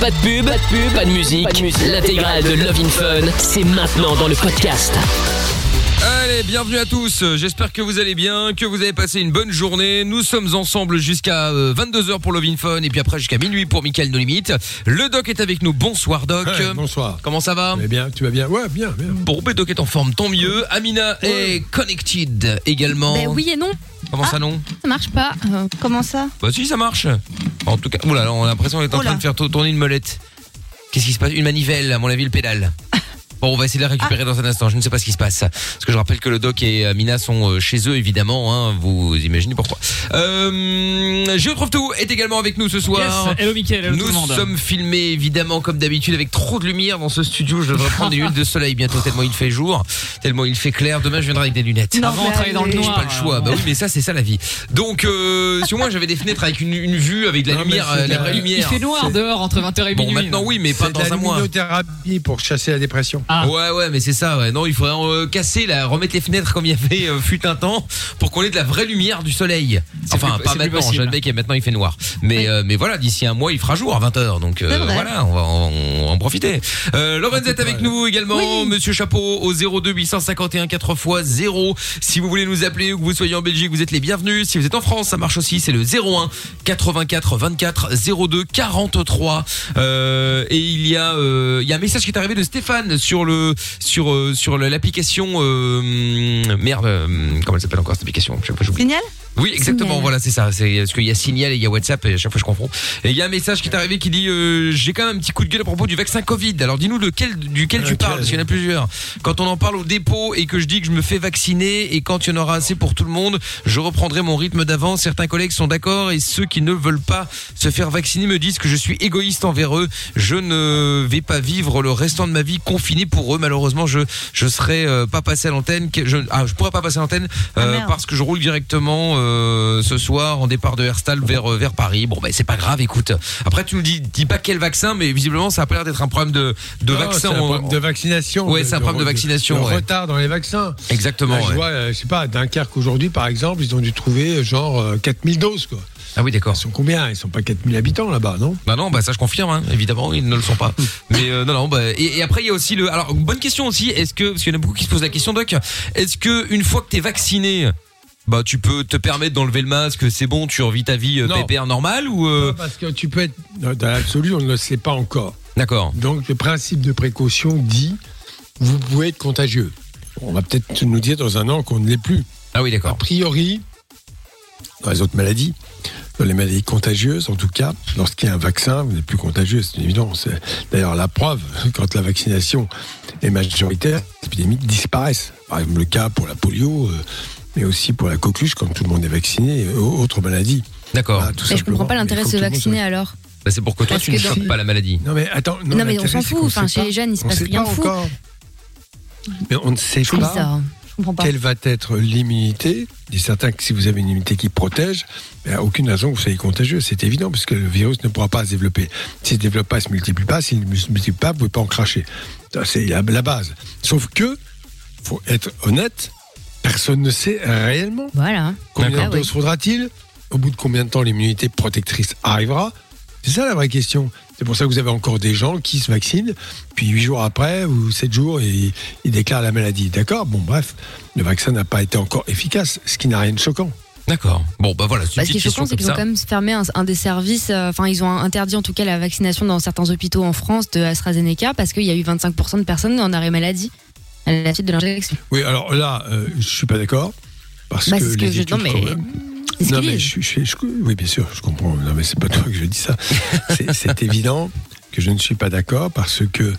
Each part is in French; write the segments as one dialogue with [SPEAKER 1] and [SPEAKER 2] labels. [SPEAKER 1] Pas de pub, pas de pub, pas de musique. L'intégrale de Love in Fun, c'est maintenant dans le podcast.
[SPEAKER 2] Allez, bienvenue à tous. J'espère que vous allez bien, que vous avez passé une bonne journée. Nous sommes ensemble jusqu'à 22h pour Lovin Fun et puis après jusqu'à minuit pour Michael No Limite. Le doc est avec nous. Bonsoir doc.
[SPEAKER 3] Ouais, bonsoir.
[SPEAKER 2] Comment ça va
[SPEAKER 3] Eh bien, tu vas bien Ouais, bien, bien.
[SPEAKER 2] Bon, ben, doc est en forme, tant mieux. Amina est connected également.
[SPEAKER 4] Ben oui Ah. et non,
[SPEAKER 2] Comment ça non
[SPEAKER 4] ça marche pas.
[SPEAKER 5] Comment ça
[SPEAKER 2] Bah si, ça marche. En tout cas, oula, on a l'impression qu'on est en train de faire tourner une molette. Qu'est-ce qui se passe Une manivelle, à mon avis, le pédale. Bon, on va essayer de la récupérer dans un instant. Je ne sais pas ce qui se passe. Parce que je rappelle que le doc et euh, Mina sont euh, chez eux, évidemment. hein. vous imaginez pourquoi. Euh, Géo Trouve Tout est également avec nous ce soir.
[SPEAKER 6] Yes, hello, Mickaël, hello,
[SPEAKER 2] nous
[SPEAKER 6] tout le monde.
[SPEAKER 2] sommes filmés, évidemment, comme d'habitude, avec trop de lumière dans ce studio. Je devrais prendre des lunettes de soleil bientôt, tellement il fait jour, tellement il fait clair. Demain, je viendrai avec des lunettes.
[SPEAKER 6] Non, Avant, on mais travaillait dans le allez. noir.
[SPEAKER 2] J'ai pas le choix. Bah oui, mais ça, c'est ça la vie. Donc, euh, sur moi, j'avais des fenêtres avec une, une vue, avec de la
[SPEAKER 3] Non, Ah, mais
[SPEAKER 2] lumière,
[SPEAKER 3] c'est
[SPEAKER 2] euh, la
[SPEAKER 3] la-
[SPEAKER 2] vraie
[SPEAKER 3] il
[SPEAKER 2] lumière.
[SPEAKER 6] fait noir dehors entre 20h et
[SPEAKER 2] Bon,
[SPEAKER 6] minuit. hein.
[SPEAKER 2] maintenant, oui, mais pas
[SPEAKER 3] C'est de
[SPEAKER 2] dans
[SPEAKER 3] la
[SPEAKER 2] un mois.
[SPEAKER 3] luminothérapie pour chasser la dépression.
[SPEAKER 6] Ah.
[SPEAKER 2] Ouais, ouais, mais c'est ça, ouais. Non, il faudrait euh, casser, là, remettre les fenêtres comme il y avait euh, fut un temps pour qu'on ait de la vraie lumière du soleil.
[SPEAKER 6] C'est
[SPEAKER 2] Enfin,
[SPEAKER 6] plus-
[SPEAKER 2] pas
[SPEAKER 6] c'est plus
[SPEAKER 2] maintenant,
[SPEAKER 6] possible.
[SPEAKER 2] j'admets que maintenant il fait noir. Mais, euh, mais voilà, d'ici un mois, il fera jour à 20h. Donc euh,
[SPEAKER 5] C'est vrai.
[SPEAKER 2] voilà, on va en, on va en profiter. Euh, Lorenz est avec nous également, monsieur Chapeau, au 02 851 4x0. Si vous voulez nous appeler ou que vous soyez en Belgique, vous êtes les bienvenus. Si vous êtes en France, ça marche aussi, c'est le 01 84 24 02 43. Euh, et il y a euh, il y a un message qui est arrivé de Stéphane sur le sur euh, sur le- l'application euh, merde euh, comment elle s'appelle encore cette application Je sais pas, j'oublie.
[SPEAKER 5] Signal
[SPEAKER 2] Oui, exactement.
[SPEAKER 5] Signal.
[SPEAKER 2] Voilà, c'est ça. C'est parce qu'il y a Signal et il y a WhatsApp et à chaque fois je confonds. Et il y a un message qui est arrivé qui dit euh, j'ai quand même un petit coup de gueule à propos du vaccin Covid. Alors dis-nous lequel duquel tu
[SPEAKER 3] Lequel
[SPEAKER 2] parles parce qu'il y en a plusieurs. Quand on en parle au dépôt et que je dis que je me fais vacciner et quand il y en aura assez pour tout le monde, je reprendrai mon rythme d'avant. Certains collègues sont d'accord et ceux qui ne veulent pas se faire vacciner me disent que je suis égoïste envers eux. Je ne vais pas vivre le restant de ma vie confiné pour eux. Malheureusement, je je serai euh, pas passé à l'antenne. que- Je ah, je pourrais pas passer à l'antenne euh,
[SPEAKER 5] merde.
[SPEAKER 2] parce que je roule directement euh, ce soir en départ de Herstal vers euh, vers Paris. Bon ben c'est pas grave, écoute. Après tu nous dis dis pas quel vaccin mais visiblement ça a pas l'air d'être un problème de de
[SPEAKER 3] Non,
[SPEAKER 2] vaccin
[SPEAKER 3] c'est un
[SPEAKER 2] en-
[SPEAKER 3] problème de vaccination.
[SPEAKER 2] Ouais, c'est un problème de
[SPEAKER 3] re-
[SPEAKER 2] vaccination, ouais.
[SPEAKER 3] retard dans les vaccins.
[SPEAKER 2] Exactement.
[SPEAKER 3] Là, je
[SPEAKER 2] ouais.
[SPEAKER 3] vois, euh, je sais pas, à Dunkerque aujourd'hui, par exemple, ils ont dû trouver euh, genre euh, 4000 doses, quoi.
[SPEAKER 2] Ah oui, d'accord.
[SPEAKER 3] Ils sont combien Ils sont pas 4000 habitants là-bas, non
[SPEAKER 2] Bah non, bah ça je confirme, hein. évidemment, ils ne le sont pas. Mais euh, non, non, bah, et, et après il y a aussi le. Alors bonne question aussi, est-ce que parce qu'il y en a beaucoup qui se posent la question, Doc, est-ce que une fois que t'es vacciné, bah tu peux te permettre d'enlever le masque, c'est bon, tu revis ta vie euh,
[SPEAKER 3] Non.
[SPEAKER 2] pépère normale ou euh,
[SPEAKER 3] Parce que tu peux être. Dans l'absolu, on ne le sait pas encore.
[SPEAKER 2] D'accord.
[SPEAKER 3] Donc le principe de précaution dit vous pouvez être contagieux. On va peut-être nous dire dans un an qu'on ne l'est plus.
[SPEAKER 2] Ah oui,
[SPEAKER 3] A
[SPEAKER 2] d'accord.
[SPEAKER 3] priori, dans les autres maladies, dans les maladies contagieuses en tout cas, lorsqu'il y a un vaccin, vous n'êtes plus contagieux, c'est une évidence. D'ailleurs, la preuve, quand la vaccination est majoritaire, les épidémies disparaissent. Par exemple, le cas pour la polio, euh, mais aussi pour la coqueluche, quand tout le monde est vacciné, et au- autres maladies.
[SPEAKER 2] D'accord.
[SPEAKER 3] Voilà, Ah, tout
[SPEAKER 4] Mais Ben, je
[SPEAKER 3] simplement.
[SPEAKER 4] comprends pas l'intérêt
[SPEAKER 3] Il
[SPEAKER 4] de
[SPEAKER 3] faut que
[SPEAKER 4] se
[SPEAKER 3] tout le monde
[SPEAKER 4] vacciner alors.
[SPEAKER 2] Bah, c'est pour que toi
[SPEAKER 3] Parce
[SPEAKER 2] tu ne
[SPEAKER 3] que dans-
[SPEAKER 2] chopes pas la maladie.
[SPEAKER 3] Ah, Non mais attends, non,
[SPEAKER 4] Non, mais on
[SPEAKER 3] l'intérêt,
[SPEAKER 4] s'en
[SPEAKER 3] c'est
[SPEAKER 4] fout.
[SPEAKER 3] qu'on sait
[SPEAKER 4] Enfin, chez
[SPEAKER 3] pas.
[SPEAKER 4] les jeunes, il se
[SPEAKER 3] On
[SPEAKER 4] passe
[SPEAKER 3] sait
[SPEAKER 4] rien
[SPEAKER 3] pas
[SPEAKER 4] de fou.
[SPEAKER 3] encore. Mais on ne sait
[SPEAKER 4] C'est
[SPEAKER 3] pas
[SPEAKER 4] bizarre. Je comprends pas.
[SPEAKER 3] quelle va être l'immunité. Il est certain que si vous avez une immunité qui protège, il n'y a aucune raison que vous soyez contagieux. C'est évident, parce que le virus ne pourra pas se développer. S'il ne se développe pas, il ne se multiplie pas. S'il ne se multiplie pas, vous ne pouvez pas en cracher. Ça, C'est la, la base. Sauf que, faut être honnête, personne ne sait réellement
[SPEAKER 4] Voilà. Ah
[SPEAKER 3] combien
[SPEAKER 4] D'accord.
[SPEAKER 3] de doses faudra-t-il. Au bout de combien de temps l'immunité protectrice arrivera C'est ça la vraie question. C'est pour ça que vous avez encore des gens qui se vaccinent, puis 8 jours après ou 7 jours, et ils déclarent la maladie. D'accord Bon, bref, le vaccin n'a pas été encore efficace, ce qui n'a rien de choquant.
[SPEAKER 2] D'accord. Bon, bah voilà, c'est
[SPEAKER 4] Bah,
[SPEAKER 2] une
[SPEAKER 4] ce qui
[SPEAKER 2] petite
[SPEAKER 4] est choquant,
[SPEAKER 2] question
[SPEAKER 4] c'est
[SPEAKER 2] comme
[SPEAKER 4] qu'ils ont
[SPEAKER 2] ça.
[SPEAKER 4] quand même fermé un, un des services. euh, Enfin, ils ont interdit en tout cas la vaccination dans certains hôpitaux en France de AstraZeneca parce qu'il y a eu 25% de personnes en arrêt maladie à la suite de l'injection.
[SPEAKER 3] Oui, alors là, euh, je suis pas d'accord. Parce
[SPEAKER 4] Bah,
[SPEAKER 3] que
[SPEAKER 4] c'est ce que
[SPEAKER 3] les
[SPEAKER 4] je-
[SPEAKER 3] études,
[SPEAKER 4] non, mais-
[SPEAKER 3] quand même-
[SPEAKER 4] C'est ce
[SPEAKER 3] Non,
[SPEAKER 4] qu'ils
[SPEAKER 3] mais
[SPEAKER 4] disent.
[SPEAKER 3] je, je- je- oui, bien sûr, je comprends. Non, mais c'est pas toi que je dis ça. C'est- C'est évident que je ne suis pas d'accord parce que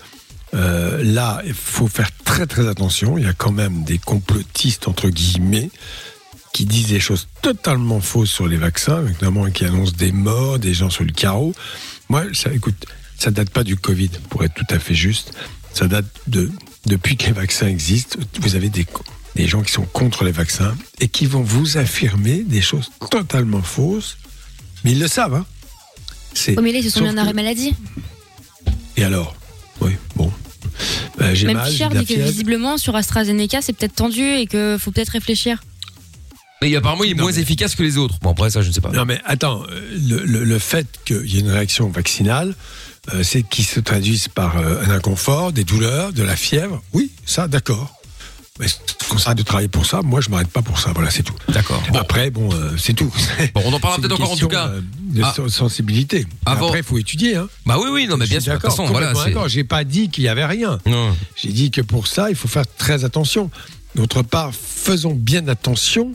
[SPEAKER 3] euh, là, il faut faire très très attention. Il y a quand même des complotistes entre guillemets qui disent des choses totalement fausses sur les vaccins, notamment qui annoncent des morts, des gens sur le carreau. Moi, ça, écoute, ça date pas du Covid, pour être tout à fait juste. Ça date de depuis que les vaccins existent. Vous avez des des gens qui sont contre les vaccins et qui vont vous affirmer des choses totalement fausses, mais ils le savent. Hein. C'est
[SPEAKER 4] Oh, mais là, ils se sont
[SPEAKER 3] sauf
[SPEAKER 4] mis en
[SPEAKER 3] que-
[SPEAKER 4] arrêt maladie.
[SPEAKER 3] Et alors Oui, bon. Euh, j'ai
[SPEAKER 4] Même
[SPEAKER 3] mal, j'ai
[SPEAKER 4] Pierre
[SPEAKER 3] de la
[SPEAKER 4] dit que
[SPEAKER 3] fièvre.
[SPEAKER 4] visiblement sur AstraZeneca, c'est peut-être tendu et que faut peut-être réfléchir.
[SPEAKER 2] Mais apparemment, il est
[SPEAKER 3] Non,
[SPEAKER 2] moins
[SPEAKER 3] mais-
[SPEAKER 2] efficace que les autres. Bon, après, ça, je ne sais pas.
[SPEAKER 3] Non mais attends, euh, le, le- le fait qu'il y ait une réaction vaccinale euh, c'est qui se traduisent par euh, un inconfort, des douleurs, de la fièvre. Oui, ça, d'accord. Mais qu'on s'arrête de travailler pour ça, moi je m'arrête pas pour ça. Voilà, c'est tout.
[SPEAKER 2] D'accord. Bon,
[SPEAKER 3] Après, bon, euh, c'est tout.
[SPEAKER 2] bon, on en
[SPEAKER 3] C'est
[SPEAKER 2] parlera peut-être
[SPEAKER 3] une
[SPEAKER 2] encore en
[SPEAKER 3] question,
[SPEAKER 2] tout cas.
[SPEAKER 3] euh, de
[SPEAKER 2] Ah.
[SPEAKER 3] sen- sensibilité.
[SPEAKER 2] Avant-
[SPEAKER 3] Après, il faut étudier. Hein.
[SPEAKER 2] Bah oui, oui, non, mais
[SPEAKER 3] Je
[SPEAKER 2] bien
[SPEAKER 3] suis
[SPEAKER 2] sûr. De toute
[SPEAKER 3] d'accord,
[SPEAKER 2] façon, voilà.
[SPEAKER 3] complètement
[SPEAKER 2] c'est-
[SPEAKER 3] d'accord. J'ai pas dit qu'il y avait rien.
[SPEAKER 2] Non.
[SPEAKER 3] J'ai dit que pour ça, il faut faire très attention. D'autre part, faisons bien attention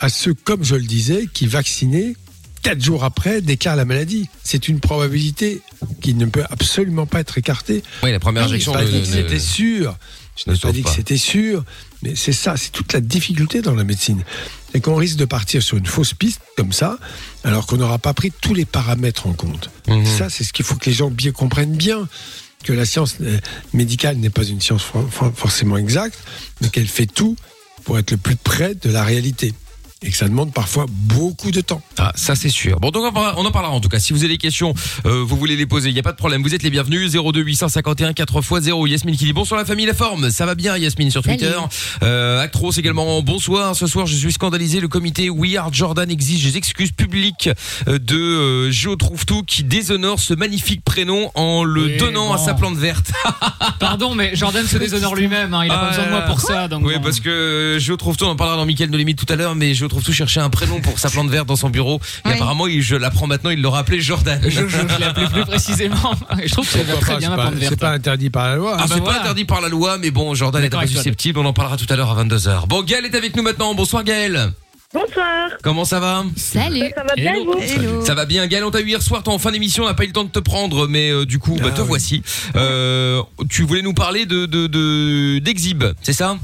[SPEAKER 3] à ceux, comme je le disais, qui vaccinés, quatre jours après, déclarent la maladie. C'est une probabilité qui ne peut absolument pas être écartée.
[SPEAKER 2] Oui, la première
[SPEAKER 3] Ah, Je n'ai
[SPEAKER 2] injection.
[SPEAKER 3] pas
[SPEAKER 2] ne-
[SPEAKER 3] dit que
[SPEAKER 2] ne-
[SPEAKER 3] c'était sûr. Je
[SPEAKER 2] ne
[SPEAKER 3] n'ai pas
[SPEAKER 2] sauve
[SPEAKER 3] dit que
[SPEAKER 2] pas.
[SPEAKER 3] c'était sûr. Mais c'est ça, c'est toute la difficulté dans la médecine. C'est qu'on risque de partir sur une fausse piste comme ça, alors qu'on n'aura pas pris tous les paramètres en compte.
[SPEAKER 2] Mhm.
[SPEAKER 3] Ça, c'est ce qu'il faut que les gens bien comprennent bien. Que la science euh, médicale n'est pas une science for- for- forcément exacte, mais qu'elle fait tout pour être le plus près de la réalité. Et que ça demande parfois beaucoup de temps.
[SPEAKER 2] Ah, ça c'est sûr. Bon, donc on, parlera- on en parlera en tout cas. Si vous avez des questions, euh, vous voulez les poser, il n'y a pas de problème. Vous êtes les bienvenus. 02 851 4 x 0. Yasmine qui dit bonsoir la famille, la forme. Ça va bien Yasmine sur Twitter. Euh, Actros également, bonsoir. Ce soir, je suis scandalisé. Le comité We Are Jordan exige des excuses publiques euh, de euh, Jo Trouve-Tout qui déshonore ce magnifique prénom en le
[SPEAKER 6] Oui,
[SPEAKER 2] donnant à
[SPEAKER 6] bon.
[SPEAKER 2] sa plante verte.
[SPEAKER 6] Pardon, mais Jordan se déshonore lui-même. hein, Il a
[SPEAKER 2] Ah,
[SPEAKER 6] pas besoin de moi pour ça. Donc
[SPEAKER 2] oui,
[SPEAKER 6] bon.
[SPEAKER 2] parce que je trouve tout, on en parlera dans Mickaël de limite tout à l'heure, mais je trouve tout chercher un prénom pour sa plante verte dans son bureau. Et
[SPEAKER 4] Ouais.
[SPEAKER 2] apparemment, il- je l'apprends maintenant, il l'aura appelé Jordan.
[SPEAKER 6] je, je, je l'ai appelé plus précisément. Et je trouve que ça lui va
[SPEAKER 3] Pourquoi
[SPEAKER 6] très
[SPEAKER 3] pas,
[SPEAKER 6] bien ma
[SPEAKER 3] c'est pas-
[SPEAKER 6] plante
[SPEAKER 3] c'est
[SPEAKER 6] verte.
[SPEAKER 3] pas hein. interdit par la loi.
[SPEAKER 2] Ah,
[SPEAKER 6] bah
[SPEAKER 2] c'est
[SPEAKER 6] voilà.
[SPEAKER 2] pas interdit par la loi, mais bon, Jordan est un
[SPEAKER 6] D'accord
[SPEAKER 2] peu
[SPEAKER 6] avec toi.
[SPEAKER 2] susceptible, on en parlera tout à l'heure à 22h. Bon, Gaël est avec nous maintenant. Bonsoir Gaël.
[SPEAKER 5] Bonsoir,
[SPEAKER 2] Comment ça va
[SPEAKER 4] Salut.
[SPEAKER 5] ça va bien
[SPEAKER 6] Hello.
[SPEAKER 5] vous
[SPEAKER 2] Ça va bien. Gaël, on t'a eu hier soir, toi en fin d'émission, on n'a pas eu le temps de te prendre, mais euh, du coup, bah,
[SPEAKER 3] Ah,
[SPEAKER 2] te
[SPEAKER 3] oui.
[SPEAKER 2] voici. Euh, tu voulais nous parler de, de, de- d'Exhib, c'est ça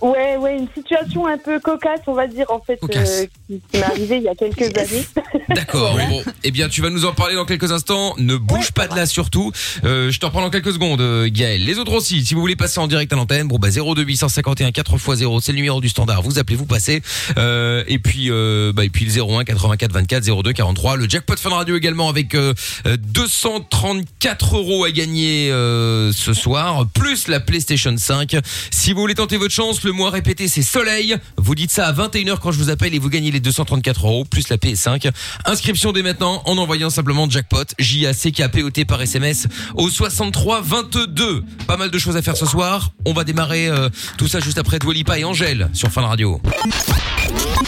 [SPEAKER 5] Ouais, ouais, une situation un peu cocasse, on va dire, en fait,
[SPEAKER 2] Cocasse.
[SPEAKER 5] euh, qui, qui m'est arrivée il y a quelques années.
[SPEAKER 2] D'accord. Bon, eh bien, tu vas nous en parler dans quelques instants. Ne bouge pas de là, surtout. Euh, je te reprends dans quelques secondes, euh, Gaël. Les autres aussi, si vous voulez passer en direct à l'antenne, bon, bah, 02851 4x0, c'est le numéro du standard. Vous appelez, vous passez. Euh, et puis, euh, bah, et puis le 01 84 24 02 43. Le jackpot Fun Radio également avec euh, euh, 234 euros à gagner euh, ce soir, plus la PlayStation 5. Si vous voulez tenter votre chance, le mois répété c'est soleil. Vous dites ça à 21h quand je vous appelle et vous gagnez les 234 euros plus la PS5. Inscription dès maintenant en envoyant simplement jackpot J A C K P O T par SMS au 63 22. Pas mal de choses à faire ce soir. On va démarrer euh, tout ça juste après Dwalipa et Angèle sur Fin Radio.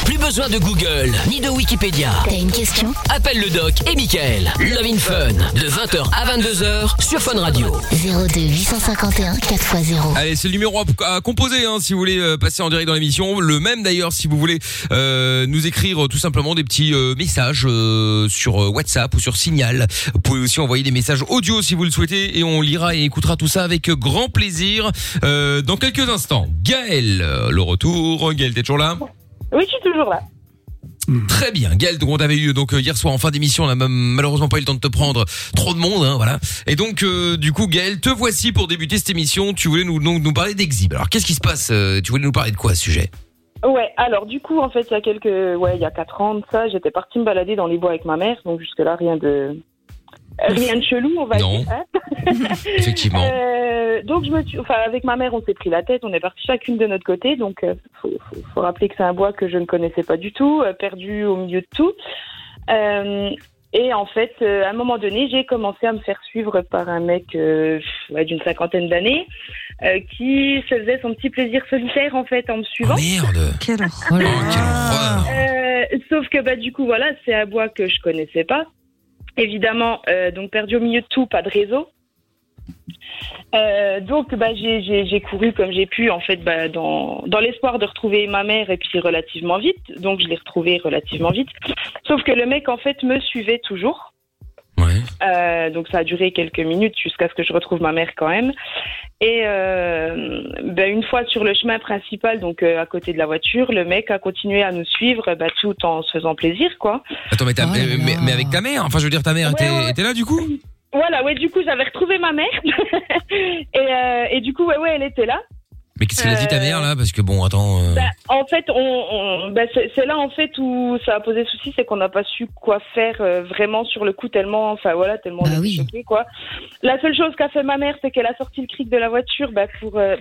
[SPEAKER 1] Plus besoin de Google ni de Wikipédia.
[SPEAKER 7] T'as une question
[SPEAKER 1] Appelle le doc et Michael. Love in Fun de 20h à 22h sur Fun Radio.
[SPEAKER 7] 02 851 4x0.
[SPEAKER 2] Allez, c'est le numéro à, à composer hein, si vous voulez euh, passer en direct dans l'émission. Le même d'ailleurs si vous voulez euh, nous écrire euh, tout simplement des petits euh, messages euh, sur euh, WhatsApp ou sur Signal. Vous pouvez aussi envoyer des messages audio si vous le souhaitez et on lira et écoutera tout ça avec euh, grand plaisir euh, dans quelques instants. Gaël, euh, le retour. Gaël, t'es toujours là
[SPEAKER 5] Oui, je suis toujours là.
[SPEAKER 2] Très bien. Gaël, donc, on avait eu donc euh, hier soir en fin d'émission, on n'a même malheureusement pas eu le temps de te prendre trop de monde, hein, voilà. Et donc euh, du coup, Gaël, te voici pour débuter cette émission. Tu voulais nous nous, nous parler d'Exhib. Alors qu'est-ce qui se passe euh, Tu voulais nous parler de quoi à ce sujet
[SPEAKER 5] Ouais, alors du coup, en fait, il y a quelques... Ouais, il y a 4 ans de ça, j'étais partie me balader dans les bois avec ma mère, donc jusque-là, rien de... Rien de chelou, on va
[SPEAKER 2] Non.
[SPEAKER 5] dire. hein.
[SPEAKER 2] Effectivement.
[SPEAKER 5] Euh, donc je me suis, enfin avec ma mère, on s'est pris la tête, on est parti chacune de notre côté. Donc euh, faut, faut- faut rappeler que c'est un bois que je ne connaissais pas du tout, euh, perdu au milieu de tout. Euh, et en fait, euh, à un moment donné, j'ai commencé à me faire suivre par un mec euh, ouais, d'une cinquantaine d'années euh, qui se faisait son petit plaisir solitaire en fait en me
[SPEAKER 2] Oh,
[SPEAKER 5] suivant.
[SPEAKER 2] merde.
[SPEAKER 8] Quelle horreur.
[SPEAKER 2] Oh, quelle horreur.
[SPEAKER 5] Euh, sauf que bah du coup voilà, c'est un bois que je connaissais pas. Évidemment, euh, donc perdu au milieu de tout, pas de réseau. Euh, donc bah j'ai- j'ai j'ai couru comme j'ai pu en fait bah, dans dans l'espoir de retrouver ma mère et puis relativement vite. Donc je l'ai retrouvée relativement vite. Sauf que le mec en fait me suivait toujours.
[SPEAKER 2] Ouais.
[SPEAKER 5] Euh, donc ça a duré quelques minutes jusqu'à ce que je retrouve ma mère quand même. Et euh, ben, une fois sur le chemin principal, donc euh, à côté de la voiture, le mec a continué à nous suivre bah, tout en se faisant plaisir, quoi.
[SPEAKER 2] Attends, mais, ta-
[SPEAKER 6] Oh là
[SPEAKER 2] euh, mais,
[SPEAKER 6] là.
[SPEAKER 2] mais avec ta mère. Enfin, je veux dire, ta mère
[SPEAKER 5] Ouais,
[SPEAKER 2] était,
[SPEAKER 5] ouais, ouais.
[SPEAKER 2] était là du coup
[SPEAKER 5] Voilà, ouais, du coup j'avais retrouvé ma mère et, euh, et du coup ouais ouais elle était là.
[SPEAKER 2] Mais qu'est-ce qu'elle a dit ta
[SPEAKER 5] Euh,
[SPEAKER 2] mère là Parce que bon, attends. euh,
[SPEAKER 5] Bah, en fait, on, on- bah, c'est c'est là en fait où ça a posé souci, c'est qu'on n'a pas su quoi faire euh, vraiment sur le coup tellement, enfin voilà, tellement on
[SPEAKER 4] Bah
[SPEAKER 5] était
[SPEAKER 4] oui.
[SPEAKER 5] choqués, quoi. La seule chose qu'a fait ma mère, c'est qu'elle a sorti le cric de la voiture bah, pour euh,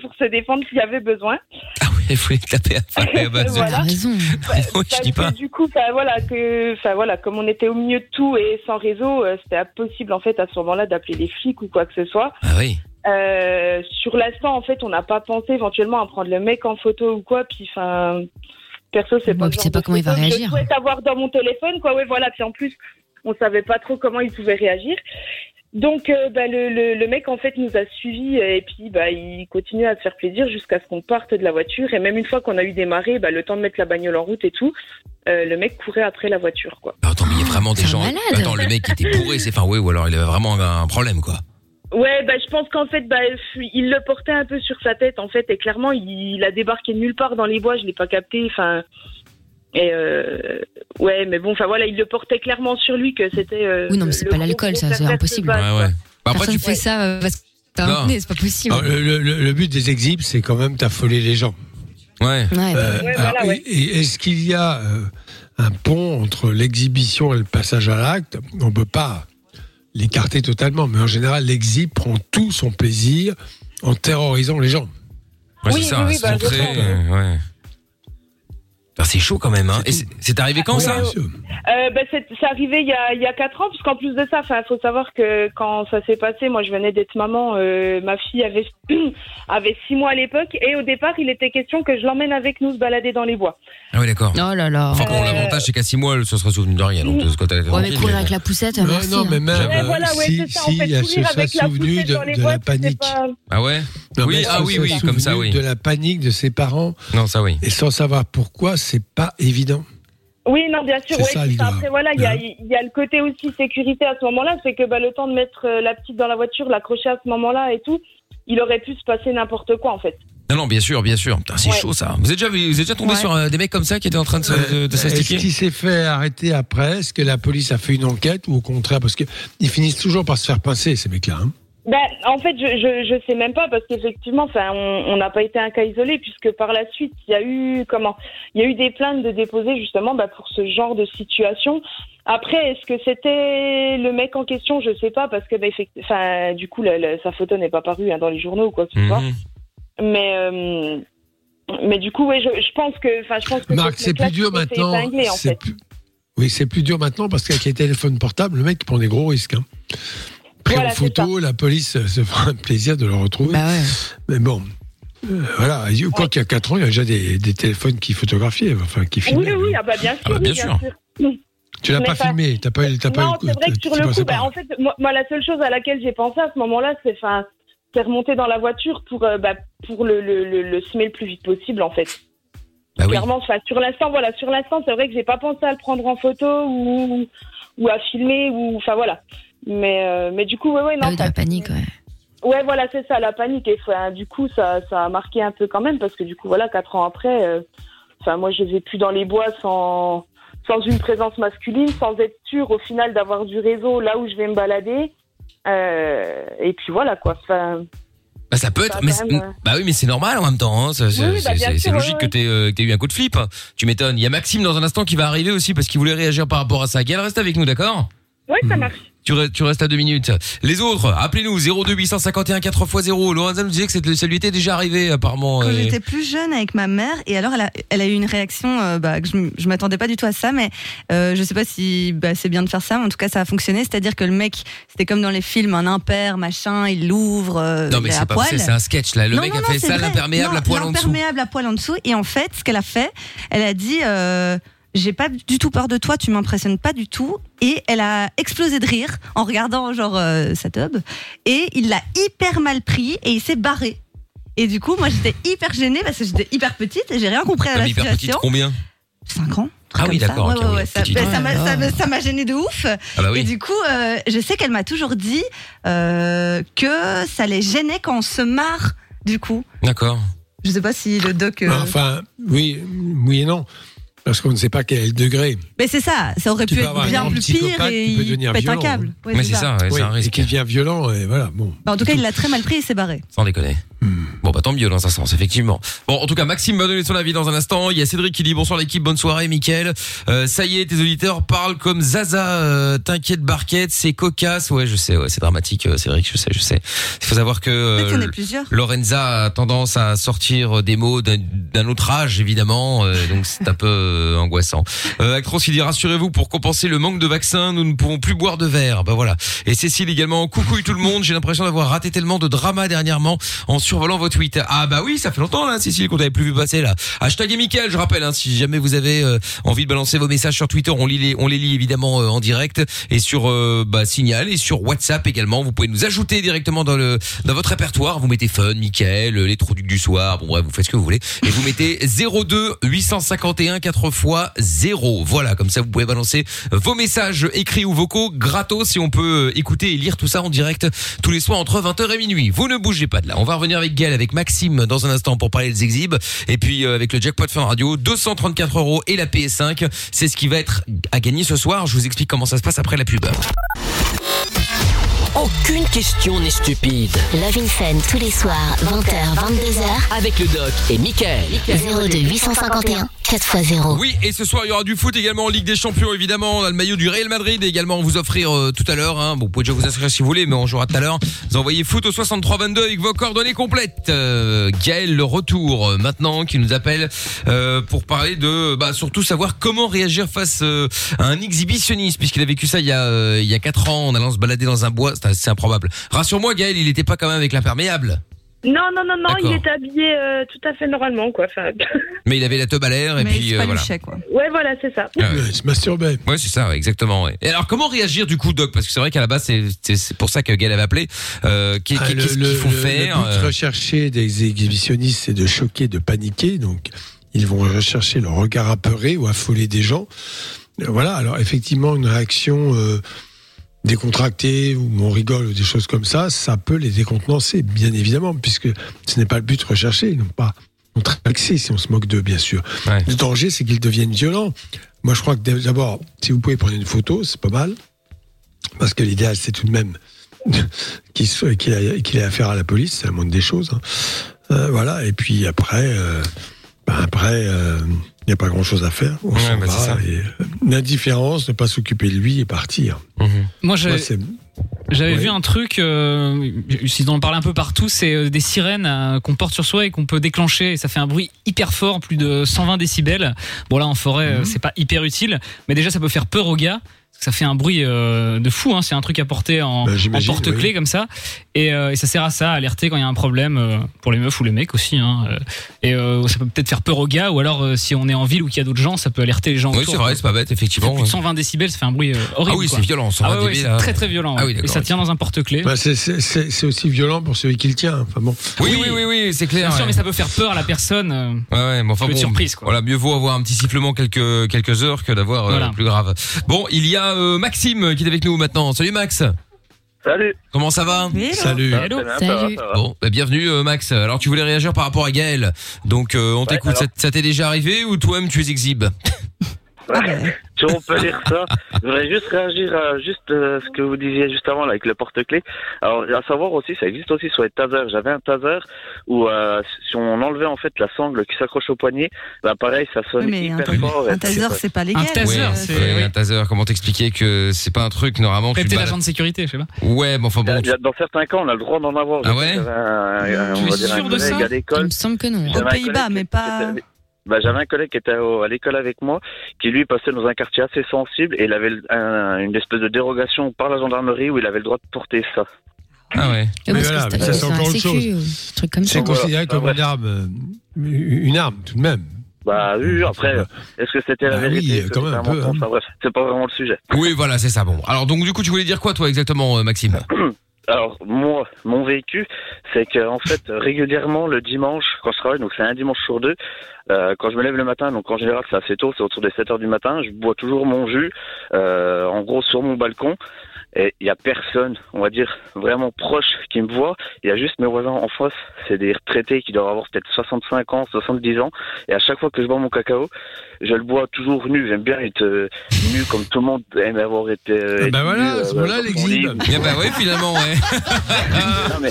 [SPEAKER 5] pour se défendre s'il y avait besoin.
[SPEAKER 2] Ah oui. il faut les taper à fond,
[SPEAKER 4] Eh
[SPEAKER 2] à
[SPEAKER 4] ben,
[SPEAKER 2] base de-
[SPEAKER 5] Voilà.
[SPEAKER 2] Oui, je dis pas.
[SPEAKER 5] Parce que Du coup, enfin, voilà, que, enfin, voilà, comme on était au milieu de tout et sans réseau, euh, c'était impossible en fait à ce moment-là d'appeler les flics ou quoi que ce soit.
[SPEAKER 2] Ah oui.
[SPEAKER 5] Euh, sur l'instant, en fait, on n'a pas pensé éventuellement à prendre le mec en photo ou quoi. Puis, enfin, perso, c'est
[SPEAKER 4] Bon,
[SPEAKER 5] pas.
[SPEAKER 4] puis tu
[SPEAKER 5] le
[SPEAKER 4] sais
[SPEAKER 5] genre
[SPEAKER 4] pas
[SPEAKER 5] de
[SPEAKER 4] comment il va
[SPEAKER 5] photo que
[SPEAKER 4] réagir.
[SPEAKER 5] Je souhaite avoir dans mon téléphone, quoi. Ouais, voilà. Puis en plus, on savait pas trop comment il pouvait réagir. Donc, euh, bah, le, le- le mec, en fait, nous a suivis euh, et puis bah, il continue à se faire plaisir jusqu'à ce qu'on parte de la voiture. Et même une fois qu'on a eu démarré, bah, le temps de mettre la bagnole en route et tout, euh, le mec courait après la voiture, quoi.
[SPEAKER 2] Ah, Attends, mais il y a vraiment des
[SPEAKER 4] C'est un
[SPEAKER 2] gens.
[SPEAKER 4] malade.
[SPEAKER 2] Attends, le mec était bourré, c'est enfin ouais, ou alors il avait vraiment un problème quoi.
[SPEAKER 5] Ouais, bah, je pense qu'en fait, bah, il le portait un peu sur sa tête, en fait, et clairement, il, il a débarqué de nulle part dans les bois, je l'ai pas capté, enfin. Et euh, ouais, mais bon, enfin voilà, il le portait clairement sur lui que c'était. euh,
[SPEAKER 4] Oui, non, mais c'est
[SPEAKER 5] le
[SPEAKER 4] pas
[SPEAKER 5] gros
[SPEAKER 4] l'alcool, ça,
[SPEAKER 5] gros
[SPEAKER 4] c'est
[SPEAKER 5] pervers
[SPEAKER 4] impossible.
[SPEAKER 5] de base, quoi.
[SPEAKER 2] Bah, après
[SPEAKER 4] Personne
[SPEAKER 2] tu
[SPEAKER 4] fait ça euh, parce que t'as
[SPEAKER 2] Non. Ah, euh,
[SPEAKER 4] un nez, c'est pas possible.
[SPEAKER 3] Alors, le, le- le but des exhibs, c'est quand même d'affoler les gens.
[SPEAKER 2] ouais.
[SPEAKER 4] Ouais.
[SPEAKER 3] Euh,
[SPEAKER 5] Ouais,
[SPEAKER 3] alors,
[SPEAKER 5] voilà, ouais.
[SPEAKER 3] et- et Est-ce qu'il y a euh, un pont entre l'exhibition et le passage à l'acte On ne peut pas l'écarter totalement, mais en général, l'exhib prend tout son plaisir en terrorisant les gens.
[SPEAKER 2] Ouais, c'est
[SPEAKER 5] Oui,
[SPEAKER 2] ça,
[SPEAKER 5] oui, oui,
[SPEAKER 2] se
[SPEAKER 5] bah, je
[SPEAKER 2] montrer,
[SPEAKER 5] comprends.
[SPEAKER 2] euh, ouais. Putain, c'est chaud quand même hein. Et c'est- c'est arrivé quand
[SPEAKER 3] Oui,
[SPEAKER 2] ça
[SPEAKER 3] monsieur.
[SPEAKER 5] Euh, bah, c'est c'est arrivé il y a il y a quatre ans, parce qu'en plus de ça, enfin, faut savoir que quand ça s'est passé, moi, je venais d'être maman, euh, ma fille avait avait six mois à l'époque, et au départ, il était question que je l'emmène avec nous se balader dans les bois.
[SPEAKER 2] Ah oui, d'accord.
[SPEAKER 4] Oh là là.
[SPEAKER 2] Enfin bon, l'avantage c'est qu'à 6 mois, elle se sera souvenu de rien. Donc de ce côté-là, t'es
[SPEAKER 4] Ouais, mais
[SPEAKER 2] tranquille,
[SPEAKER 4] courir
[SPEAKER 2] mais
[SPEAKER 4] avec
[SPEAKER 2] bon.
[SPEAKER 4] la poussette,
[SPEAKER 3] Non,
[SPEAKER 4] merci.
[SPEAKER 3] non,
[SPEAKER 4] hein.
[SPEAKER 3] mais même
[SPEAKER 5] Ouais,
[SPEAKER 3] euh,
[SPEAKER 5] voilà, ouais,
[SPEAKER 3] si,
[SPEAKER 5] c'est ça, en
[SPEAKER 3] si
[SPEAKER 5] fait,
[SPEAKER 3] elle se
[SPEAKER 5] courir
[SPEAKER 3] serait
[SPEAKER 5] avec la
[SPEAKER 3] souvenue
[SPEAKER 5] poussette
[SPEAKER 3] de,
[SPEAKER 5] dans les
[SPEAKER 3] de
[SPEAKER 5] bois,
[SPEAKER 3] la
[SPEAKER 5] c'était
[SPEAKER 3] panique.
[SPEAKER 5] pas-
[SPEAKER 2] Ah ouais
[SPEAKER 3] Non,
[SPEAKER 2] Oui,
[SPEAKER 3] mais elle
[SPEAKER 2] ah
[SPEAKER 3] se
[SPEAKER 2] oui,
[SPEAKER 3] serait
[SPEAKER 2] oui, comme ça,
[SPEAKER 3] souvenue
[SPEAKER 2] oui.
[SPEAKER 3] De la panique de ses parents
[SPEAKER 2] Non, ça oui.
[SPEAKER 3] et sans savoir pourquoi, c'est pas évident.
[SPEAKER 5] Oui, non, bien sûr.
[SPEAKER 3] C'est
[SPEAKER 5] Ouais,
[SPEAKER 3] ça,
[SPEAKER 5] puis
[SPEAKER 3] il doit-
[SPEAKER 5] après, voilà, il y a,
[SPEAKER 3] Hein.
[SPEAKER 5] il y a le côté aussi sécurité à ce moment-là. C'est que bah, le temps de mettre euh, la petite dans la voiture, l'accrocher à ce moment-là et tout, il aurait pu se passer n'importe quoi, en fait.
[SPEAKER 2] Non, non, bien sûr, bien sûr. Putain, c'est
[SPEAKER 5] Ouais.
[SPEAKER 2] chaud ça. Vous êtes déjà, vous êtes déjà tombé
[SPEAKER 5] Ouais.
[SPEAKER 2] sur euh, des mecs comme ça qui étaient en train de se- de, de
[SPEAKER 3] Bah, Est-ce
[SPEAKER 2] s'astiquer
[SPEAKER 3] qu'il Euh, s'est fait arrêter après Est-ce que la police a fait une enquête ou au contraire Parce qu'ils finissent toujours par se faire pincer, ces mecs-là. hein.
[SPEAKER 5] Ben, en fait, je, je, je sais même pas parce qu'effectivement, enfin, on on n'a pas été un cas isolé puisque par la suite, il y a eu comment Il y a eu des plaintes de déposer justement bah, pour ce genre de situation. Après, est-ce que c'était le mec en question Je sais pas parce que, bah, effect- enfin, du coup, la- la- sa photo n'est pas parue hein, dans les journaux ou quoi que ce soit.
[SPEAKER 2] Mhm.
[SPEAKER 5] Mais euh, mais du coup, ouais, je, je pense que, enfin, je pense que
[SPEAKER 3] Marc,
[SPEAKER 5] ce
[SPEAKER 3] c'est
[SPEAKER 5] mec-là,
[SPEAKER 3] plus dur
[SPEAKER 5] il s'est fait
[SPEAKER 3] maintenant.
[SPEAKER 5] épingler, en
[SPEAKER 3] c'est
[SPEAKER 5] fait.
[SPEAKER 3] plus- Oui, c'est plus dur maintenant parce qu'avec les téléphones portables, le mec prend des gros risques. hein. Pris
[SPEAKER 5] Voilà,
[SPEAKER 3] en
[SPEAKER 5] c'est
[SPEAKER 3] photo, la police euh, se fera un plaisir de le retrouver.
[SPEAKER 4] Bah ouais.
[SPEAKER 3] Mais bon, euh, voilà. Je crois
[SPEAKER 5] Ouais.
[SPEAKER 3] qu'il y a 4 ans, il y a déjà des, des téléphones qui photographiaient, enfin qui
[SPEAKER 5] Oui,
[SPEAKER 3] filmaient.
[SPEAKER 5] oui, ah bah bien sûr.
[SPEAKER 2] bah,
[SPEAKER 5] oui,
[SPEAKER 2] bien sûr.
[SPEAKER 3] Tu l'as
[SPEAKER 5] Mais
[SPEAKER 3] pas
[SPEAKER 5] ça-
[SPEAKER 3] filmé, t'as pas eu, t'as pas eu
[SPEAKER 5] Non,
[SPEAKER 3] le coup.
[SPEAKER 5] c'est vrai que
[SPEAKER 3] t'as-
[SPEAKER 5] sur
[SPEAKER 3] t'y
[SPEAKER 5] le
[SPEAKER 3] pensais
[SPEAKER 5] coup, bah,
[SPEAKER 3] pas.
[SPEAKER 5] en fait, moi, moi, la seule chose à laquelle j'ai pensé à ce moment-là, c'est, enfin, c'est remonter dans la voiture pour, euh, bah, pour le, le, le, le semer le plus vite possible, en fait.
[SPEAKER 2] Bah oui.
[SPEAKER 5] Clairement, enfin, sur l'instant, voilà, sur l'instant, c'est vrai que j'ai pas pensé à le prendre en photo ou, ou à filmer ou, enfin, voilà. Mais, euh, mais du coup, ouais, ouais,
[SPEAKER 4] Ah
[SPEAKER 5] non,
[SPEAKER 4] oui, de la
[SPEAKER 5] ça-
[SPEAKER 4] panique, ouais.
[SPEAKER 5] Ouais, voilà, c'est ça, la panique. Et enfin, du coup, ça, ça a marqué un peu quand même, parce que du coup, voilà, quatre ans après, euh, enfin, moi, je vais plus dans les bois sans, sans une présence masculine, sans être sûre au final d'avoir du réseau là où je vais me balader. Euh, et puis voilà, quoi. Enfin,
[SPEAKER 2] Bah ça peut
[SPEAKER 5] Ça
[SPEAKER 2] être,
[SPEAKER 5] va
[SPEAKER 2] mais
[SPEAKER 5] quand
[SPEAKER 2] c'est-
[SPEAKER 5] même, ouais.
[SPEAKER 2] bah oui, mais c'est normal en même temps. hein. Ça, C'est
[SPEAKER 5] Oui, oui, bah,
[SPEAKER 2] c'est-
[SPEAKER 5] bien
[SPEAKER 2] c'est-
[SPEAKER 5] sûr,
[SPEAKER 2] c'est logique
[SPEAKER 5] ouais,
[SPEAKER 2] que t'aies euh, que t'aies eu un coup de flip. Tu m'étonnes. Il y a Maxime dans un instant qui va arriver aussi parce qu'il voulait réagir par rapport à ça. Gaël, reste avec nous, d'accord
[SPEAKER 5] ouais,
[SPEAKER 2] Hmm.
[SPEAKER 5] ça marche.
[SPEAKER 2] tu, re- tu restes à deux minutes. Les autres, appelez-nous 02851 4x0. Lorenza nous disait que cette- ça lui était déjà arrivé apparemment.
[SPEAKER 8] Quand
[SPEAKER 2] Et-
[SPEAKER 8] j'étais plus jeune avec ma mère, et alors elle a, elle a eu une réaction euh, bah, que je, m- je m'attendais pas du tout à ça, mais euh, je sais pas si bah, c'est bien de faire ça, mais en tout cas ça a fonctionné. C'est-à-dire que le mec, c'était comme dans les films, un impair, machin, il l'ouvre, euh,
[SPEAKER 2] Non mais
[SPEAKER 8] il est à
[SPEAKER 2] c'est pas
[SPEAKER 8] poil.
[SPEAKER 2] c'est c'est un sketch là. Le
[SPEAKER 8] Non,
[SPEAKER 2] mec
[SPEAKER 8] non,
[SPEAKER 2] a
[SPEAKER 8] non,
[SPEAKER 2] fait
[SPEAKER 8] c'est
[SPEAKER 2] ça,
[SPEAKER 8] vrai.
[SPEAKER 2] l'imperméable
[SPEAKER 8] Non,
[SPEAKER 2] à poil en dessous.
[SPEAKER 8] L'imperméable à poil en dessous. Et en fait, ce qu'elle a fait, elle a dit euh, J'ai pas du tout peur de toi, tu m'impressionnes pas du tout. Et elle a explosé de rire en regardant, genre, euh, sa tub. Et il l'a hyper mal pris et il s'est barré. Et du coup, moi, j'étais hyper gênée parce que j'étais hyper petite et j'ai rien compris à
[SPEAKER 2] Non,
[SPEAKER 8] la
[SPEAKER 2] Ah, mais hyper petite,
[SPEAKER 8] situation.
[SPEAKER 2] combien
[SPEAKER 8] 5 ans un truc
[SPEAKER 2] Ah oui,
[SPEAKER 8] comme ça.
[SPEAKER 2] d'accord,
[SPEAKER 8] Ouais,
[SPEAKER 2] ok,
[SPEAKER 8] ouais,
[SPEAKER 2] oui,
[SPEAKER 8] ouais, ça-
[SPEAKER 2] petite.
[SPEAKER 8] bah, ça
[SPEAKER 4] Ah,
[SPEAKER 8] m'a-
[SPEAKER 4] là.
[SPEAKER 8] ça m'a- Ça m'a gênée de ouf.
[SPEAKER 2] Ah bah oui.
[SPEAKER 8] Et du coup, euh, je sais qu'elle m'a toujours dit euh, que ça les gênait quand on se marre, du coup.
[SPEAKER 2] D'accord.
[SPEAKER 8] Je sais pas si le doc. euh,
[SPEAKER 2] Bah,
[SPEAKER 3] Bah, Enfin, oui, oui et non. Parce qu'on ne sait pas quel est le degré.
[SPEAKER 8] Mais c'est ça, ça aurait
[SPEAKER 3] Tu
[SPEAKER 8] pu
[SPEAKER 3] peux
[SPEAKER 8] être
[SPEAKER 3] avoir un
[SPEAKER 8] bien
[SPEAKER 3] grand
[SPEAKER 8] plus pire
[SPEAKER 3] psychopathe
[SPEAKER 8] et
[SPEAKER 3] qui peut
[SPEAKER 8] il
[SPEAKER 3] devenir
[SPEAKER 8] pète un
[SPEAKER 3] violent. hein.
[SPEAKER 8] câble. Ouais,
[SPEAKER 2] mais c'est ça, ouais, c'est
[SPEAKER 3] Oui,
[SPEAKER 2] un
[SPEAKER 3] et
[SPEAKER 2] risque.
[SPEAKER 3] qui devient violent, et voilà, bon.
[SPEAKER 8] Bah, en tout cas, il l'a très mal pris et s'est barré.
[SPEAKER 2] Sans déconner.
[SPEAKER 3] Hmm.
[SPEAKER 2] Bon, bah tant mieux dans un sens, effectivement. Bon, en tout cas, Maxime va donner son avis dans un instant. Il y a Cédric qui dit bonsoir l'équipe, bonne soirée, Mickaël. Euh, ça y est, tes auditeurs parlent comme Zaza. euh, T'inquiète, Barquette, c'est cocasse. Ouais, je sais, ouais, c'est dramatique, euh, Cédric, je sais, je sais. Il faut savoir que
[SPEAKER 8] En fait, il y en a
[SPEAKER 2] euh,
[SPEAKER 8] plusieurs.
[SPEAKER 2] Lorenza a tendance à sortir euh, des mots d'un- d'un autre âge, évidemment, euh, donc c'est un peu euh, angoissant. Euh, Actros qui dit rassurez-vous, pour compenser le manque de vaccins, nous ne pouvons plus boire de verre. Bah voilà. Et Cécile également, coucouille tout le monde. J'ai l'impression d'avoir raté tellement de drama dernièrement en survolant vos tweets. Ah bah oui, ça fait longtemps là, Cécile, qu'on t'avait plus vu passer là. Hashtag et Mickaël, je rappelle, hein, si jamais vous avez euh, envie de balancer vos messages sur Twitter, on lit les, on les lit évidemment euh, en direct et sur euh, bah, Signal et sur WhatsApp également. Vous pouvez nous ajouter directement dans le dans votre répertoire. Vous mettez Fun, Mickaël, euh, les produits du soir. Bon bref, vous faites ce que vous voulez et vous mettez 02 851 4 x 0. Voilà, comme ça vous pouvez balancer vos messages écrits ou vocaux gratos si on peut euh, écouter et lire tout ça en direct tous les soirs entre 20h et minuit. Vous ne bougez pas de là. On va revenir avec Gaël, avec Maxime dans un instant pour parler des exhibes. Et puis euh, avec le jackpot fin radio, 234 euros et la PS5. C'est ce qui va être à gagner ce soir. Je vous explique comment ça se passe après la pub.
[SPEAKER 1] Aucune question n'est stupide.
[SPEAKER 7] Love in Fun tous les soirs, 20h, 22h.
[SPEAKER 1] Avec le doc et Michael.
[SPEAKER 7] 02 851 4x0.
[SPEAKER 2] Oui, et ce soir, il y aura du foot également en Ligue des Champions, évidemment. On a le maillot du Real Madrid également. On vous offrir euh, tout à l'heure. Hein. Bon, vous pouvez déjà vous inscrire si vous voulez, mais on jouera tout à l'heure. Vous envoyez foot au 6322 avec vos coordonnées complètes. Euh, Gaël, le retour euh, maintenant, qui nous appelle euh, pour parler de, bah, surtout savoir comment réagir face euh, à un exhibitionniste, puisqu'il a vécu ça il y a euh, il y a quatre ans en allant se balader dans un bois. C'est c'est improbable. Rassure-moi, Gaël, il n'était pas quand même avec l'imperméable,
[SPEAKER 5] Non, non, non, non,
[SPEAKER 2] D'accord.
[SPEAKER 5] il est habillé euh, tout à fait normalement, quoi. Enfin,
[SPEAKER 2] mais il avait la teub à l'air et
[SPEAKER 8] mais
[SPEAKER 2] puis
[SPEAKER 8] c'est
[SPEAKER 2] euh,
[SPEAKER 8] pas
[SPEAKER 2] voilà.
[SPEAKER 8] le chèque, quoi.
[SPEAKER 5] ouais, voilà, c'est ça.
[SPEAKER 2] Ah ouais.
[SPEAKER 3] Il se masturbait.
[SPEAKER 2] Ouais, c'est ça, Ah ouais, exactement. ouais. Et alors, comment réagir du coup, Doc Parce que c'est vrai qu'à la base, c'est- c'est c'est pour ça que Gaël avait appelé. Euh, qu'est-
[SPEAKER 3] Ah,
[SPEAKER 2] qu'est-
[SPEAKER 3] le-
[SPEAKER 2] Qu'est-ce qu'il
[SPEAKER 3] le-
[SPEAKER 2] faut
[SPEAKER 3] le-
[SPEAKER 2] faire
[SPEAKER 3] Le but
[SPEAKER 2] euh,
[SPEAKER 3] recherché des exhibitionnistes, c'est de choquer, de paniquer. Donc, ils vont rechercher le regard apeuré ou affolé des gens. Euh, Voilà, alors effectivement, une réaction euh, décontractée, ou on rigole, ou des choses comme ça, ça peut les décontenancer, bien évidemment, puisque ce n'est pas le but recherché, non pas contre axé si on se moque d'eux, bien sûr.
[SPEAKER 2] Ouais.
[SPEAKER 3] Le danger, c'est qu'ils deviennent violents. Moi, je crois que d'abord, si vous pouvez prendre une photo, c'est pas mal, parce que l'idéal, c'est tout de même qu'il soit- qu'il ait, qu'il ait affaire à la police, c'est la moindre des choses. hein. Euh, voilà, et puis après, euh, ben après, euh, il n'y a pas grand-chose à faire. On
[SPEAKER 2] Ouais,
[SPEAKER 3] s'en
[SPEAKER 2] bah,
[SPEAKER 3] va
[SPEAKER 2] c'est ça.
[SPEAKER 3] et, euh, L'indifférence, ne pas s'occuper de lui et partir.
[SPEAKER 2] Mhm.
[SPEAKER 6] Moi,
[SPEAKER 3] Moi,
[SPEAKER 6] j'ai-
[SPEAKER 3] c'est-
[SPEAKER 6] j'avais
[SPEAKER 3] ouais.
[SPEAKER 6] vu un truc, euh, si on en parle un peu partout, c'est euh, des sirènes euh, qu'on porte sur soi et qu'on peut déclencher. Et ça fait un bruit hyper fort, plus de 120 décibels. Bon, là, en forêt,
[SPEAKER 2] Mhm.
[SPEAKER 6] euh, c'est pas hyper utile, mais déjà, ça peut faire peur aux gars. parce que Ça fait un bruit euh, de fou, hein. c'est un truc à porter en,
[SPEAKER 3] Bah,
[SPEAKER 6] en
[SPEAKER 3] j'imagine,
[SPEAKER 6] porte-clés
[SPEAKER 3] oui.
[SPEAKER 6] comme ça. Et, euh, et ça sert à ça, à alerter quand il y a un problème euh, pour les meufs ou les mecs aussi. hein. Euh, Et euh, ça peut peut-être faire peur aux gars, ou alors euh, si on est en ville ou qu'il y a d'autres gens, ça peut alerter les gens
[SPEAKER 2] Oui,
[SPEAKER 6] autour.
[SPEAKER 2] c'est vrai, c'est pas bête, effectivement.
[SPEAKER 6] Plus de 120 décibels, ça fait un bruit euh,
[SPEAKER 2] Ah
[SPEAKER 6] horrible.
[SPEAKER 2] oui,
[SPEAKER 6] quoi.
[SPEAKER 2] c'est violent,
[SPEAKER 6] Ah
[SPEAKER 2] 120
[SPEAKER 6] ouais, ouais,
[SPEAKER 2] dB,
[SPEAKER 6] c'est
[SPEAKER 2] là.
[SPEAKER 6] très très violent.
[SPEAKER 2] Ah
[SPEAKER 6] ouais.
[SPEAKER 2] oui,
[SPEAKER 6] et
[SPEAKER 2] d'accord,
[SPEAKER 6] ça
[SPEAKER 2] ok.
[SPEAKER 6] tient dans un porte-clés.
[SPEAKER 3] bah, c'est- c'est- c'est c'est aussi violent pour celui qui le tient. Enfin bon,
[SPEAKER 2] Oui, oui, oui, oui, c'est clair.
[SPEAKER 6] Bien sûr,
[SPEAKER 2] ouais.
[SPEAKER 6] mais ça peut faire peur à la personne. euh.
[SPEAKER 2] Ouais, ouais, mais enfin
[SPEAKER 6] Peu de
[SPEAKER 2] bon,
[SPEAKER 6] surprise, quoi.
[SPEAKER 2] Voilà, mieux vaut avoir un petit sifflement quelques quelques heures que d'avoir euh,
[SPEAKER 6] Voilà.
[SPEAKER 2] le plus grave. Bon, il y a euh, Maxime qui est avec nous maintenant. Salut Max.
[SPEAKER 9] Salut.
[SPEAKER 2] Comment ça va
[SPEAKER 8] Mais non.
[SPEAKER 3] salut.
[SPEAKER 6] Hello.
[SPEAKER 9] Ça va,
[SPEAKER 4] Salut.
[SPEAKER 9] ça va, ça va.
[SPEAKER 2] Bon, bah, bienvenue euh, Max. Alors tu voulais réagir par rapport à Gaël. Donc euh, on t'écoute.
[SPEAKER 9] alors.
[SPEAKER 2] Ça, ça t'est déjà arrivé ou toi-même tu les exhibes
[SPEAKER 8] Ah ben,
[SPEAKER 9] Si on peut dire ça, je voudrais juste réagir à juste euh, ce que vous disiez juste avant là, avec le porte-clés. Alors à savoir aussi, ça existe aussi sur les tasers. J'avais un taser où euh, si on enlevait en fait la sangle qui s'accroche au poignet, bah pareil, ça sonne
[SPEAKER 8] Oui, mais
[SPEAKER 9] hyper
[SPEAKER 8] un-
[SPEAKER 9] fort. euh,
[SPEAKER 8] un taser, c'est pas légal.
[SPEAKER 6] Un taser,
[SPEAKER 2] Ouais,
[SPEAKER 6] c'est-
[SPEAKER 2] ouais,
[SPEAKER 6] oui.
[SPEAKER 2] un taser. Comment t'expliquer que c'est pas un truc normalement tu
[SPEAKER 6] Peut-être
[SPEAKER 2] balades-
[SPEAKER 6] l'agent de sécurité, je sais pas.
[SPEAKER 2] Ouais, mais enfin bon.
[SPEAKER 9] Dans
[SPEAKER 2] tu-
[SPEAKER 9] dans certains cas, on Bah, a le droit d'en avoir.
[SPEAKER 2] Ah ouais
[SPEAKER 9] J'avais un- un-
[SPEAKER 6] Tu
[SPEAKER 9] on
[SPEAKER 6] es
[SPEAKER 9] va dire
[SPEAKER 6] sûr
[SPEAKER 9] un
[SPEAKER 6] de ça
[SPEAKER 9] collègue à
[SPEAKER 4] Il
[SPEAKER 9] l'école.
[SPEAKER 4] me semble que non.
[SPEAKER 9] J'avais un
[SPEAKER 8] Pays-Bas,
[SPEAKER 9] collègue
[SPEAKER 8] mais
[SPEAKER 9] qui
[SPEAKER 8] pas-
[SPEAKER 9] était- Bah, j'avais un collègue qui était au- à l'école avec moi, qui lui passait dans un quartier assez sensible et il avait un- une espèce de dérogation par la gendarmerie où il avait le droit de porter ça.
[SPEAKER 2] Ah ouais.
[SPEAKER 3] Mais
[SPEAKER 4] Mais parce
[SPEAKER 3] voilà,
[SPEAKER 4] que
[SPEAKER 3] mais ça, c'est
[SPEAKER 4] c'est
[SPEAKER 3] encore
[SPEAKER 4] un
[SPEAKER 3] autre
[SPEAKER 4] sécu,
[SPEAKER 3] chose.
[SPEAKER 4] un truc comme ça.
[SPEAKER 3] C'est
[SPEAKER 9] Voilà.
[SPEAKER 3] considéré comme
[SPEAKER 9] Ah ouais.
[SPEAKER 3] une arme, euh, une arme tout de même.
[SPEAKER 9] Bah oui, oui, après, euh, est-ce que c'était la
[SPEAKER 3] Bah oui,
[SPEAKER 9] vérité
[SPEAKER 3] euh,
[SPEAKER 9] est-ce que
[SPEAKER 3] quand même
[SPEAKER 9] c'était
[SPEAKER 3] un peu,
[SPEAKER 9] mensonge
[SPEAKER 3] hein.
[SPEAKER 9] Enfin, bref, c'est pas vraiment le sujet.
[SPEAKER 2] Oui, voilà, c'est ça. Bon. Alors donc du coup, tu voulais dire quoi toi exactement, euh, Maxime
[SPEAKER 9] Alors moi, mon vécu, c'est que en fait régulièrement le dimanche quand je travaille, donc c'est un dimanche sur deux, euh, quand je me lève le matin, donc en général c'est assez tôt, c'est autour des 7 heures du matin, je bois toujours mon jus, euh, en gros sur mon balcon. Et il y a personne, on va dire, vraiment proche qui me voit. Il y a juste mes voisins en face. C'est des retraités qui doivent avoir peut-être 65 ans, 70 ans. Et à chaque fois que je bois mon cacao, je le bois toujours nu. J'aime bien être euh, nu comme tout le monde aime avoir été. euh,
[SPEAKER 2] Ah
[SPEAKER 9] être
[SPEAKER 2] bah
[SPEAKER 9] nu,
[SPEAKER 2] voilà, à ce moment-là,
[SPEAKER 9] dans son
[SPEAKER 2] l'exhibe.
[SPEAKER 9] lit.
[SPEAKER 2] Ah bah ouais, finalement, ouais.
[SPEAKER 9] Non, mais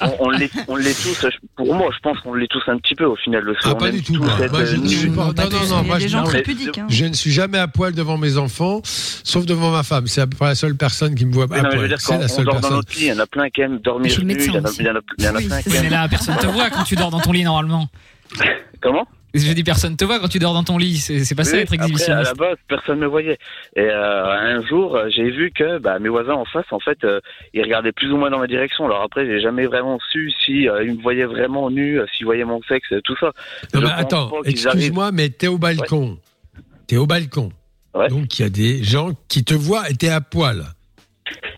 [SPEAKER 9] on, on l'est on l'est tous. je- Pour moi, je pense qu'on l'est tous un petit peu au final. Parce
[SPEAKER 3] Ah,
[SPEAKER 9] qu'on
[SPEAKER 3] pas
[SPEAKER 9] aime
[SPEAKER 3] du tout.
[SPEAKER 9] tous
[SPEAKER 3] Moi,
[SPEAKER 9] être,
[SPEAKER 3] moi, je
[SPEAKER 9] euh,
[SPEAKER 3] ne
[SPEAKER 9] nus.
[SPEAKER 3] suis pas.
[SPEAKER 8] Pas
[SPEAKER 3] Non, non,
[SPEAKER 8] tous,
[SPEAKER 3] non,
[SPEAKER 8] il Bah, y a
[SPEAKER 3] moi,
[SPEAKER 8] des
[SPEAKER 3] je,
[SPEAKER 8] gens
[SPEAKER 9] non,
[SPEAKER 8] très
[SPEAKER 9] mais-
[SPEAKER 8] pudiques. hein.
[SPEAKER 3] je ne suis jamais à poil devant mes enfants, sauf devant ma femme. C'est à peu près la seule personne qui me voit
[SPEAKER 9] Oui,
[SPEAKER 3] à
[SPEAKER 9] non, mais je veux
[SPEAKER 3] poil.
[SPEAKER 9] dire,
[SPEAKER 3] ah, bah,
[SPEAKER 9] quand
[SPEAKER 3] C'est la
[SPEAKER 9] on
[SPEAKER 3] seule
[SPEAKER 9] dort dans
[SPEAKER 3] personne.
[SPEAKER 9] notre lit, il y en a plein qui aiment dormir
[SPEAKER 4] Chez le
[SPEAKER 9] nu, il y en a,
[SPEAKER 4] médecin
[SPEAKER 9] il y en a- il y en a
[SPEAKER 8] Oui,
[SPEAKER 9] plein
[SPEAKER 8] c'est
[SPEAKER 9] qui
[SPEAKER 6] Mais
[SPEAKER 9] aiment.
[SPEAKER 6] là, personne te voit quand tu dors dans ton lit normalement.
[SPEAKER 9] Comment
[SPEAKER 6] Je dis personne te voit quand tu dors dans ton lit. C'est c'est pas ça
[SPEAKER 9] Oui,
[SPEAKER 6] être
[SPEAKER 9] Après, à
[SPEAKER 6] exhibitionniste.
[SPEAKER 9] la base, personne ne me voyait. Et euh, un jour, euh, j'ai vu que bah, mes voisins en face, en fait, euh, ils regardaient plus ou moins dans ma direction. Alors après, j'ai jamais vraiment su si euh, ils me voyaient vraiment nu, euh, s'ils voyaient mon sexe, euh, tout ça.
[SPEAKER 3] Non,
[SPEAKER 9] Je
[SPEAKER 3] mais
[SPEAKER 9] pense
[SPEAKER 3] attends,
[SPEAKER 9] pas qu'ils
[SPEAKER 3] excuse-moi, mais t'es au balcon. T'es au balcon.
[SPEAKER 9] Ouais.
[SPEAKER 3] Donc il y a des gens qui te voient et t'es à poil.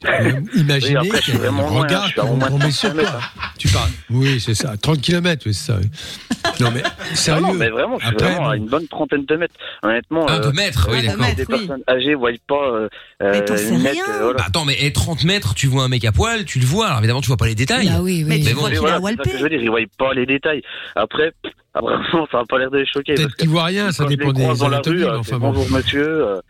[SPEAKER 3] Euh, Imaginez
[SPEAKER 9] Oui, après, je suis
[SPEAKER 3] qu'il y a un
[SPEAKER 9] vraiment loin, hein,
[SPEAKER 3] regard
[SPEAKER 9] je suis à au
[SPEAKER 3] qu'on
[SPEAKER 9] moins
[SPEAKER 3] qu'on met sur
[SPEAKER 9] 30
[SPEAKER 3] toi. Tu parles. Oui, c'est ça. 30 km, oui, c'est ça. oui. Non, mais
[SPEAKER 9] Ah
[SPEAKER 3] sérieux.
[SPEAKER 9] non, mais vraiment, je suis
[SPEAKER 3] Après,
[SPEAKER 9] vraiment
[SPEAKER 3] bon.
[SPEAKER 9] à une bonne trentaine de mètres. Honnêtement,
[SPEAKER 2] Ah,
[SPEAKER 9] euh,
[SPEAKER 2] de mètres, oui,
[SPEAKER 8] Ah, de
[SPEAKER 2] d'accord.
[SPEAKER 8] mètres.
[SPEAKER 9] des
[SPEAKER 8] Oui.
[SPEAKER 9] personnes âgées voient pas euh,
[SPEAKER 8] Mais t'en
[SPEAKER 9] euh,
[SPEAKER 8] sais
[SPEAKER 9] une mètre,
[SPEAKER 8] rien.
[SPEAKER 9] euh, voilà.
[SPEAKER 2] Bah, attends, mais eh, 30 mètres, tu vois un mec à poil, tu le vois. Alors évidemment, tu vois pas les détails.
[SPEAKER 4] Bah oui,
[SPEAKER 8] Mais
[SPEAKER 4] oui.
[SPEAKER 8] tu
[SPEAKER 2] Mais bon,
[SPEAKER 8] vois
[SPEAKER 9] Mais
[SPEAKER 8] qu'il
[SPEAKER 9] voilà,
[SPEAKER 8] a
[SPEAKER 9] c'est ça
[SPEAKER 8] walpé.
[SPEAKER 9] que je veux dire, ils voient pas les détails. Après, pff, après vraiment, ça n'a pas l'air de les choquer. parce
[SPEAKER 3] Peut-être
[SPEAKER 9] que
[SPEAKER 3] qu'ils voient rien, ça
[SPEAKER 9] quand je les
[SPEAKER 3] dépend des
[SPEAKER 9] croise dans la
[SPEAKER 3] anatomies.
[SPEAKER 9] rue,
[SPEAKER 3] mais
[SPEAKER 9] euh,
[SPEAKER 3] Enfin,
[SPEAKER 9] c'est
[SPEAKER 3] bon.
[SPEAKER 9] bonjour monsieur. euh,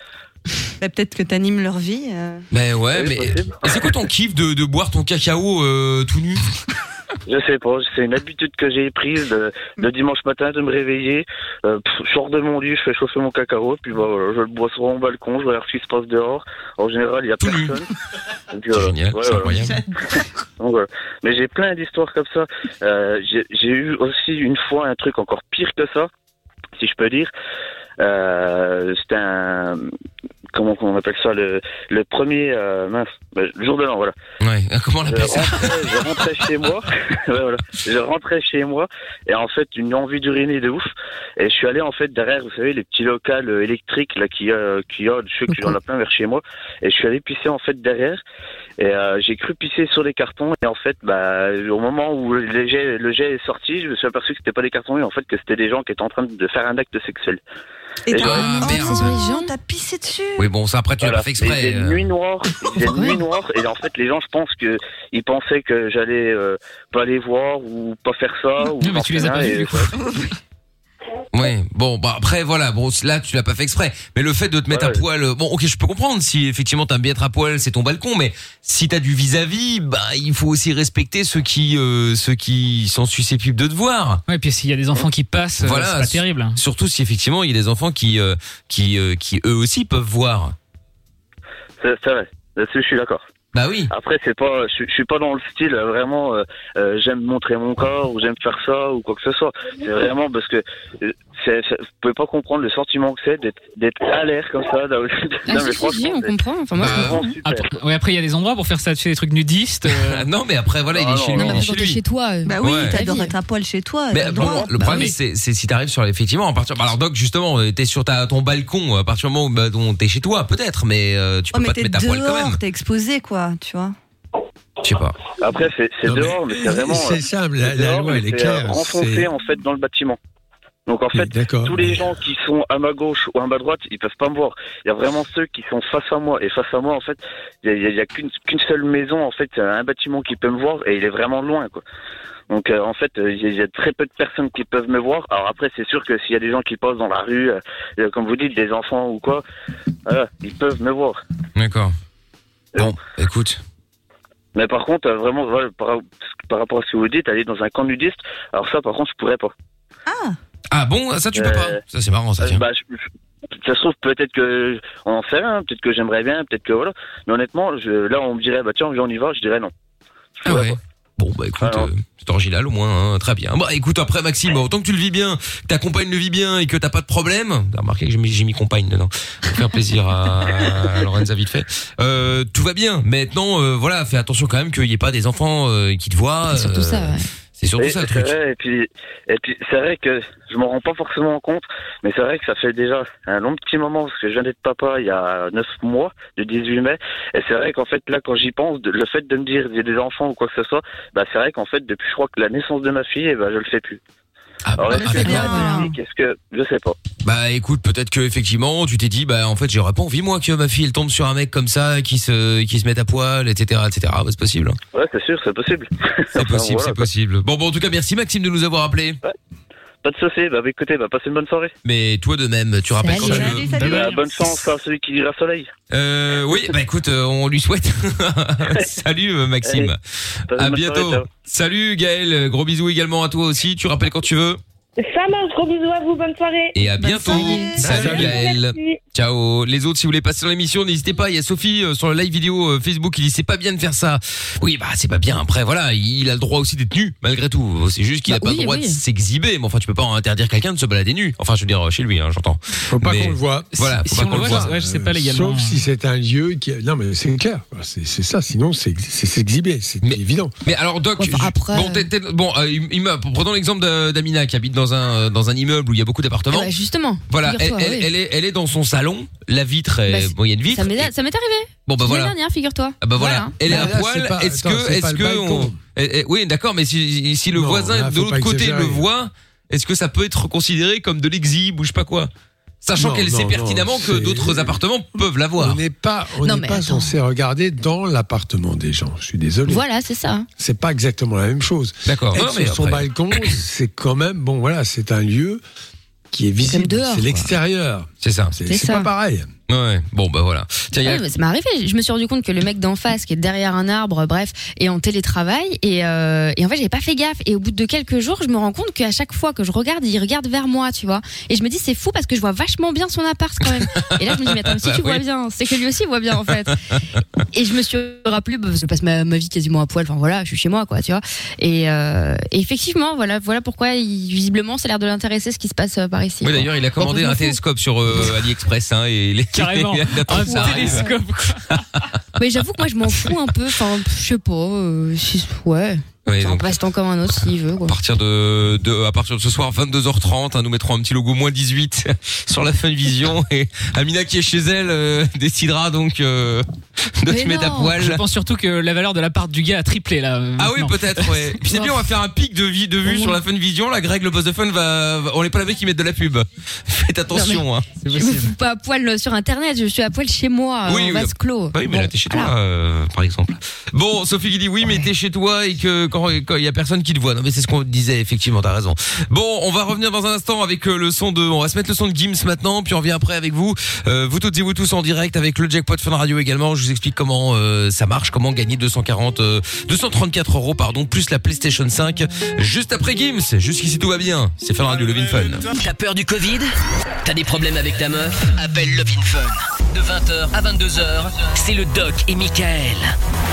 [SPEAKER 8] Bah, Peut-être que t'animes leur vie. euh.
[SPEAKER 2] Mais Ben ouais,
[SPEAKER 9] Oui,
[SPEAKER 2] mais.
[SPEAKER 9] possible.
[SPEAKER 2] Et c'est quoi ton kiff de, de boire ton cacao euh, tout nu
[SPEAKER 9] Je sais pas, c'est une habitude que j'ai prise de- le dimanche matin de me réveiller. Euh, pff, je sors de mon lit, je fais chauffer mon cacao, puis bah, voilà, je le bois sur mon balcon, je regarde ce qui se passe dehors. En général, il y a
[SPEAKER 2] Tout nu.
[SPEAKER 9] personne. Et puis,
[SPEAKER 2] C'est
[SPEAKER 9] voilà.
[SPEAKER 2] génial,
[SPEAKER 9] Ouais,
[SPEAKER 2] c'est
[SPEAKER 9] voilà.
[SPEAKER 2] incroyable.
[SPEAKER 9] Donc, voilà. Mais j'ai plein d'histoires comme ça. Euh, j'ai j'ai eu aussi une fois un truc encore pire que ça, si je peux dire. Euh, C'était un comment on appelle ça le le premier euh, mince le jour de l'an voilà.
[SPEAKER 2] Ouais, ah, comment on
[SPEAKER 9] Je
[SPEAKER 2] l'appelle ça
[SPEAKER 9] rentrais, je rentrais chez moi. Ouais, voilà. Je rentrais chez moi et en fait une envie d'uriner de ouf. Et je suis allé en fait derrière, vous savez, les petits locaux euh, électriques là qui euh, qui a, je sais que j'en ai plein vers chez moi. Et je suis allé pisser en fait derrière. Et euh, j'ai cru pisser sur les cartons. Et en fait, bah au moment où le jet le jet est sorti, je me suis aperçu que c'était pas des cartons, mais en fait que c'était des gens qui étaient en train de faire un acte sexuel.
[SPEAKER 8] Et
[SPEAKER 9] Ah,
[SPEAKER 8] t'as-
[SPEAKER 2] merde.
[SPEAKER 8] Oh non,
[SPEAKER 4] Les gens.
[SPEAKER 8] T'as pissé dessus.
[SPEAKER 2] Oui, bon, ça après, tu l'as
[SPEAKER 9] Voilà.
[SPEAKER 2] pas fait exprès.
[SPEAKER 9] Il faisait
[SPEAKER 2] euh.
[SPEAKER 9] nuit noire, il faisait nuit noire, et en fait les gens, je pense que ils pensaient que j'allais euh, pas les voir ou pas faire ça. Ou
[SPEAKER 6] Non, mais
[SPEAKER 9] j'en
[SPEAKER 6] tu les
[SPEAKER 9] sais
[SPEAKER 6] as pas
[SPEAKER 9] rien,
[SPEAKER 6] vus,
[SPEAKER 9] et-
[SPEAKER 6] du coup.
[SPEAKER 2] Ouais, bon, bah après voilà, bon là tu l'as pas fait exprès, mais le fait de te mettre
[SPEAKER 9] Ouais.
[SPEAKER 2] à poil, euh, bon ok je peux comprendre si effectivement t'aimes bien être à poil, c'est ton balcon, mais si t'as du vis-à-vis, bah il faut aussi respecter ceux qui euh, ceux qui sont susceptibles de te voir.
[SPEAKER 6] Ouais, et puis s'il y a des enfants qui passent, euh,
[SPEAKER 2] Voilà,
[SPEAKER 6] c'est pas
[SPEAKER 2] s-
[SPEAKER 6] terrible.
[SPEAKER 2] Surtout si effectivement il y a des enfants qui euh, qui euh, qui eux aussi peuvent voir.
[SPEAKER 9] C'est c'est vrai. Là-dessus, je suis d'accord.
[SPEAKER 2] Bah oui.
[SPEAKER 9] Après, c'est pas, je, je suis pas dans le style euh, vraiment. euh, euh, j'aime montrer mon corps ou j'aime faire ça ou quoi que ce soit. C'est vraiment parce que euh, c'est, c'est- vous pouvez pas comprendre le sentiment que c'est d'être, d'être à l'air comme ça. d'avoir- Non,
[SPEAKER 4] Ah,
[SPEAKER 9] mais
[SPEAKER 4] si, si, si,
[SPEAKER 9] franchement,
[SPEAKER 4] on
[SPEAKER 9] c'est
[SPEAKER 4] comprend. Enfin, moi, je
[SPEAKER 2] Bah,
[SPEAKER 4] comprends.
[SPEAKER 9] vraiment
[SPEAKER 4] hein.
[SPEAKER 9] super.
[SPEAKER 6] Après, ouais, après il y a des endroits pour faire ça, tu fais des trucs nudistes. euh,
[SPEAKER 2] Ah, non mais après voilà il
[SPEAKER 9] Ah,
[SPEAKER 2] est
[SPEAKER 9] non,
[SPEAKER 2] chez lui,
[SPEAKER 4] Non,
[SPEAKER 2] il
[SPEAKER 4] mais
[SPEAKER 2] est
[SPEAKER 4] après,
[SPEAKER 2] chez
[SPEAKER 4] quand t'es
[SPEAKER 2] lui.
[SPEAKER 4] chez toi. euh,
[SPEAKER 8] Bah oui,
[SPEAKER 2] Ouais.
[SPEAKER 8] t'adores
[SPEAKER 4] Vie.
[SPEAKER 8] être à poil chez toi.
[SPEAKER 2] Mais
[SPEAKER 8] t'as le
[SPEAKER 2] bon,
[SPEAKER 8] droit.
[SPEAKER 2] le
[SPEAKER 8] Bah
[SPEAKER 2] problème
[SPEAKER 8] oui.
[SPEAKER 2] c'est c'est si t'arrives sur effectivement à partir bah, alors Doc justement euh, t'es sur ta ton balcon à partir du moment où bah, dont t'es chez toi peut-être mais euh, tu peux
[SPEAKER 8] Oh, mais
[SPEAKER 2] pas te
[SPEAKER 8] t'es
[SPEAKER 2] mettre à poil quand même
[SPEAKER 8] dehors, t'es exposé, quoi, tu vois.
[SPEAKER 2] je sais pas
[SPEAKER 9] Après, c'est, c'est
[SPEAKER 3] Non, mais-
[SPEAKER 9] dehors, mais c'est vraiment. euh,
[SPEAKER 3] C'est simple, la,
[SPEAKER 9] c'est
[SPEAKER 3] la
[SPEAKER 9] dehors,
[SPEAKER 3] loi,
[SPEAKER 9] mais
[SPEAKER 3] elle est
[SPEAKER 9] c'est, euh,
[SPEAKER 3] claire.
[SPEAKER 9] Renfoncé
[SPEAKER 3] C'est-
[SPEAKER 9] en fait dans le bâtiment. Donc en fait,
[SPEAKER 3] D'accord.
[SPEAKER 9] tous les gens qui sont à ma gauche ou à ma droite, ils peuvent pas me voir. Il y a vraiment ceux qui sont face à moi. Et face à moi, en fait, il y a- il y a, il y a qu'une qu'une seule maison, en fait, un bâtiment qui peut me voir et il est vraiment loin, quoi. Donc euh, en fait, euh, il y, a- il y a très peu de personnes qui peuvent me voir. Alors après, c'est sûr que s'il y a des gens qui passent dans la rue, euh, euh, comme vous dites, des enfants ou quoi, voilà, ils peuvent me voir.
[SPEAKER 2] D'accord. Bon, écoute.
[SPEAKER 9] Mais par contre, euh, vraiment, voilà, par, par rapport à ce que vous dites, aller dans un camp nudiste, alors ça, par contre, je pourrais pas.
[SPEAKER 2] Ah bon, ça tu peux
[SPEAKER 9] Euh,
[SPEAKER 2] pas. Ça c'est marrant ça.
[SPEAKER 9] Euh,
[SPEAKER 2] Tiens.
[SPEAKER 9] bah, je- je- ça se trouve peut-être que on en sait rien, peut-être que j'aimerais bien, peut-être que voilà. Mais honnêtement, je, là on me dirait bah tiens viens, on y va, je dirais non. Je
[SPEAKER 2] Ah
[SPEAKER 9] pourrais
[SPEAKER 2] ouais. Bon bah écoute,
[SPEAKER 9] Ah non.
[SPEAKER 2] euh, c'est original au moins, hein, très bien. Bah écoute après Maxime, autant que tu le vis bien, que ta compagne le vit bien et que t'as pas de problème, t'as remarqué que j'ai mis, j'ai mis compagne dedans, pour faire plaisir à, à Lorenza vite fait. Euh, tout va bien, mais maintenant euh, voilà, fais attention quand même qu'il n'y ait pas des enfants euh, qui te voient.
[SPEAKER 4] C'est surtout
[SPEAKER 2] euh,
[SPEAKER 4] ça. ouais.
[SPEAKER 2] C'est
[SPEAKER 9] pas.
[SPEAKER 2] surtout
[SPEAKER 9] Et,
[SPEAKER 2] ça le
[SPEAKER 9] c'est
[SPEAKER 2] truc.
[SPEAKER 9] vrai, et puis, et puis c'est vrai que je m'en rends pas forcément compte, mais c'est vrai que ça fait déjà un long petit moment parce que je viens d'être papa il y a 9 mois, le 18 mai, et c'est vrai qu'en fait là quand j'y pense, de- le fait de me dire j'ai des enfants ou quoi que ce soit, bah c'est vrai qu'en fait depuis je crois que la naissance de ma fille, eh ben, je le fais plus. Alors,
[SPEAKER 2] bah,
[SPEAKER 9] est-ce que
[SPEAKER 2] ah,
[SPEAKER 9] c'est
[SPEAKER 2] d'accord.
[SPEAKER 9] magnifique Est-ce que je sais pas
[SPEAKER 2] Bah écoute, peut-être que effectivement, tu t'es dit, bah en fait, j'aurais pas envie moi que ma fille elle tombe sur un mec comme ça, qui se, qui se mette à poil, etc., etc. Bah, c'est possible. hein.
[SPEAKER 9] Ouais, c'est sûr, c'est possible.
[SPEAKER 2] C'est possible,
[SPEAKER 9] voilà,
[SPEAKER 2] c'est
[SPEAKER 9] quoi.
[SPEAKER 2] possible. Bon, bon, en tout cas, merci Maxime de nous avoir appelé.
[SPEAKER 9] Pas de souci. Bah, écoutez, bah, passez une bonne soirée.
[SPEAKER 2] Mais toi de même, tu rappelles quand tu veux.
[SPEAKER 8] Salut, salut.
[SPEAKER 9] Bah, bonne chance à celui qui dira soleil.
[SPEAKER 2] Euh, oui, bah écoute, euh, on lui souhaite. Salut euh, Maxime.
[SPEAKER 9] Passez
[SPEAKER 2] À
[SPEAKER 9] une bonne
[SPEAKER 2] bientôt.
[SPEAKER 9] soirée, ciao.
[SPEAKER 2] Salut Gaël, euh, gros bisous également à toi aussi. Tu rappelles quand tu veux.
[SPEAKER 5] Ça marche, gros bisous à vous, bonne soirée.
[SPEAKER 2] Et à bientôt.
[SPEAKER 8] soirée.
[SPEAKER 2] Salut
[SPEAKER 3] Salut.
[SPEAKER 2] Gaël.
[SPEAKER 5] Merci.
[SPEAKER 2] Ciao. Les autres, si vous voulez passer dans l'émission, n'hésitez pas. Il y a Sophie euh, sur le live vidéo euh, Facebook qui dit c'est pas bien de faire ça. Oui, bah c'est pas bien. Après, voilà, il a le droit aussi d'être nu malgré tout. C'est juste qu'il a
[SPEAKER 4] Bah
[SPEAKER 2] pas
[SPEAKER 4] oui,
[SPEAKER 2] le droit
[SPEAKER 4] oui.
[SPEAKER 2] de s'exhiber. Mais enfin, tu peux pas interdire quelqu'un de se balader nu. Enfin, je veux dire euh, chez lui, hein, j'entends.
[SPEAKER 3] Faut pas
[SPEAKER 2] Mais-
[SPEAKER 3] qu'on le voie.
[SPEAKER 2] Voilà, faut
[SPEAKER 6] Si-
[SPEAKER 2] pas
[SPEAKER 6] si
[SPEAKER 2] hein.
[SPEAKER 6] on
[SPEAKER 2] qu'on
[SPEAKER 6] le
[SPEAKER 2] le
[SPEAKER 6] voit,
[SPEAKER 2] voit.
[SPEAKER 6] ouais, je sais pas légalement.
[SPEAKER 3] Sauf si c'est un lieu qui. Non, mais c'est clair. C'est c'est ça. Sinon, c'est c'est s'exhiber. C'est
[SPEAKER 2] Mais-
[SPEAKER 3] évident.
[SPEAKER 2] Mais alors Doc,
[SPEAKER 4] Ouais, enfin,
[SPEAKER 2] je-
[SPEAKER 4] après-
[SPEAKER 2] bon, t'es- t'es- bon, euh, im- immeuble. Prenons l'exemple de- d'Amina qui habite dans un euh, dans un immeuble où il y a beaucoup
[SPEAKER 4] Ah
[SPEAKER 2] d'appartements.
[SPEAKER 4] bah, justement.
[SPEAKER 2] Voilà, elle,
[SPEAKER 4] figure-toi,
[SPEAKER 2] elle-
[SPEAKER 4] oui.
[SPEAKER 2] elle est elle est dans son salon. La vitre, est-
[SPEAKER 4] Bah, c'est-
[SPEAKER 2] bon, il y a une vitre.
[SPEAKER 4] Ça m'est
[SPEAKER 2] et-
[SPEAKER 4] ça m'est arrivé.
[SPEAKER 2] bon bah
[SPEAKER 4] L'année
[SPEAKER 2] voilà.
[SPEAKER 4] dernière, figure-toi.
[SPEAKER 2] Ah bah voilà, elle est
[SPEAKER 3] Bah
[SPEAKER 2] à
[SPEAKER 3] là,
[SPEAKER 2] poil.
[SPEAKER 3] c'est pas-
[SPEAKER 2] Est-ce
[SPEAKER 3] attends,
[SPEAKER 2] que,
[SPEAKER 3] c'est pas
[SPEAKER 2] est-ce
[SPEAKER 3] le
[SPEAKER 2] que, on...
[SPEAKER 3] balcon.
[SPEAKER 2] Eh, eh, oui, d'accord, mais si, si le
[SPEAKER 3] Non,
[SPEAKER 2] voisin
[SPEAKER 3] là,
[SPEAKER 2] de
[SPEAKER 3] faut
[SPEAKER 2] l'autre
[SPEAKER 3] pas
[SPEAKER 2] côté le
[SPEAKER 3] exagérer.
[SPEAKER 2] voit, est-ce que ça peut être considéré comme de l'exhibe ou je sais pas quoi, sachant
[SPEAKER 3] Non,
[SPEAKER 2] qu'elle sait
[SPEAKER 3] non,
[SPEAKER 2] pertinemment
[SPEAKER 3] non,
[SPEAKER 2] que
[SPEAKER 3] c'est-
[SPEAKER 2] d'autres appartements peuvent
[SPEAKER 3] On
[SPEAKER 2] l'avoir.
[SPEAKER 3] n'est pas, on
[SPEAKER 4] Non,
[SPEAKER 3] n'est
[SPEAKER 4] mais
[SPEAKER 3] pas
[SPEAKER 4] attends.
[SPEAKER 3] censé regarder dans l'appartement des gens. Je suis désolé.
[SPEAKER 4] Voilà, c'est ça.
[SPEAKER 3] C'est pas exactement la même chose.
[SPEAKER 2] D'accord.
[SPEAKER 3] Être
[SPEAKER 2] Non, mais
[SPEAKER 3] sur son
[SPEAKER 2] après-
[SPEAKER 3] balcon, c'est quand même bon. Voilà, c'est un lieu qui est visible.
[SPEAKER 4] dehors,
[SPEAKER 3] C'est
[SPEAKER 4] quoi.
[SPEAKER 3] l'extérieur.
[SPEAKER 2] C'est ça.
[SPEAKER 3] C'est
[SPEAKER 4] C'est
[SPEAKER 3] c'est
[SPEAKER 4] ça.
[SPEAKER 3] pas pareil.
[SPEAKER 2] Ouais. Bon bah voilà. Tiens, il y a-
[SPEAKER 6] Ah,
[SPEAKER 4] Ouais, mais ça m'est arrivé. Je me suis rendu compte que le mec d'en face, qui est derrière un arbre, bref, est en télétravail. Et, euh, et en fait, j'avais pas fait gaffe. Et au bout de quelques jours, je me rends compte qu'à chaque fois que je regarde, il regarde vers moi, tu vois. Et je me dis, c'est fou parce que je vois vachement bien son appart quand même. et là, je me dis, mais attends, si
[SPEAKER 2] Bah
[SPEAKER 4] tu vois
[SPEAKER 2] oui.
[SPEAKER 4] bien, c'est que lui aussi voit bien en fait. et je me suis rappelé, bah, parce que je passe ma, ma vie quasiment à poil. Enfin voilà, je suis chez moi, quoi, tu vois. Et, euh, et effectivement, voilà, voilà pourquoi il- visiblement, ça a l'air de l'intéresser ce qui se passe euh, par ici.
[SPEAKER 2] Oui
[SPEAKER 4] quoi.
[SPEAKER 2] d'ailleurs, il a commandé
[SPEAKER 4] Bon, je m'en
[SPEAKER 2] un
[SPEAKER 4] fous.
[SPEAKER 2] télescope sur euh, AliExpress hein, et les
[SPEAKER 6] Carrément.
[SPEAKER 2] et la
[SPEAKER 6] Un
[SPEAKER 2] preuve, Ah, ça arrive.
[SPEAKER 6] télescope, quoi.
[SPEAKER 4] Mais j'avoue que moi, je m'en fous un peu. Enfin, je sais pas. euh, si- ouais.
[SPEAKER 2] Ouais,
[SPEAKER 4] Enfin,
[SPEAKER 2] donc,
[SPEAKER 4] passe temps comme un autre s'il veut. Quoi.
[SPEAKER 2] à partir de, de- à partir de ce soir 22h30 hein, nous mettrons un petit logo moins 18 sur la fin de vision et Amina qui est chez elle euh, décidera donc euh, de
[SPEAKER 4] Mais
[SPEAKER 2] se mettre à
[SPEAKER 4] non.
[SPEAKER 6] Je
[SPEAKER 2] poil
[SPEAKER 6] pense surtout que la valeur de la part du gars a triplé là. euh,
[SPEAKER 2] ah oui
[SPEAKER 6] maintenant.
[SPEAKER 2] peut-être ouais. Puis c'est bien on va faire un pic de vie de vue sur la fin de vision la Greg le boss de fun va va- on n'est pas la mec qui met de la pub faites attention hein.
[SPEAKER 6] C'est
[SPEAKER 4] Je me
[SPEAKER 6] possible.
[SPEAKER 4] fous pas à poil sur internet, je suis à poil chez moi,
[SPEAKER 2] Oui,
[SPEAKER 4] en
[SPEAKER 2] oui,
[SPEAKER 4] vase clos.
[SPEAKER 2] Bah oui, mais là, t'es chez toi, euh, par exemple. Bon, Sophie qui dit oui, mais t'es chez toi et que quand quand il y a personne qui te voit. Non, mais c'est ce qu'on disait, effectivement, t'as raison. Bon, on va revenir dans un instant avec euh, le son de, on va se mettre le son de Gims maintenant, puis on revient après avec vous. Euh, vous toutes et vous tous en direct avec le Jackpot Fun Radio également. Je vous explique comment euh, ça marche, comment gagner 240, euh, 234 euros, pardon, plus la PlayStation 5 juste après Gims. Jusqu'ici, tout va bien. C'est Fun Radio, Levin Fun.
[SPEAKER 1] T'as peur du Covid T'as des problèmes avec ta meuf Appelle Love in Fun. De 20h à 22h, c'est le Doc et Michael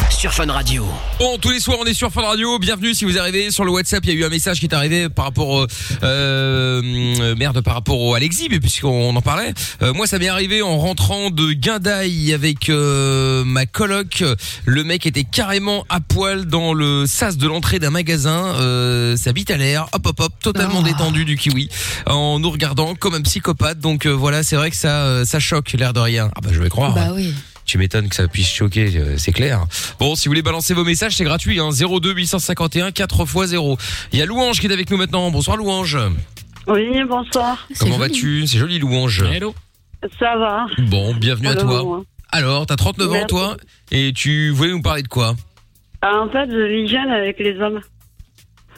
[SPEAKER 1] sur Fun Radio.
[SPEAKER 2] Bon, tous les soirs, on est sur Fun Radio. Bienvenue si vous arrivez sur le WhatsApp. Il y a eu un message qui est arrivé par rapport, euh, euh, merde, par rapport au- à l'exhib, puisqu'on en parlait. Euh, moi, ça m'est arrivé en rentrant de Guindaille avec euh, ma coloc. Le mec était carrément à poil dans le sas de l'entrée d'un magasin. Euh, sa bite à l'air, hop, hop, hop, totalement
[SPEAKER 4] Ah.
[SPEAKER 2] détendu du kiwi, en nous regardant comme un psychopathe. Donc euh, voilà, c'est vrai que ça, euh, ça choque l'air de rien. Ah bah, je vais croire.
[SPEAKER 4] Bah oui.
[SPEAKER 2] Tu m'étonnes que ça puisse choquer, euh, c'est clair. Bon, si vous voulez balancer vos messages, c'est gratuit, hein, 02 851 4 x 0. Il y a Louange qui est avec nous maintenant. Bonsoir Louange.
[SPEAKER 5] Oui, bonsoir.
[SPEAKER 4] C'est
[SPEAKER 2] Comment
[SPEAKER 4] joli.
[SPEAKER 2] vas-tu C'est joli Louange.
[SPEAKER 6] Hello.
[SPEAKER 5] Ça va
[SPEAKER 2] Bon, bienvenue à toi. Alors, t'as 39 ans
[SPEAKER 5] Merci.
[SPEAKER 2] toi et tu voulais nous parler de quoi
[SPEAKER 5] Euh, En fait, de l'hygiène avec les hommes.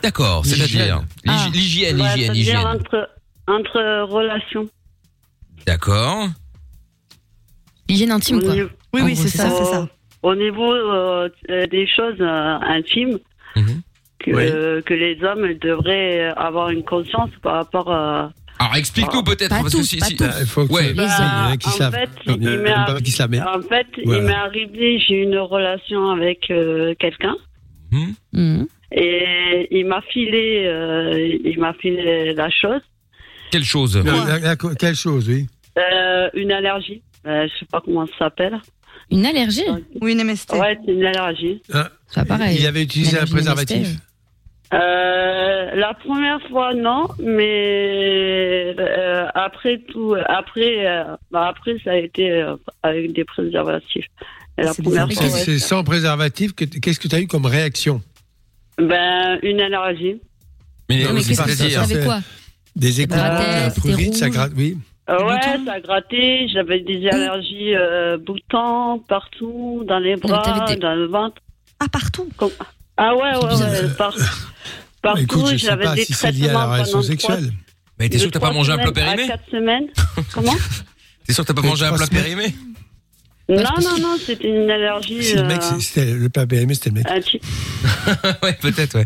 [SPEAKER 2] D'accord, c'est-à-dire
[SPEAKER 4] Ah.
[SPEAKER 2] L'hygi- l'hygiène,
[SPEAKER 5] Ouais,
[SPEAKER 2] l'hygiène,
[SPEAKER 5] c'est-à-dire
[SPEAKER 2] l'hygiène.
[SPEAKER 5] Entre, entre relations.
[SPEAKER 2] D'accord.
[SPEAKER 4] Hygiène intime,
[SPEAKER 5] Au
[SPEAKER 4] quoi.
[SPEAKER 5] niveau-
[SPEAKER 8] Oui,
[SPEAKER 4] En
[SPEAKER 8] oui,
[SPEAKER 4] gros,
[SPEAKER 8] c'est
[SPEAKER 4] c'est
[SPEAKER 8] ça,
[SPEAKER 4] ça.
[SPEAKER 8] c'est ça.
[SPEAKER 5] Au niveau euh, euh, des choses euh, intimes,
[SPEAKER 2] Mhm.
[SPEAKER 5] que, que les hommes devraient avoir une conscience par rapport euh, à.
[SPEAKER 2] Alors, explique-nous peut-être
[SPEAKER 4] Pas
[SPEAKER 2] parce que
[SPEAKER 4] tous,
[SPEAKER 2] si,
[SPEAKER 4] pas
[SPEAKER 2] si-
[SPEAKER 4] tous.
[SPEAKER 3] Ah, Il faut que
[SPEAKER 2] Ouais.
[SPEAKER 3] tu-
[SPEAKER 4] Bah,
[SPEAKER 3] il y en a qui
[SPEAKER 5] en
[SPEAKER 3] se lavent.
[SPEAKER 5] fait,
[SPEAKER 3] Il y en a-
[SPEAKER 5] il
[SPEAKER 3] il y en a
[SPEAKER 5] m'est-
[SPEAKER 3] qui se lavent.
[SPEAKER 5] En fait,
[SPEAKER 3] Voilà.
[SPEAKER 5] il m'est arrivé, j'ai eu une relation avec euh, quelqu'un
[SPEAKER 4] Mhm.
[SPEAKER 5] et il m'a filé, euh, il m'a filé la chose,
[SPEAKER 2] quelle chose
[SPEAKER 3] La- Euh, la- la- Quelle chose, oui.
[SPEAKER 5] euh, une allergie. Euh, je sais pas comment ça s'appelle.
[SPEAKER 4] Une allergie
[SPEAKER 8] Oui, une MST.
[SPEAKER 5] Ouais, c'est une allergie.
[SPEAKER 4] C'est pas pareil.
[SPEAKER 3] Euh, Il avait utilisé un
[SPEAKER 4] Allergie
[SPEAKER 3] préservatif.
[SPEAKER 4] MST.
[SPEAKER 5] Euh, la première fois non, mais euh, après tout, après, euh, bah, après ça a été euh, avec des préservatifs. Et la
[SPEAKER 8] C'est
[SPEAKER 5] première
[SPEAKER 8] bizarre.
[SPEAKER 5] fois,
[SPEAKER 3] C'est
[SPEAKER 5] ouais,
[SPEAKER 3] c'est sans préservatif. que t- Qu'est-ce que tu as eu comme réaction
[SPEAKER 5] ben une allergie.
[SPEAKER 2] Mais,
[SPEAKER 3] Non, mais
[SPEAKER 2] c'est
[SPEAKER 3] qu'est-ce
[SPEAKER 2] pas
[SPEAKER 3] que ça
[SPEAKER 2] dire.
[SPEAKER 3] veut dire
[SPEAKER 4] Avec quoi
[SPEAKER 3] Des euh, écoutes,
[SPEAKER 4] grattait,
[SPEAKER 3] un
[SPEAKER 4] c'était
[SPEAKER 3] prurite, ça
[SPEAKER 4] rouge.
[SPEAKER 3] gratte, oui.
[SPEAKER 10] Euh,
[SPEAKER 4] Du
[SPEAKER 10] ouais,
[SPEAKER 4] bouton
[SPEAKER 10] ça a gratté, j'avais des allergies euh, boutons partout, dans les bras,
[SPEAKER 4] t'avais des-
[SPEAKER 10] dans le ventre.
[SPEAKER 11] Ah, partout.
[SPEAKER 10] Ah ouais, ouais,
[SPEAKER 3] bizarre.
[SPEAKER 10] ouais, par-
[SPEAKER 3] Bah,
[SPEAKER 10] partout,
[SPEAKER 3] écoute, je sais
[SPEAKER 10] j'avais
[SPEAKER 3] pas
[SPEAKER 10] des
[SPEAKER 3] si c'est lié à
[SPEAKER 10] traitements
[SPEAKER 3] la relation
[SPEAKER 10] pendant trois,
[SPEAKER 3] sexuelle.
[SPEAKER 2] Mais t'es sûr
[SPEAKER 10] de
[SPEAKER 2] que t'as pas
[SPEAKER 10] trois
[SPEAKER 2] mangé un plat
[SPEAKER 10] semaines à
[SPEAKER 2] périmé
[SPEAKER 10] quatre semaines. Comment
[SPEAKER 2] T'es sûr que t'as pas mangé un
[SPEAKER 3] trois
[SPEAKER 2] plat
[SPEAKER 3] semaines.
[SPEAKER 2] périmé
[SPEAKER 10] Non,
[SPEAKER 4] parce
[SPEAKER 10] non, non, c'était une allergie.
[SPEAKER 3] Si le mec,
[SPEAKER 10] euh,
[SPEAKER 3] c'est- c'était le père BM, c'était le mec.
[SPEAKER 10] un petit-
[SPEAKER 2] Ouais, peut-être, ouais.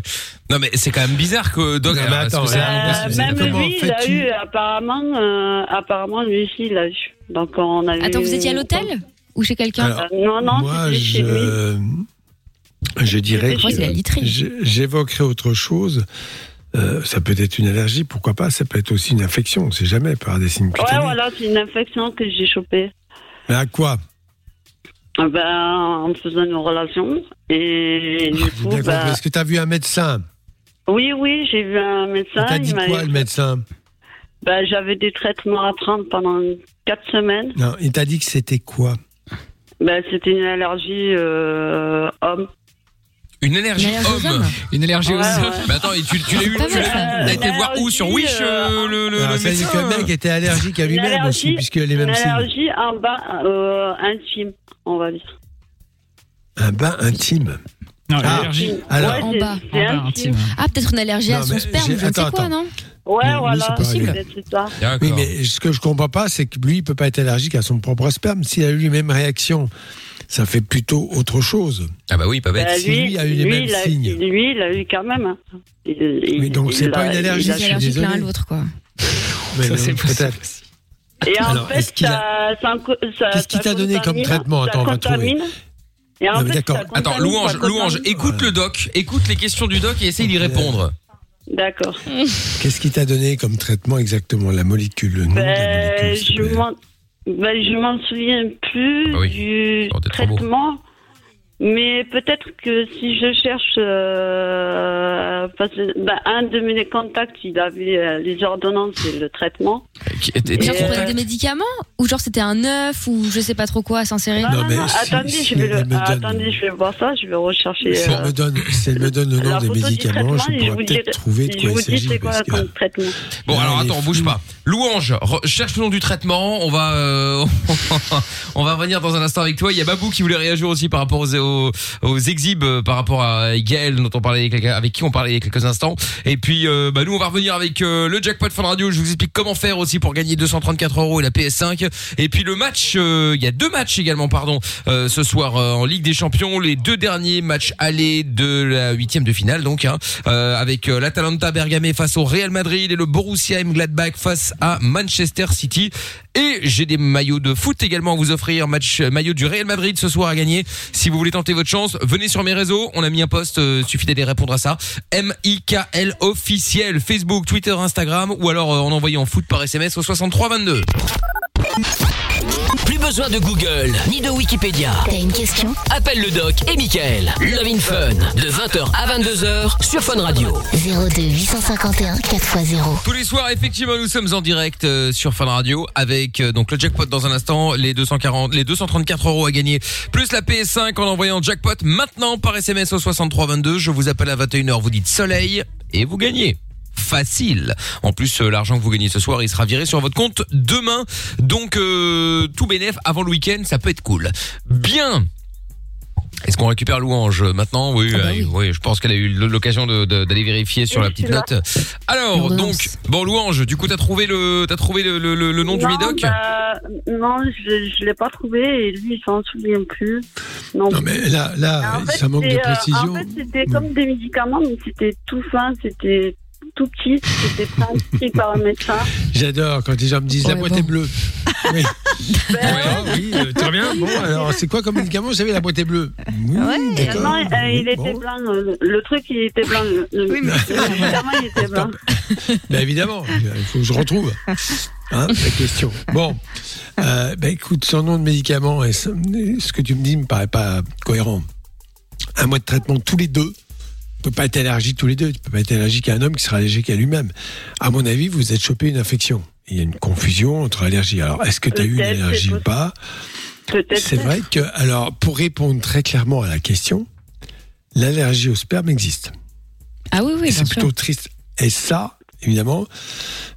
[SPEAKER 2] Non, mais c'est quand même bizarre que Dog.
[SPEAKER 3] Non, mais
[SPEAKER 2] alors, est-ce
[SPEAKER 3] attends,
[SPEAKER 2] que c'est
[SPEAKER 3] là,
[SPEAKER 2] un-
[SPEAKER 3] on
[SPEAKER 10] Euh,
[SPEAKER 3] parce que
[SPEAKER 10] même
[SPEAKER 3] comment
[SPEAKER 10] lui, il a
[SPEAKER 3] fais-tu
[SPEAKER 10] eu, apparemment, euh, apparemment, lui aussi, il a eu. Donc, on a eu-
[SPEAKER 4] Attends, vous étiez à l'hôtel Ou chez quelqu'un
[SPEAKER 3] Alors,
[SPEAKER 10] Euh, Non, non,
[SPEAKER 3] Moi,
[SPEAKER 10] c'était chez lui.
[SPEAKER 3] je, je dirais
[SPEAKER 10] C'était
[SPEAKER 4] Ouais, c'est la
[SPEAKER 3] que
[SPEAKER 4] literie.
[SPEAKER 3] je- j'évoquerai autre chose. Euh, ça peut être une allergie, pourquoi pas Ça peut être aussi une infection, on ne sait jamais, par des signes
[SPEAKER 10] Ouais,
[SPEAKER 3] cutanés.
[SPEAKER 10] voilà, c'est une infection que j'ai chopée.
[SPEAKER 3] Mais à quoi
[SPEAKER 10] Ah Ben, en faisant une relation. Et du
[SPEAKER 3] J'ai
[SPEAKER 10] coup,
[SPEAKER 3] Ah, bien
[SPEAKER 10] ben,
[SPEAKER 3] compris. Est-ce que tu as vu un médecin
[SPEAKER 10] oui, oui, j'ai vu un médecin.
[SPEAKER 3] Il t'a dit
[SPEAKER 10] il m'a-
[SPEAKER 3] quoi, le médecin
[SPEAKER 10] ben, J'avais des traitements à prendre pendant quatre semaines.
[SPEAKER 3] Non, il t'a dit que c'était quoi
[SPEAKER 10] Ben, C'était une allergie euh, homme.
[SPEAKER 2] Une énergie
[SPEAKER 4] Une allergie aux
[SPEAKER 2] homme.
[SPEAKER 4] hommes.
[SPEAKER 6] Une allergie aux
[SPEAKER 10] Ouais,
[SPEAKER 6] œufs.
[SPEAKER 10] ouais.
[SPEAKER 2] Mais attends, et tu, tu l'as eu,
[SPEAKER 4] Pas
[SPEAKER 2] tu
[SPEAKER 4] mal,
[SPEAKER 2] l'as-
[SPEAKER 4] ça.
[SPEAKER 2] t'as
[SPEAKER 10] Bah,
[SPEAKER 2] été voir où sur Wish euh, le, le,
[SPEAKER 3] Alors,
[SPEAKER 2] le
[SPEAKER 3] Ah, ça veut dire
[SPEAKER 2] médecin euh.
[SPEAKER 3] que le mec était allergique à
[SPEAKER 10] Une
[SPEAKER 3] lui-même aussi,
[SPEAKER 10] allergie-
[SPEAKER 3] puisqu'il a les
[SPEAKER 10] une
[SPEAKER 3] mêmes signes.
[SPEAKER 10] allergie en bas euh, intime, on va dire.
[SPEAKER 3] Un bain intime.
[SPEAKER 6] Non,
[SPEAKER 3] Ah.
[SPEAKER 6] l'allergie.
[SPEAKER 3] Alors,
[SPEAKER 10] Ouais,
[SPEAKER 4] En
[SPEAKER 10] c'est-
[SPEAKER 4] bas.
[SPEAKER 10] c'est
[SPEAKER 6] En bas,
[SPEAKER 10] intime.
[SPEAKER 6] intime.
[SPEAKER 4] Ah, peut-être une allergie à
[SPEAKER 3] Non,
[SPEAKER 4] son
[SPEAKER 3] mais
[SPEAKER 4] sperme,
[SPEAKER 3] j'ai-
[SPEAKER 4] je ne sais
[SPEAKER 3] attends,
[SPEAKER 4] quoi,
[SPEAKER 3] attends.
[SPEAKER 4] non
[SPEAKER 10] Ouais,
[SPEAKER 3] Mais oui,
[SPEAKER 10] voilà.
[SPEAKER 3] c'est possible.
[SPEAKER 10] peut-être c'est ça.
[SPEAKER 2] D'accord.
[SPEAKER 3] Oui, mais ce que je comprends pas, c'est que lui, il peut pas être allergique à son propre sperme. S'il a eu les mêmes réactions, ça fait plutôt autre chose.
[SPEAKER 2] Ah bah oui, pas bête.
[SPEAKER 10] Ben,
[SPEAKER 3] si lui a eu les mêmes
[SPEAKER 10] il a-
[SPEAKER 3] signes.
[SPEAKER 10] Lui, il a eu quand même. hein. Il- il-
[SPEAKER 3] Oui, donc
[SPEAKER 10] il
[SPEAKER 3] c'est pas
[SPEAKER 10] a-
[SPEAKER 3] une
[SPEAKER 10] il a-
[SPEAKER 3] allergie, je
[SPEAKER 4] Ils
[SPEAKER 3] suis
[SPEAKER 4] étaient allergiques l'un à
[SPEAKER 3] désolé.
[SPEAKER 4] l'autre, quoi.
[SPEAKER 3] Mais
[SPEAKER 6] Ça,
[SPEAKER 3] non,
[SPEAKER 6] c'est
[SPEAKER 3] peut-être.
[SPEAKER 10] Et en
[SPEAKER 3] Alors,
[SPEAKER 10] fait,
[SPEAKER 3] est-ce qu'il
[SPEAKER 10] ça, ça, ça-
[SPEAKER 3] Qu'est-ce qu'il
[SPEAKER 10] ça
[SPEAKER 3] t'a donné comme
[SPEAKER 10] contamine,
[SPEAKER 3] traitement
[SPEAKER 10] ça
[SPEAKER 3] Attends, on va
[SPEAKER 10] contamine. Et en
[SPEAKER 3] Non, mais
[SPEAKER 10] fait,
[SPEAKER 3] d'accord.
[SPEAKER 10] ça
[SPEAKER 2] Attends,
[SPEAKER 10] contamine,
[SPEAKER 2] louange,
[SPEAKER 10] ça contamine.
[SPEAKER 2] louange, écoute le doc, écoute les questions du doc et essaye d'y répondre.
[SPEAKER 10] D'accord.
[SPEAKER 3] Qu'est-ce qui t'a donné comme traitement exactement La molécule, le nom de la
[SPEAKER 10] Ben,
[SPEAKER 3] molécule, s'il te
[SPEAKER 10] je
[SPEAKER 3] plaît.
[SPEAKER 10] m'en, ben, je m'en souviens plus
[SPEAKER 2] Ah oui.
[SPEAKER 10] du
[SPEAKER 2] Oh, t'es trop beau.
[SPEAKER 10] traitement. Mais peut-être que si je cherche, euh, parce que, ben, un de mes contacts, il avait euh, les ordonnances et le traitement.
[SPEAKER 2] Qui- et- et-
[SPEAKER 4] Genre, tu
[SPEAKER 10] euh,
[SPEAKER 4] prenais des médicaments Ou genre, c'était un œuf Ou je sais pas trop quoi, s'insérer
[SPEAKER 3] Non, mais si-
[SPEAKER 10] attendez,
[SPEAKER 3] si
[SPEAKER 10] je vais le-
[SPEAKER 3] elle me donne-
[SPEAKER 10] attendez, je vais voir ça, je vais rechercher.
[SPEAKER 3] Si elle,
[SPEAKER 10] euh,
[SPEAKER 3] me donne, si elle me donne le nom
[SPEAKER 10] la
[SPEAKER 3] des
[SPEAKER 10] photo du
[SPEAKER 3] médicaments, je
[SPEAKER 10] traitement, et je
[SPEAKER 3] pourrais
[SPEAKER 10] vous
[SPEAKER 3] peut-être
[SPEAKER 10] dirai-
[SPEAKER 3] trouver de
[SPEAKER 10] je
[SPEAKER 3] quoi
[SPEAKER 10] vous
[SPEAKER 3] il
[SPEAKER 10] dis
[SPEAKER 3] s'agit.
[SPEAKER 10] c'est quoi
[SPEAKER 3] parce que-
[SPEAKER 10] comme traitement.
[SPEAKER 2] Bon,
[SPEAKER 3] Là,
[SPEAKER 2] alors
[SPEAKER 3] il est
[SPEAKER 2] attends, bouge
[SPEAKER 3] flou.
[SPEAKER 2] pas. Louange, re- cherche le nom du traitement. On va, euh, on va revenir dans un instant avec toi. Il y a Babou qui voulait réagir aussi par rapport aux, aux, aux exhibes, euh, par rapport à Gaël dont on parlait, il y a quelques- avec qui on parlait il y a quelques instants. Et puis, euh, bah, nous, on va revenir avec euh, le jackpot Fun Radio. Je vous explique comment faire aussi pour gagner 234 euros et la PS5. Et puis le match, euh, il y a deux matchs également, pardon, euh, ce soir euh, en Ligue des Champions, les deux derniers matchs allés de la huitième de finale, donc, hein, euh, avec euh, l'Atalanta Bergame face au Real Madrid et le Borussia Mönchengladbach face à Manchester City. Et j'ai des maillots de foot également à vous offrir, match euh, maillot du Real Madrid ce soir à gagner. Si vous voulez tenter votre chance, venez sur mes réseaux, on a mis un post, euh, suffit d'aller répondre à ça. M-I-K-L officiel, Facebook, Twitter, Instagram, ou alors euh, en envoyant foot par SMS au 6322.
[SPEAKER 1] Plus besoin de Google ni de Wikipédia.
[SPEAKER 7] T'as une question
[SPEAKER 1] Appelle le doc et Michael. Love in Fun de 20h à 22h sur Fun Radio.
[SPEAKER 7] 02 851 4x0.
[SPEAKER 2] Tous les soirs, effectivement, nous sommes en direct euh, sur Fun Radio avec euh, donc le jackpot dans un instant, les 240, les 234 euros à gagner, plus la PS5 en envoyant jackpot maintenant par SMS au 6322. Je vous appelle à 21h, vous dites soleil et vous gagnez. Facile. En plus, euh, l'argent que vous gagnez ce soir, il sera viré sur votre compte demain. Donc, euh, tout bénéf avant le week-end, ça peut être cool. Bien. Est-ce qu'on récupère louange maintenant oui,
[SPEAKER 4] Ah bah
[SPEAKER 2] euh,
[SPEAKER 4] oui.
[SPEAKER 2] oui, je pense qu'elle a eu l'occasion de- de- d'aller vérifier sur
[SPEAKER 10] Oui,
[SPEAKER 2] la
[SPEAKER 10] je
[SPEAKER 2] petite
[SPEAKER 10] suis là.
[SPEAKER 2] note. Alors,
[SPEAKER 4] L'ordonnance.
[SPEAKER 2] donc, bon, louange, du coup, t'as trouvé le, t'as trouvé le, le, le- le nom du médoc
[SPEAKER 10] bah, Non, je ne l'ai pas trouvé et lui, il s'en souvient plus. Non,
[SPEAKER 3] Non, mais là, là
[SPEAKER 10] En fait,
[SPEAKER 3] ça manque
[SPEAKER 10] c'est,
[SPEAKER 3] de
[SPEAKER 10] euh,
[SPEAKER 3] précision.
[SPEAKER 10] en fait, c'était comme des médicaments, mais c'était tout fin, c'était tout petit, c'était prescrit par un médecin.
[SPEAKER 3] J'adore quand les gens me disent la
[SPEAKER 4] Ouais,
[SPEAKER 3] boîte
[SPEAKER 4] bon.
[SPEAKER 3] est bleue. Oui.
[SPEAKER 2] Ouais.
[SPEAKER 3] D'accord, oui, euh, très bien. Bon, alors c'est quoi comme médicament Vous savez, la boîte est bleue. Oui,
[SPEAKER 11] Ouais,
[SPEAKER 3] d'accord.
[SPEAKER 10] Non, euh,
[SPEAKER 3] Oui,
[SPEAKER 10] il était
[SPEAKER 3] bon.
[SPEAKER 10] blanc. Le, le truc, il était blanc. Le, le-
[SPEAKER 11] Oui, mais c'est
[SPEAKER 10] le médicament, il était blanc.
[SPEAKER 3] Ben évidemment, il faut que je retrouve hein, la question. Bon, euh, ben écoute, son nom de médicament, et ce, ce que tu me dis me paraît pas cohérent. Un mois de traitement tous les deux. Tu peux pas être allergique tous les deux. Tu peux pas être allergique à un homme qui sera allergique à lui-même. À mon avis, vous êtes chopé une infection. Il y a une confusion entre allergies. Alors, est-ce que tu as eu une
[SPEAKER 10] Peut-être, c'est
[SPEAKER 3] allergie ou
[SPEAKER 10] possible.
[SPEAKER 3] pas
[SPEAKER 10] Peut-être.
[SPEAKER 3] C'est vrai que, alors, pour répondre très clairement à la question, l'allergie au sperme existe.
[SPEAKER 4] Ah oui, oui,
[SPEAKER 3] Et
[SPEAKER 4] bien
[SPEAKER 3] c'est
[SPEAKER 4] sûr.
[SPEAKER 3] plutôt triste. Et ça, évidemment.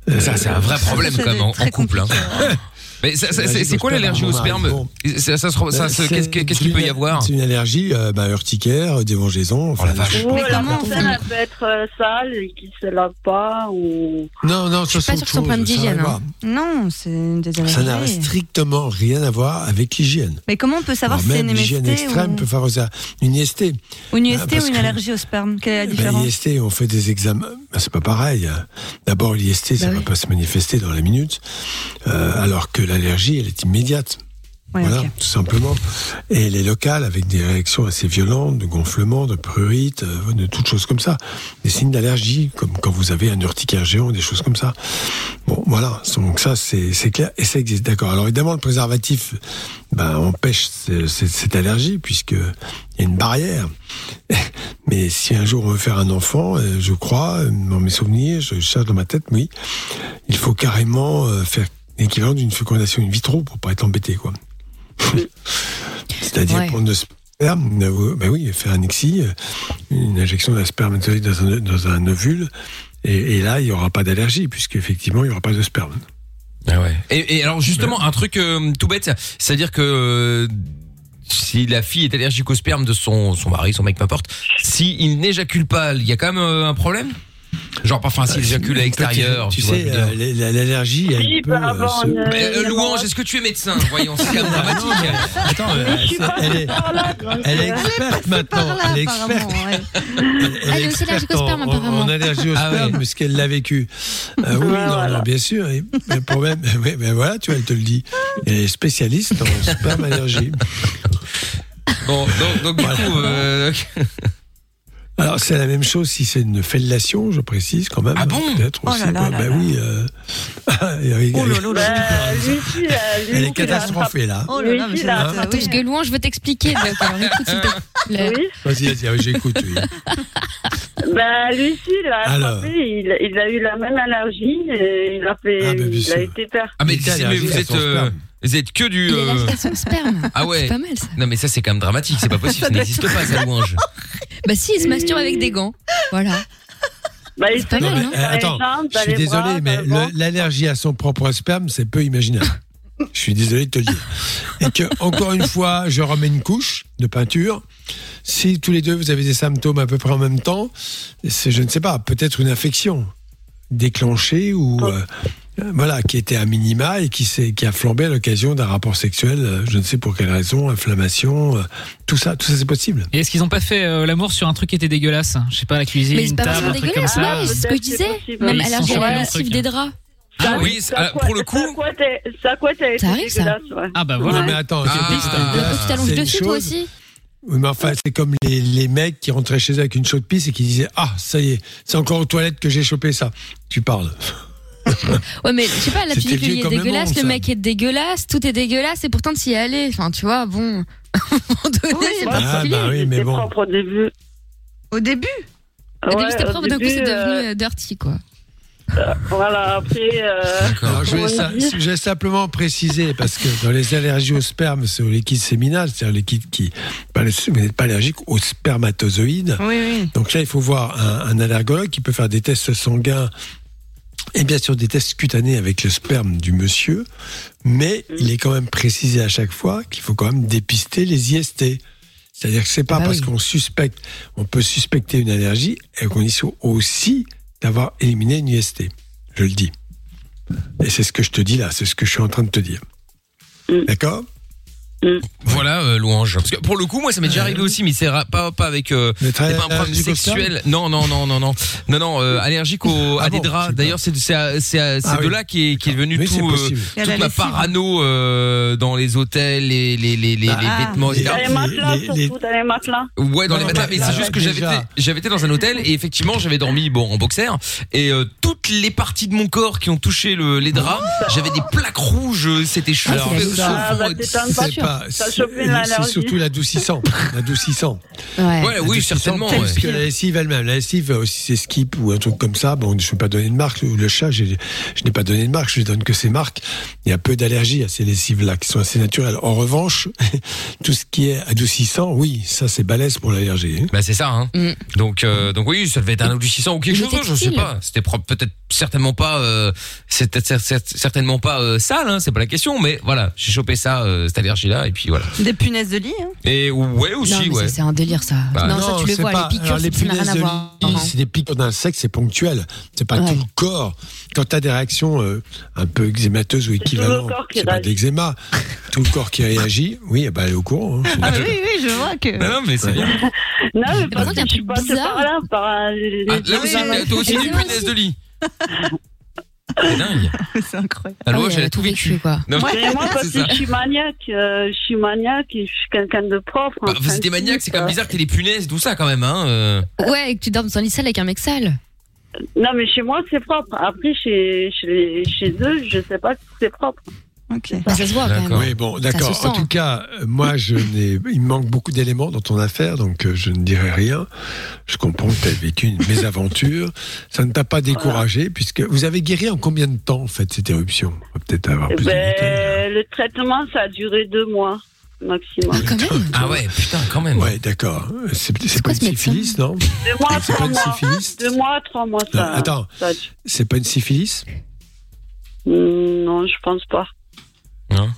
[SPEAKER 3] euh,
[SPEAKER 2] Ça, c'est un vrai problème quand même en, en couple. hein. Mais ça- ça- c'est c'est quoi l'allergie au sperme Ça- ça se re- ça
[SPEAKER 3] Euh,
[SPEAKER 2] se- Qu'est-ce qu'est-ce qu'il peut y avoir Oh,
[SPEAKER 3] C'est Bah, une allergie, euh, bah, urticaire, euh, démangeaison. enfin, des
[SPEAKER 10] Oh,
[SPEAKER 3] choses.
[SPEAKER 5] Ou
[SPEAKER 8] Mais
[SPEAKER 5] alors,
[SPEAKER 8] comment on
[SPEAKER 5] ça,
[SPEAKER 8] fait
[SPEAKER 5] elle peut être euh, sale et qui se lave pas ou.
[SPEAKER 3] Non, non,
[SPEAKER 4] Je suis
[SPEAKER 3] ça,
[SPEAKER 4] pas
[SPEAKER 3] c'est autre
[SPEAKER 4] sûre que son
[SPEAKER 3] chose,
[SPEAKER 4] problème
[SPEAKER 3] ça n'a rien
[SPEAKER 4] d'hygiène,
[SPEAKER 3] à
[SPEAKER 4] hein.
[SPEAKER 3] voir.
[SPEAKER 8] Non, c'est une
[SPEAKER 3] Ça n'a
[SPEAKER 8] désallergie.
[SPEAKER 3] strictement rien à voir avec l'hygiène.
[SPEAKER 8] Mais comment on peut savoir
[SPEAKER 3] Alors
[SPEAKER 8] si c'est une
[SPEAKER 3] Ah, même l'hygiène
[SPEAKER 8] MST
[SPEAKER 3] extrême
[SPEAKER 8] ou,
[SPEAKER 3] peut favoriser une IST.
[SPEAKER 8] ou une
[SPEAKER 3] Ah,
[SPEAKER 8] UST
[SPEAKER 3] parce
[SPEAKER 8] ou une
[SPEAKER 3] que-
[SPEAKER 8] allergie au sperme Quelle est la
[SPEAKER 3] Ben,
[SPEAKER 8] différence
[SPEAKER 3] l'IST, on fait des examens. Ben, c'est pas pareil. D'abord, l'IST, ça
[SPEAKER 4] Bah
[SPEAKER 3] va
[SPEAKER 4] oui.
[SPEAKER 3] pas se manifester dans la minute, euh, alors que l'allergie, elle est immédiate.
[SPEAKER 8] Ouais,
[SPEAKER 3] voilà,
[SPEAKER 8] ok.
[SPEAKER 3] tout simplement. Et elle est locale, avec des réactions assez violentes, de gonflement, de prurite, euh, de toutes choses comme ça. Des signes d'allergie, comme quand vous avez un urticaire géant, des choses comme ça. Bon, voilà. Donc ça, c'est c'est clair. Et ça existe, d'accord. Alors évidemment, le préservatif ben, empêche ce- ce- cette allergie, puisque il y a une barrière. Mais si un jour on veut faire un enfant, euh, je crois, euh, dans mes souvenirs, je cherche dans ma tête, oui, il faut carrément euh, faire l'équivalent d'une fécondation in vitro pour pas être embêté, quoi. C'est-à-dire
[SPEAKER 4] Ouais.
[SPEAKER 3] prendre le sperme, euh, ben oui, faire un ICSI, euh, une injection d'un spermatozoïde dans un, dans un ovule, et, et là, il n'y aura pas d'allergie, puisqu'effectivement, il n'y aura pas de sperme.
[SPEAKER 2] Ah ouais. et, et alors justement un truc euh, tout bête, ça- c'est-à-dire que euh, si la fille est allergique au sperme de son son mari, son mec, peu importe, si il n'éjacule pas, il y a quand même euh, un problème. Genre pas, enfin s'il éjacule à l'extérieur,
[SPEAKER 3] Bah, Euh, tu,
[SPEAKER 2] vois, je
[SPEAKER 3] sais,
[SPEAKER 2] veux dire.
[SPEAKER 3] euh, la- la- l'allergie, elle
[SPEAKER 5] Oui, il
[SPEAKER 3] peut,
[SPEAKER 5] peut
[SPEAKER 3] euh,
[SPEAKER 5] avoir
[SPEAKER 3] se-
[SPEAKER 5] une.
[SPEAKER 2] Mais, euh,
[SPEAKER 5] une
[SPEAKER 2] louange,
[SPEAKER 5] hémorragie.
[SPEAKER 2] est-ce que tu es médecin Voyons, c'est quand même dramatique.
[SPEAKER 3] Attends, euh,
[SPEAKER 5] Mais je suis pas
[SPEAKER 3] elle est-
[SPEAKER 5] par là, donc,
[SPEAKER 3] elle est
[SPEAKER 5] euh,
[SPEAKER 3] experte maintenant. Elle est experte.
[SPEAKER 8] apparemment, ouais.
[SPEAKER 4] Elle est aussi allergique au sperme,
[SPEAKER 3] en- en-
[SPEAKER 4] apparemment.
[SPEAKER 3] En allergie au
[SPEAKER 2] Ah
[SPEAKER 3] sperme,
[SPEAKER 2] ouais.
[SPEAKER 3] puisqu'elle l'a vécu. Euh, oui,
[SPEAKER 5] Ouais,
[SPEAKER 3] non,
[SPEAKER 5] voilà.
[SPEAKER 3] non, bien sûr. Et le problème, oui, ben voilà, tu vois, elle te le dit. Elle est spécialiste en sperme allergie.
[SPEAKER 2] Bon, donc, donc du coup, euh,
[SPEAKER 3] Alors, c'est la même chose si c'est une fellation, je précise quand même.
[SPEAKER 2] Ah bon
[SPEAKER 3] hein, Peut-être
[SPEAKER 8] Oh
[SPEAKER 3] aussi.
[SPEAKER 8] là là
[SPEAKER 3] quoi.
[SPEAKER 8] là
[SPEAKER 3] ben
[SPEAKER 8] là.
[SPEAKER 3] oui. euh, et avec- Euh,
[SPEAKER 5] bah, lui aussi, là, lui
[SPEAKER 3] Elle
[SPEAKER 5] aussi,
[SPEAKER 3] est
[SPEAKER 5] il a
[SPEAKER 3] catastrophée, là.
[SPEAKER 8] Oh là là, mais
[SPEAKER 5] Oui,
[SPEAKER 8] ça
[SPEAKER 5] là.
[SPEAKER 8] doit être-
[SPEAKER 4] Touche de loin, je veux t'expliquer. Doc. Alors, écoute, s'il te plaît.
[SPEAKER 5] attrapé- Oui.
[SPEAKER 3] Vas-y, vas-y, ah, j'écoute. oui.
[SPEAKER 5] Bah, lui aussi, il a
[SPEAKER 3] Alors.
[SPEAKER 5] attrapé, il, il a eu la même allergie, et il a, fait,
[SPEAKER 3] Ah, bah, bien
[SPEAKER 5] il
[SPEAKER 3] sûr.
[SPEAKER 5] a été perdu.
[SPEAKER 2] ah mais,
[SPEAKER 3] T'es
[SPEAKER 2] mais
[SPEAKER 3] allergique
[SPEAKER 2] vous
[SPEAKER 3] à
[SPEAKER 2] êtes
[SPEAKER 3] son
[SPEAKER 2] euh,
[SPEAKER 3] sperme.
[SPEAKER 2] vous êtes que du
[SPEAKER 4] Il est
[SPEAKER 2] euh,
[SPEAKER 4] allergique à son sperme.
[SPEAKER 2] Ah ouais.
[SPEAKER 4] C'est pas mal ça.
[SPEAKER 2] Non mais ça c'est quand même dramatique, c'est pas possible, ça n'existe pas ça louange.
[SPEAKER 4] Bah si, il se masturbe avec des gants. Voilà.
[SPEAKER 5] Bah, il
[SPEAKER 4] C'est pas
[SPEAKER 5] se
[SPEAKER 4] mal, hein.
[SPEAKER 5] met
[SPEAKER 4] non
[SPEAKER 5] dans les
[SPEAKER 3] Euh, Attends,
[SPEAKER 5] jambes,
[SPEAKER 3] je
[SPEAKER 5] dans
[SPEAKER 3] suis
[SPEAKER 5] les bras,
[SPEAKER 3] désolé,
[SPEAKER 5] dans
[SPEAKER 3] mais
[SPEAKER 5] le ventre.
[SPEAKER 3] le- l'allergie à son propre sperme, c'est peu imaginable. je suis désolé de te le dire. Et que, encore une fois, je remets une couche de peinture. Si tous les deux, vous avez des symptômes à peu près en même temps, c'est, je ne sais pas, peut-être une infection déclenchée ou.
[SPEAKER 5] Oh.
[SPEAKER 3] euh, euh, voilà, qui était à minima et qui, s'est- qui a flambé à l'occasion d'un rapport sexuel, euh, je ne sais pour quelle raison, inflammation, euh, tout ça, tout ça c'est possible.
[SPEAKER 6] Et est-ce qu'ils ont pas fait euh, l'amour sur un truc qui était dégueulasse Je sais pas, la cuisine,
[SPEAKER 4] Mais c'est
[SPEAKER 6] une
[SPEAKER 4] pas
[SPEAKER 6] table,
[SPEAKER 4] vraiment
[SPEAKER 6] un truc comme
[SPEAKER 4] dégueulasse. Ah
[SPEAKER 6] ça.
[SPEAKER 4] Ouais, c'est ce que je disais.
[SPEAKER 5] possible.
[SPEAKER 4] Même
[SPEAKER 6] Ils sont
[SPEAKER 4] allergie
[SPEAKER 6] champions, le
[SPEAKER 4] réactive
[SPEAKER 6] truc,
[SPEAKER 4] des
[SPEAKER 6] hein.
[SPEAKER 4] draps.
[SPEAKER 2] Ah oui,
[SPEAKER 5] Ça,
[SPEAKER 2] alors,
[SPEAKER 5] quoi-
[SPEAKER 2] pour le
[SPEAKER 5] ça,
[SPEAKER 2] coup,
[SPEAKER 5] quoi, t'es- ça, quoi, t'as été
[SPEAKER 4] arrive, ça.
[SPEAKER 5] dégueulasse, ouais.
[SPEAKER 6] Ah bah
[SPEAKER 3] Non,
[SPEAKER 6] voilà.
[SPEAKER 3] mais attends,
[SPEAKER 2] Ah.
[SPEAKER 3] c'est- c'est-
[SPEAKER 2] Ah,
[SPEAKER 4] Pourquoi tu t'allonges
[SPEAKER 3] c'est une
[SPEAKER 4] dessus toi
[SPEAKER 3] chose.
[SPEAKER 4] aussi
[SPEAKER 3] Oui, mais enfin, c'est comme les, les mecs qui rentraient chez eux avec une chaude pisse et qui disaient Ah, ça y est, c'est encore aux toilettes que j'ai chopé ça. Tu parles.
[SPEAKER 4] Ouais, mais je sais pas, la
[SPEAKER 3] C'était vieux
[SPEAKER 4] pellicule est
[SPEAKER 3] comme le
[SPEAKER 4] dégueulasse,
[SPEAKER 3] monde,
[SPEAKER 4] le
[SPEAKER 3] ça.
[SPEAKER 4] mec est dégueulasse, tout est dégueulasse et pourtant t'y es allé. Enfin, tu vois, bon. À un moment donné, c'est
[SPEAKER 5] bah,
[SPEAKER 4] pas-
[SPEAKER 3] Ah, bah oui,
[SPEAKER 5] J'étais
[SPEAKER 3] mais bon.
[SPEAKER 5] propre au début.
[SPEAKER 8] Au début
[SPEAKER 4] Au
[SPEAKER 5] Ouais,
[SPEAKER 4] début, c'était
[SPEAKER 5] au
[SPEAKER 4] propre, d'un coup,
[SPEAKER 5] début,
[SPEAKER 4] c'est
[SPEAKER 5] euh,
[SPEAKER 4] devenu euh, dirty, quoi.
[SPEAKER 5] Voilà, après. euh,
[SPEAKER 3] Alors,
[SPEAKER 2] d'accord.
[SPEAKER 3] je vais,
[SPEAKER 5] Comment
[SPEAKER 3] sa-
[SPEAKER 5] dire
[SPEAKER 3] je vais simplement préciser, parce que dans les allergies au sperme, c'est au liquide séminal, c'est-à-dire liquide qui. pas le- Vous n'êtes pas allergique aux spermatozoïdes.
[SPEAKER 8] Oui, oui.
[SPEAKER 3] Donc là, il faut voir un, un allergologue qui peut faire des tests sanguins et bien sûr des tests cutanés avec le sperme du monsieur. Mais il est quand même précisé à chaque fois qu'il faut quand même dépister les IST. C'est-à-dire que c'est pas
[SPEAKER 4] bah
[SPEAKER 3] parce
[SPEAKER 4] oui.
[SPEAKER 3] qu'on suspecte, on peut suspecter une allergie à condition aussi d'avoir éliminé une IST. Je le dis. Et c'est ce que je te dis là, c'est ce que je suis en train de te dire.
[SPEAKER 5] Mm.
[SPEAKER 3] D'accord
[SPEAKER 2] Voilà euh, louange. Parce que pour le coup, moi ça m'est déjà arrivé aussi, mais c'est ra- pas pas avec euh,
[SPEAKER 3] Mais
[SPEAKER 2] C'est pas un problème
[SPEAKER 3] allergique au sperme
[SPEAKER 2] sexuel. Non, non, non, non, non. Non, non, euh, allergique au,
[SPEAKER 3] Ah
[SPEAKER 2] à des
[SPEAKER 3] bon,
[SPEAKER 2] draps.
[SPEAKER 3] c'est
[SPEAKER 2] D'ailleurs, c'est c'est à- c'est à- c'est
[SPEAKER 3] Ah
[SPEAKER 2] de
[SPEAKER 3] oui.
[SPEAKER 2] là qui est, qui est devenu
[SPEAKER 3] Oui, c'est
[SPEAKER 2] tout, euh,
[SPEAKER 3] possible.
[SPEAKER 8] Il y a la
[SPEAKER 2] toute ma
[SPEAKER 8] lessive.
[SPEAKER 2] parano euh, dans les hôtels, les, les, les, les,
[SPEAKER 8] Ah.
[SPEAKER 2] les vêtements, etc.
[SPEAKER 5] Dans les
[SPEAKER 3] Les-
[SPEAKER 5] matelas,
[SPEAKER 3] les- les-
[SPEAKER 5] surtout, dans les matelas.
[SPEAKER 2] Ouais, dans
[SPEAKER 3] Non,
[SPEAKER 2] les
[SPEAKER 3] non,
[SPEAKER 2] matelas.
[SPEAKER 3] mais
[SPEAKER 2] Mais c'est
[SPEAKER 3] là,
[SPEAKER 2] juste que j'avais
[SPEAKER 3] déjà.
[SPEAKER 2] été, j'avais été dans un hôtel et effectivement, j'avais dormi bon en boxer et euh, toutes les parties de mon corps qui ont touché le, les draps, j'avais des plaques rouges. C'était chaud.
[SPEAKER 3] Alors,
[SPEAKER 2] euh,
[SPEAKER 3] ça,
[SPEAKER 2] chaud,
[SPEAKER 5] Ah, bah,
[SPEAKER 2] froid.
[SPEAKER 5] t'étonnes pas.
[SPEAKER 3] C'est pas, Voilà,
[SPEAKER 10] Ça
[SPEAKER 3] c'est
[SPEAKER 10] chope une allergie.
[SPEAKER 3] c'est surtout l'adoucissant. L'adoucissant.
[SPEAKER 4] Ouais.
[SPEAKER 2] Ouais, oui,
[SPEAKER 3] L'adoucissant,
[SPEAKER 2] certainement.
[SPEAKER 3] tel
[SPEAKER 2] ouais.
[SPEAKER 3] que la lessive elle-même. La lessive, euh, si c'est Skip ou un truc comme ça, bon, je ne peux pas donner de marque. Ou le chat, j'ai- je n'ai pas donné de marque, je ne donne que ces marques. Il y a peu d'allergies à ces lessives-là, qui sont assez naturelles. En revanche, tout ce qui est adoucissant, oui, ça, c'est balèze pour l'allergie. hein.
[SPEAKER 2] Bah c'est ça. Hein.
[SPEAKER 4] Mm.
[SPEAKER 2] Donc euh, donc oui, ça devait être un adoucissant ou quelque
[SPEAKER 4] Et
[SPEAKER 2] chose
[SPEAKER 4] le
[SPEAKER 2] d'autre, je sais
[SPEAKER 4] textile.
[SPEAKER 2] pas. C'était pro- peut-être certainement pas euh, c'était cer- cer- certainement pas euh, sale hein, c'est pas la question mais voilà, j'ai chopé ça euh, cette allergie là et puis voilà.
[SPEAKER 12] Des punaises de lit. hein.
[SPEAKER 2] Et ouais
[SPEAKER 4] Non,
[SPEAKER 2] aussi
[SPEAKER 4] mais
[SPEAKER 2] ouais.
[SPEAKER 4] ça, c'est un délire ça.
[SPEAKER 2] Bah,
[SPEAKER 4] non, ça tu le
[SPEAKER 3] c'est
[SPEAKER 4] vois,
[SPEAKER 3] pas-
[SPEAKER 4] les piqûres,
[SPEAKER 3] alors, les
[SPEAKER 4] ça
[SPEAKER 3] punaises
[SPEAKER 4] n'a rien à
[SPEAKER 3] de
[SPEAKER 4] voir.
[SPEAKER 3] lit,
[SPEAKER 4] Non.
[SPEAKER 3] C'est des piqûres d'insectes, c'est ponctuel. C'est pas
[SPEAKER 4] Ouais.
[SPEAKER 3] tout le corps. Quand tu as des réactions euh, un peu eczémateuses ou
[SPEAKER 10] tout le
[SPEAKER 3] équivalentes,
[SPEAKER 10] corps qui
[SPEAKER 3] c'est pas de
[SPEAKER 10] réagit.
[SPEAKER 3] l'eczéma. tout le corps qui réagit, oui, eh ben, elle est au courant. hein. C'est
[SPEAKER 12] Ah
[SPEAKER 3] naturel.
[SPEAKER 12] oui, oui, je vois que.
[SPEAKER 2] Bah Non, non mais c'est bien.
[SPEAKER 10] Non, mais
[SPEAKER 4] par exemple, il y a un
[SPEAKER 10] je suis
[SPEAKER 4] truc
[SPEAKER 10] passée
[SPEAKER 4] bizarre.
[SPEAKER 10] par là, par un- les-
[SPEAKER 2] Ah,
[SPEAKER 10] les-
[SPEAKER 2] là aussi,
[SPEAKER 12] ouais.
[SPEAKER 2] toi aussi
[SPEAKER 4] Et
[SPEAKER 2] tu
[SPEAKER 4] moi
[SPEAKER 2] punaise
[SPEAKER 4] aussi.
[SPEAKER 2] de lit. C'est dingue.
[SPEAKER 12] C'est incroyable.
[SPEAKER 2] La
[SPEAKER 4] Ah
[SPEAKER 2] loi,
[SPEAKER 4] oui,
[SPEAKER 2] j'ai
[SPEAKER 4] elle a
[SPEAKER 2] tout vécu.
[SPEAKER 4] quoi.
[SPEAKER 2] Non, mais-
[SPEAKER 10] Mais moi,
[SPEAKER 2] c'est
[SPEAKER 10] parce que
[SPEAKER 2] ça.
[SPEAKER 10] je suis maniaque, euh, je suis maniaque et je suis quelqu'un de propre.
[SPEAKER 2] Bah,
[SPEAKER 10] en
[SPEAKER 2] vous
[SPEAKER 10] principe,
[SPEAKER 2] étiez maniaque, c'est quand même
[SPEAKER 10] euh.
[SPEAKER 2] bizarre que t'aies les punaises, tout ça quand même. Hein. euh.
[SPEAKER 4] Ouais, et que tu dormes dans un lit sale avec un mec sale.
[SPEAKER 10] Non, mais chez moi, c'est propre. Après, chez, chez, les- chez eux, je sais pas si c'est propre.
[SPEAKER 12] Ok.
[SPEAKER 4] Bah, ça se voit quand
[SPEAKER 2] D'accord.
[SPEAKER 4] même.
[SPEAKER 3] Oui, bon, d'accord.
[SPEAKER 4] se sent.
[SPEAKER 3] En tout cas, euh, moi, je n'ai, il me manque beaucoup d'éléments dans ton affaire, donc euh, je ne dirai rien. Je comprends que tu as vécu une mésaventure. Ça ne t'a pas découragé, puisque vous avez guéri en combien de temps, en fait, cette éruption On va Peut-être avoir
[SPEAKER 10] Eh
[SPEAKER 3] plus de détails.
[SPEAKER 10] Ben, le traitement, ça a duré deux mois maximum.
[SPEAKER 4] Ah, quand même.
[SPEAKER 2] Ah ouais, putain, quand même.
[SPEAKER 3] Ouais, d'accord. C'est, c'est pas
[SPEAKER 4] quoi
[SPEAKER 3] une
[SPEAKER 4] ce médecin
[SPEAKER 3] syphilis, non
[SPEAKER 10] Deux mois,
[SPEAKER 3] C'est
[SPEAKER 10] trois
[SPEAKER 3] pas une
[SPEAKER 10] mois.
[SPEAKER 3] syphilis
[SPEAKER 10] Deux mois, trois mois,
[SPEAKER 3] Non,
[SPEAKER 10] ça.
[SPEAKER 3] Attends,
[SPEAKER 10] ça a duré.
[SPEAKER 3] c'est pas une syphilis
[SPEAKER 10] Hmm, Non, je pense pas.
[SPEAKER 2] Non.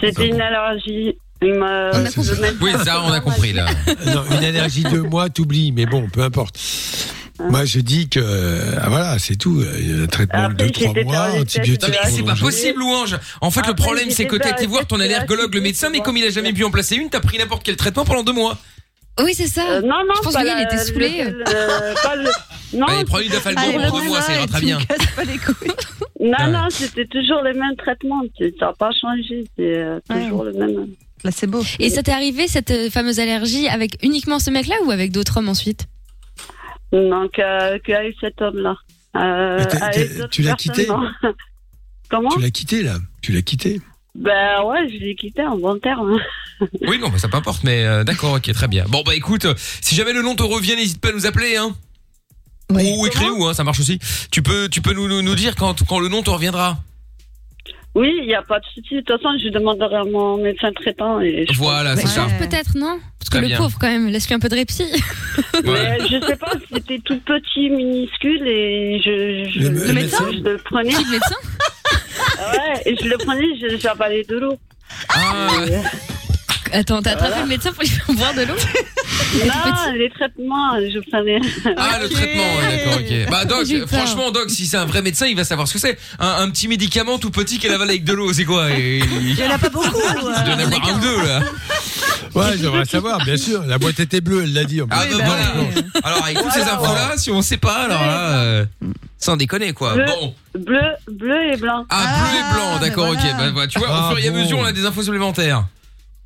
[SPEAKER 10] C'était une allergie. euh, Il m'a.
[SPEAKER 3] Ah, c'est ça.
[SPEAKER 2] Oui, ça, on a compris là.
[SPEAKER 3] Ah, Non, une allergie de moi, t'oublies, mais bon, peu importe. Moi, je dis que, euh, ah, voilà, c'est tout. Il y a un traitement
[SPEAKER 10] Après,
[SPEAKER 3] de 2-3
[SPEAKER 10] Ah, j'étais
[SPEAKER 3] mois,
[SPEAKER 10] faire les
[SPEAKER 2] Non,
[SPEAKER 3] antibiotiques
[SPEAKER 10] tests, euh,
[SPEAKER 2] mais c'est pas
[SPEAKER 10] Prolongé.
[SPEAKER 3] prolongés.
[SPEAKER 2] possible, Louange. En fait, le
[SPEAKER 10] Après,
[SPEAKER 2] problème,
[SPEAKER 10] j'ai
[SPEAKER 2] c'est que
[SPEAKER 10] fait
[SPEAKER 2] t'as
[SPEAKER 10] ça,
[SPEAKER 2] été voir ton
[SPEAKER 10] j'ai fait
[SPEAKER 2] allergologue,
[SPEAKER 10] ça,
[SPEAKER 2] le médecin, mais
[SPEAKER 10] j'ai
[SPEAKER 2] comme il a jamais
[SPEAKER 10] fait
[SPEAKER 2] pu en placer une, t'as pris n'importe quel traitement pendant deux mois.
[SPEAKER 4] Oui, c'est ça.
[SPEAKER 10] Euh, non, non,
[SPEAKER 4] Je pense
[SPEAKER 10] pas
[SPEAKER 4] que lui, il
[SPEAKER 10] la-
[SPEAKER 4] était saoulé.
[SPEAKER 10] le- euh, pas le- Non,
[SPEAKER 2] Allez, prends une dafalbo
[SPEAKER 12] Allez,
[SPEAKER 2] pendant deux
[SPEAKER 12] prends
[SPEAKER 2] mois,
[SPEAKER 12] ça
[SPEAKER 2] ça ira
[SPEAKER 12] et
[SPEAKER 2] très
[SPEAKER 12] tu
[SPEAKER 2] bien.
[SPEAKER 12] me casses pas les couilles.
[SPEAKER 10] non,
[SPEAKER 2] Ouais.
[SPEAKER 10] non, c'était toujours les mêmes traitements. c'est- Ça n'a pas changé. C'est euh,
[SPEAKER 4] Ah
[SPEAKER 10] toujours le même.
[SPEAKER 12] Là, c'est beau.
[SPEAKER 4] Et ça t'est arrivé, cette euh, fameuse allergie, avec uniquement ce mec-là ou avec d'autres hommes ensuite
[SPEAKER 10] Donc, euh, qu'avec cet homme-là. Euh,
[SPEAKER 3] Mais t'es- t'es-
[SPEAKER 10] avec d'autres
[SPEAKER 3] tu l'as
[SPEAKER 10] personnes,
[SPEAKER 3] quitté
[SPEAKER 10] non. Comment
[SPEAKER 3] Tu l'as quitté, là. Tu l'as quitté.
[SPEAKER 10] Ben ouais, je l'ai quitté en bon terme.
[SPEAKER 2] Oui, non, mais ça peu importe, mais euh, d'accord, ok, très bien. Bon, bah écoute, euh, si jamais le nom te revient, n'hésite pas à nous appeler, hein.
[SPEAKER 4] Ouais.
[SPEAKER 2] Ou écris-nous, hein, ça marche aussi. Tu peux, tu peux nous, nous, nous dire quand, quand le nom te reviendra.
[SPEAKER 10] Oui, il n'y a pas de souci. De toute façon, je demanderai à mon médecin traitant. Et je...
[SPEAKER 2] Voilà, c'est
[SPEAKER 12] Ouais.
[SPEAKER 2] ça.
[SPEAKER 12] Ouais.
[SPEAKER 4] Peut-être, non Parce que
[SPEAKER 2] Très
[SPEAKER 4] le
[SPEAKER 2] bien.
[SPEAKER 4] pauvre, quand même, laisse-lui un peu de répit.
[SPEAKER 2] Ouais.
[SPEAKER 10] Mais je sais pas, c'était tout petit, minuscule, et je, je,
[SPEAKER 3] Le-
[SPEAKER 10] je-
[SPEAKER 3] le
[SPEAKER 10] médecin,
[SPEAKER 3] médecin
[SPEAKER 10] je le prenais, Ah
[SPEAKER 4] Le médecin
[SPEAKER 10] ouais, et je le prenais, je- j'avalais de l'eau.
[SPEAKER 2] Ah,
[SPEAKER 4] Attends, t'as attrapé le médecin pour lui faire boire de l'eau
[SPEAKER 10] Non, les traitements, je prenais.
[SPEAKER 2] ah, le traitement, ouais, d'accord, ok. Bah, Doc,
[SPEAKER 4] J'ai eu peur.
[SPEAKER 2] franchement, Doc, si c'est un vrai médecin, il va savoir ce que c'est. Un, un petit médicament tout petit qu'elle avale avec de l'eau, c'est quoi Et- Il
[SPEAKER 12] Il y en a pas beaucoup.
[SPEAKER 2] doit y en avoir un ou deux, là.
[SPEAKER 3] Ouais, j'aimerais savoir, bien sûr. La boîte était bleue, elle l'a dit. en
[SPEAKER 2] Ah,
[SPEAKER 3] plus.
[SPEAKER 2] bah,
[SPEAKER 12] bah
[SPEAKER 2] voilà.
[SPEAKER 12] ouais.
[SPEAKER 2] Alors, avec toutes ces
[SPEAKER 10] Voilà,
[SPEAKER 2] infos-là, si on sait pas, alors là, euh, sans déconner, quoi.
[SPEAKER 10] Le-
[SPEAKER 2] Bon.
[SPEAKER 10] Bleu, bleu et blanc.
[SPEAKER 2] Ah,
[SPEAKER 12] Ah,
[SPEAKER 2] bleu et blanc,
[SPEAKER 12] mais
[SPEAKER 2] d'accord, ok.
[SPEAKER 12] voilà.
[SPEAKER 2] Bah, bah, tu vois,
[SPEAKER 3] Ah,
[SPEAKER 2] au fur et à
[SPEAKER 3] bon.
[SPEAKER 2] mesure, on a des infos supplémentaires.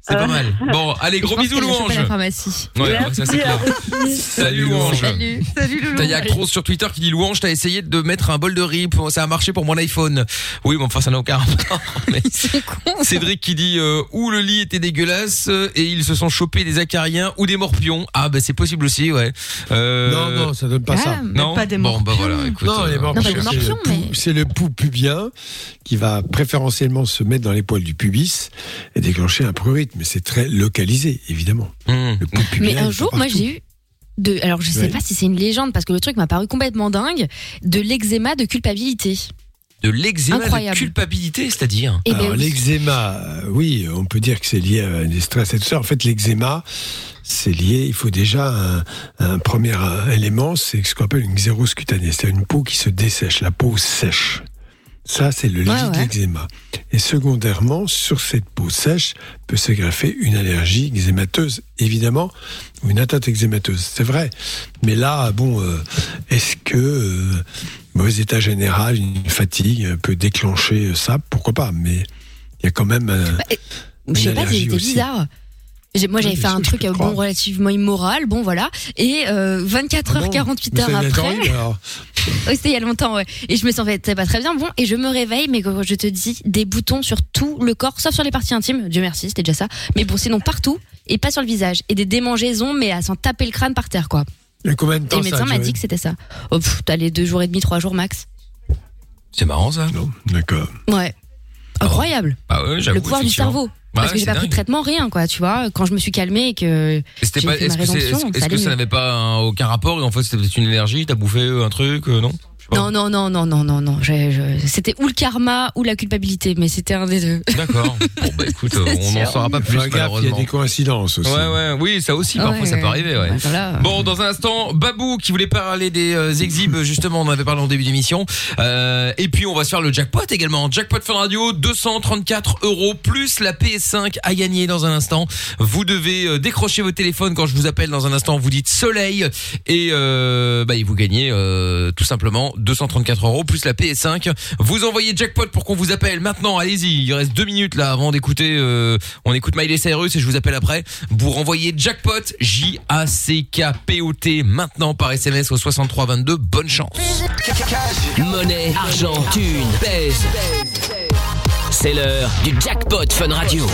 [SPEAKER 2] C'est
[SPEAKER 10] Ah.
[SPEAKER 2] pas mal. Bon, allez, gros bisous,
[SPEAKER 4] à
[SPEAKER 2] Louange.
[SPEAKER 4] la pharmacie.
[SPEAKER 2] Ouais, ouais, ça c'est clair. Salut, Louange.
[SPEAKER 4] Salut.
[SPEAKER 12] Salut, Loulou.
[SPEAKER 2] Putain, Il y a Cross sur Twitter qui dit Louange, t'as essayé de mettre un bol de riz, pour- ça a marché pour mon iPhone. Oui, mais enfin, ça n'a aucun rapport. mais-
[SPEAKER 4] Ils sont cons.
[SPEAKER 2] Cédric qui dit euh, ou le lit était dégueulasse euh, et ils se sont chopés des acariens ou des morpions. Ah, bah c'est possible aussi, ouais. Euh,
[SPEAKER 3] Non, non, ça donne pas ça.
[SPEAKER 4] Ah,
[SPEAKER 2] non.
[SPEAKER 12] pas des
[SPEAKER 2] bon, bah
[SPEAKER 12] morpions.
[SPEAKER 2] voilà, écoute.
[SPEAKER 3] non, les
[SPEAKER 2] euh,
[SPEAKER 3] morpions,
[SPEAKER 4] Non, pas les
[SPEAKER 3] c'est le
[SPEAKER 4] morpions, mais-
[SPEAKER 3] pou- c'est le, pouls pubien qui va préférentiellement se mettre dans les poils du pubis et déclencher un prurite. Mais c'est très localisé, évidemment.
[SPEAKER 2] hum.
[SPEAKER 3] Le pouls pubien,
[SPEAKER 4] Mais
[SPEAKER 3] il
[SPEAKER 4] un
[SPEAKER 3] est
[SPEAKER 4] jour,
[SPEAKER 3] pas
[SPEAKER 4] moi,
[SPEAKER 3] partout.
[SPEAKER 4] j'ai eu. De, alors, je sais
[SPEAKER 3] Oui.
[SPEAKER 4] pas si c'est une légende, parce que le truc m'a paru complètement dingue, de l'eczéma de culpabilité.
[SPEAKER 2] De l'eczéma de
[SPEAKER 4] Incroyable. Eh ben
[SPEAKER 2] culpabilité, c'est-à-dire.
[SPEAKER 4] Et
[SPEAKER 3] Alors, l'eczéma, euh, oui, on peut dire que c'est lié à des stress et tout ça. En fait, l'eczéma, c'est lié, il faut déjà un, un premier euh, élément, c'est ce qu'on appelle une xérose cutanée. C'est une peau qui se dessèche, la peau sèche. Ça, c'est le lit
[SPEAKER 4] Ouais,
[SPEAKER 3] de
[SPEAKER 4] ouais.
[SPEAKER 3] l'eczéma. Et secondairement, sur cette peau sèche peut se greffer une allergie eczémateuse, évidemment, ou une atteinte eczémateuse. C'est vrai. Mais là, bon, euh, est-ce que euh, mauvais état général, une fatigue euh, peut déclencher ça Pourquoi pas Mais il y a quand même. euh,
[SPEAKER 4] Bah, Je sais pas,
[SPEAKER 3] allergie
[SPEAKER 4] c'était
[SPEAKER 3] aussi.
[SPEAKER 4] bizarre. J'ai- Moi, j'avais
[SPEAKER 3] Oui,
[SPEAKER 4] fait
[SPEAKER 3] bien
[SPEAKER 4] un
[SPEAKER 3] sûr, je
[SPEAKER 4] truc
[SPEAKER 3] te
[SPEAKER 4] euh, bon,
[SPEAKER 3] crois.
[SPEAKER 4] relativement immoral, bon voilà. Et euh, 24 heures, 48 heures après, oui, c'était il y a longtemps, ouais. Et je me sentais pas très bien, bon. Et je me réveille, mais quand je te dis, des boutons sur tout le corps, sauf sur les parties intimes. Dieu merci, c'était déjà ça. Mais bon, sinon partout et pas sur le visage. Et des démangeaisons, mais à s'en taper le crâne par terre, quoi.
[SPEAKER 3] Il y a combien de
[SPEAKER 4] Et
[SPEAKER 3] temps
[SPEAKER 4] le médecin
[SPEAKER 3] ça a
[SPEAKER 4] m'a
[SPEAKER 3] duré
[SPEAKER 4] dit que c'était ça. Oh, pff, T'as les deux jours et demi, trois jours max.
[SPEAKER 2] C'est marrant ça.
[SPEAKER 3] Non, d'accord.
[SPEAKER 4] Ouais. Incroyable.
[SPEAKER 2] Bah ouais, j'avoue.
[SPEAKER 4] le pouvoir du
[SPEAKER 2] effectivement.
[SPEAKER 4] cerveau.
[SPEAKER 2] Bah
[SPEAKER 4] Parce
[SPEAKER 2] ouais,
[SPEAKER 4] que j'ai
[SPEAKER 2] c'est
[SPEAKER 4] pas pris de
[SPEAKER 2] dingue.
[SPEAKER 4] traitement, rien, quoi, tu vois. Quand je me suis calmée et que.
[SPEAKER 2] Et c'était
[SPEAKER 4] J'ai
[SPEAKER 2] pas-
[SPEAKER 4] fait ma
[SPEAKER 2] Est-ce que, c'est- est-ce-
[SPEAKER 4] rédemption,
[SPEAKER 2] est-ce
[SPEAKER 4] ça
[SPEAKER 2] que ça
[SPEAKER 4] allait
[SPEAKER 2] n'avait pas un- aucun rapport et en fait c'était peut-être une énergie T'as bouffé euh, un truc euh, Non
[SPEAKER 4] Non, non, non, non, non, non, non. J'ai- je- C'était ou le karma ou la culpabilité, mais c'était un des deux.
[SPEAKER 2] D'accord. bon, bah écoute, euh, on n'en saura pas plus
[SPEAKER 3] Fais gaffe, il y a
[SPEAKER 2] malheureusement.
[SPEAKER 3] des coïncidences aussi.
[SPEAKER 2] Ouais, ouais, oui, ça aussi, parfois
[SPEAKER 4] Ah Ouais.
[SPEAKER 2] ça peut arriver, ouais.
[SPEAKER 4] Bah, voilà.
[SPEAKER 2] Bon, dans un instant, Babou qui voulait parler des euh, exhibes, justement, on en avait parlé en début d'émission. Euh, et puis, on va se faire le jackpot également. Jackpot Fun Radio, 234 euros plus la PS5 à gagner dans un instant. Vous devez euh, décrocher vos téléphones quand je vous appelle dans un instant. Vous dites soleil et euh, bah, et vous gagnez euh, tout simplement 234 euros plus la PS5. Vous envoyez jackpot pour qu'on vous appelle maintenant. Allez-y, il reste deux minutes là avant d'écouter. euh, on écoute Miley Cyrus et je vous appelle après. Vous renvoyez jackpot J A C K P O T maintenant par SMS au 6322. Bonne chance.
[SPEAKER 1] Monnaie, argent, thune, pèse. C'est l'heure du jackpot Fun Radio.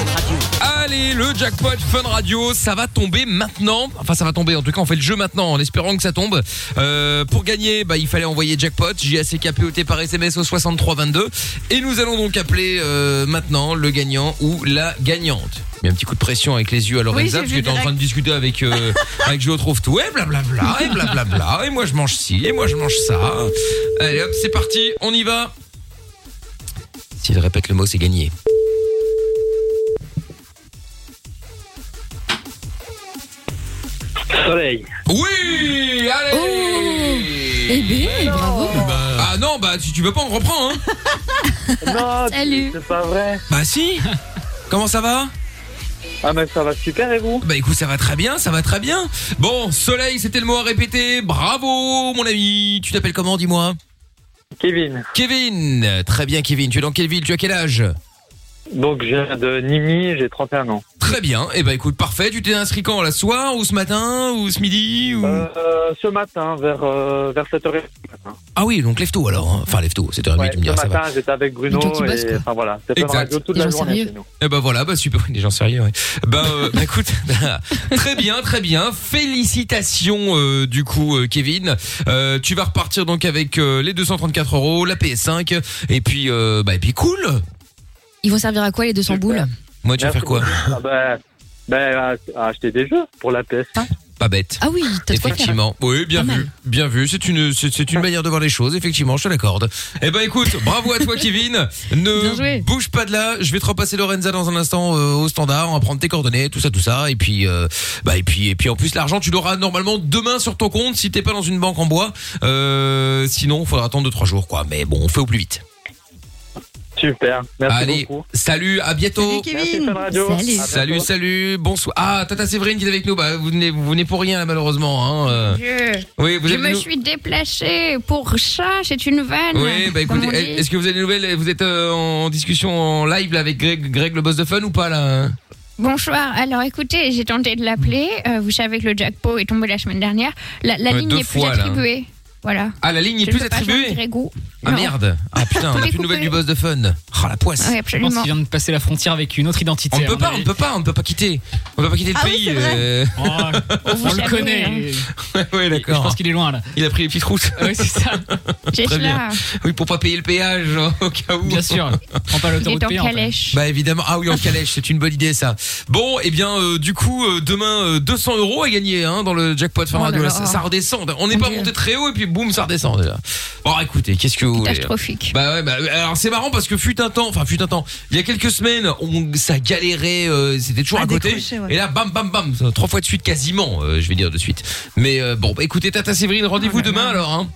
[SPEAKER 2] Allez, le jackpot Fun Radio, ça va tomber maintenant. Enfin, ça va tomber. En tout cas, on fait le jeu maintenant, en espérant que ça tombe. Euh, pour gagner, bah, il fallait envoyer jackpot, J-A-C-K-P-O-T par SMS au 6322. Et nous allons donc appeler euh, maintenant le gagnant ou la gagnante. Il y a un petit coup de pression avec les yeux à Lorenza,
[SPEAKER 8] j'ai
[SPEAKER 2] parce que
[SPEAKER 8] vu
[SPEAKER 2] t'es en train de discuter avec euh, avec je trouve tout. Et blablabla, et blablabla. Et moi je mange ci, et moi je mange ça. Allez hop, c'est parti, on y va. S'il répète le mot, c'est gagné.
[SPEAKER 9] Soleil.
[SPEAKER 2] Oui Allez
[SPEAKER 4] Eh bien, bravo.
[SPEAKER 2] Ah non, bah si tu veux pas, on reprend, hein
[SPEAKER 9] Non,
[SPEAKER 4] Salut.
[SPEAKER 9] c'est pas vrai.
[SPEAKER 2] Bah si Comment ça va
[SPEAKER 9] Ah, mais ça va super et vous
[SPEAKER 2] Bah écoute, ça va très bien, ça va très bien. Bon, soleil, c'était le mot à répéter. Bravo, mon ami. Tu t'appelles comment, dis-moi
[SPEAKER 9] Kevin.
[SPEAKER 2] Kevin. Très bien, Kevin. Tu es dans quelle ville Tu as quel âge
[SPEAKER 9] Donc, je viens de Nimi, j'ai 31 ans.
[SPEAKER 2] Très bien. Eh bah écoute, parfait. Tu t'es inscrit quand La soir ou ce matin ou ce midi ou...
[SPEAKER 9] Euh, ce matin, vers, euh, vers 7h30.
[SPEAKER 2] Ah oui, donc lève-tôt alors. Enfin, lève-tôt, 7h30,
[SPEAKER 9] Ouais,
[SPEAKER 2] tu me diras,
[SPEAKER 9] ce
[SPEAKER 2] ça va.
[SPEAKER 9] matin, j'étais avec Bruno
[SPEAKER 4] Mais toi, tu bosses,
[SPEAKER 9] et
[SPEAKER 4] quoi.
[SPEAKER 9] enfin voilà, c'était
[SPEAKER 2] Exact.
[SPEAKER 9] la radio toute
[SPEAKER 4] Des
[SPEAKER 9] la
[SPEAKER 4] gens
[SPEAKER 9] journée.
[SPEAKER 4] sérieux.
[SPEAKER 9] chez nous.
[SPEAKER 2] Eh ben voilà, bah super, des gens sérieux. Ouais. Ben euh, bah écoute, très bien, très bien. Félicitations euh, du coup, euh, Kevin. Euh, tu vas repartir donc avec euh, les 234 euros, la PS5, et puis euh, bah et puis cool.
[SPEAKER 4] Ils vont servir à quoi les 200 boules
[SPEAKER 2] Moi, tu vas
[SPEAKER 9] Merci
[SPEAKER 2] faire quoi
[SPEAKER 9] beaucoup. Ah ben, ben, à- à acheter des jeux pour la PS.
[SPEAKER 2] Pas bête.
[SPEAKER 4] Ah oui, t'as de quoi faire.
[SPEAKER 2] Effectivement. Oui, bien
[SPEAKER 4] Pas
[SPEAKER 2] vu.
[SPEAKER 4] mal.
[SPEAKER 2] Bien vu. C'est une, c'est c'est une manière de voir les choses. Effectivement, je te l'accorde. Eh ben, écoute, bravo à toi, Kevin.
[SPEAKER 4] Bien
[SPEAKER 2] Ne
[SPEAKER 4] joué.
[SPEAKER 2] bouge pas de là. Je vais te repasser Lorenza dans un instant euh, au standard. On va prendre tes coordonnées, tout ça, tout ça. Et puis, euh, bah, et puis, et puis, en plus, l'argent, tu l'auras normalement demain sur ton compte si t'es pas dans une banque en bois. Euh, sinon, faudra attendre deux, trois jours, quoi. Mais bon, on fait au plus vite.
[SPEAKER 9] Super, merci
[SPEAKER 2] Allez,
[SPEAKER 9] beaucoup.
[SPEAKER 2] salut, à bientôt.
[SPEAKER 8] Salut
[SPEAKER 9] Merci,
[SPEAKER 8] Kevin
[SPEAKER 9] Fun Radio.
[SPEAKER 4] Salut.
[SPEAKER 9] À bientôt.
[SPEAKER 2] Salut, salut, bonsoir. Ah, Tata Séverine qui est avec nous. Bah, vous venez, vous venez pour rien, là, malheureusement. Hein. euh. Oui, vous
[SPEAKER 12] Je
[SPEAKER 2] êtes
[SPEAKER 12] me
[SPEAKER 2] nous-
[SPEAKER 12] suis déplacée pour ça, c'est une vanne.
[SPEAKER 2] Oui, bah
[SPEAKER 12] comme
[SPEAKER 2] écoutez,
[SPEAKER 12] on dit.
[SPEAKER 2] est-ce que vous avez des nouvelles Vous êtes euh, en discussion en live là, avec Greg, Greg le boss de fun ou pas là
[SPEAKER 12] Bonsoir. Alors écoutez, j'ai tenté de l'appeler. Euh, vous savez que le jackpot est tombé la semaine dernière. La, la
[SPEAKER 2] Mm. Ouais,
[SPEAKER 12] ligne
[SPEAKER 2] deux
[SPEAKER 12] n'est plus
[SPEAKER 2] fois, là.
[SPEAKER 12] attribuée. Voilà.
[SPEAKER 2] Ah, la ligne n'est
[SPEAKER 12] Je
[SPEAKER 2] plus
[SPEAKER 12] ne peux pas joindre
[SPEAKER 2] attribuée
[SPEAKER 12] Grégo.
[SPEAKER 2] Ah
[SPEAKER 12] Non.
[SPEAKER 2] merde Ah putain, on n'a
[SPEAKER 12] Tout est
[SPEAKER 2] plus de nouvelles
[SPEAKER 12] coupé.
[SPEAKER 2] du boss de fun. Ah la poisse
[SPEAKER 12] Oui,
[SPEAKER 6] Je pense
[SPEAKER 12] absolument.
[SPEAKER 6] qu'il vient de passer la frontière avec une autre identité. hein,
[SPEAKER 2] On ne
[SPEAKER 6] à
[SPEAKER 2] peut
[SPEAKER 6] mon
[SPEAKER 2] pas, on ne
[SPEAKER 6] avis.
[SPEAKER 2] peut pas, on ne peut pas quitter. On ne peut pas quitter le
[SPEAKER 8] Ah oui,
[SPEAKER 2] pays.
[SPEAKER 8] c'est vrai.
[SPEAKER 2] euh.
[SPEAKER 6] Oh,
[SPEAKER 12] vous
[SPEAKER 6] on le
[SPEAKER 12] savez, hein.
[SPEAKER 6] connaît.
[SPEAKER 2] ouais,
[SPEAKER 6] Je pense
[SPEAKER 2] d'accord.
[SPEAKER 6] qu'il est loin là. Ah
[SPEAKER 2] Il a pris les petites routes.
[SPEAKER 6] Oui, c'est ça.
[SPEAKER 12] C'est
[SPEAKER 2] Très bien.
[SPEAKER 12] cela.
[SPEAKER 2] Oui, pour pas payer le péage hein, au cas où.
[SPEAKER 6] Bien sûr. Prends pas
[SPEAKER 12] Il
[SPEAKER 6] l'autoroute
[SPEAKER 12] est en
[SPEAKER 6] payante.
[SPEAKER 12] calèche.
[SPEAKER 2] Bah évidemment, ah oui en calèche, c'est une bonne idée ça. Bon, et eh bien euh, du coup euh, demain euh, 200 euros à gagner hein, dans le jackpot
[SPEAKER 12] Oh
[SPEAKER 2] Fun
[SPEAKER 12] là
[SPEAKER 2] Radio. Là,
[SPEAKER 12] là.
[SPEAKER 2] ça, ça redescend. On n'est pas
[SPEAKER 12] Dieu.
[SPEAKER 2] monté très haut et puis boum ça redescend déjà. Bon écoutez, qu'est-ce que vous voulez
[SPEAKER 12] Catastrophique.
[SPEAKER 2] bah ouais, bah, alors c'est marrant parce que fut un temps, enfin fut un temps, il y a quelques semaines, on, ça galérait, euh, c'était toujours à,
[SPEAKER 8] À
[SPEAKER 2] côté.
[SPEAKER 8] décrocher, ouais.
[SPEAKER 2] Et là, bam, bam, bam, ça, trois fois de suite quasiment, euh, je vais dire de suite. Mais euh, bon, bah, écoutez, Tata Séverine, rendez-vous
[SPEAKER 8] Oh
[SPEAKER 2] demain alors. Hein.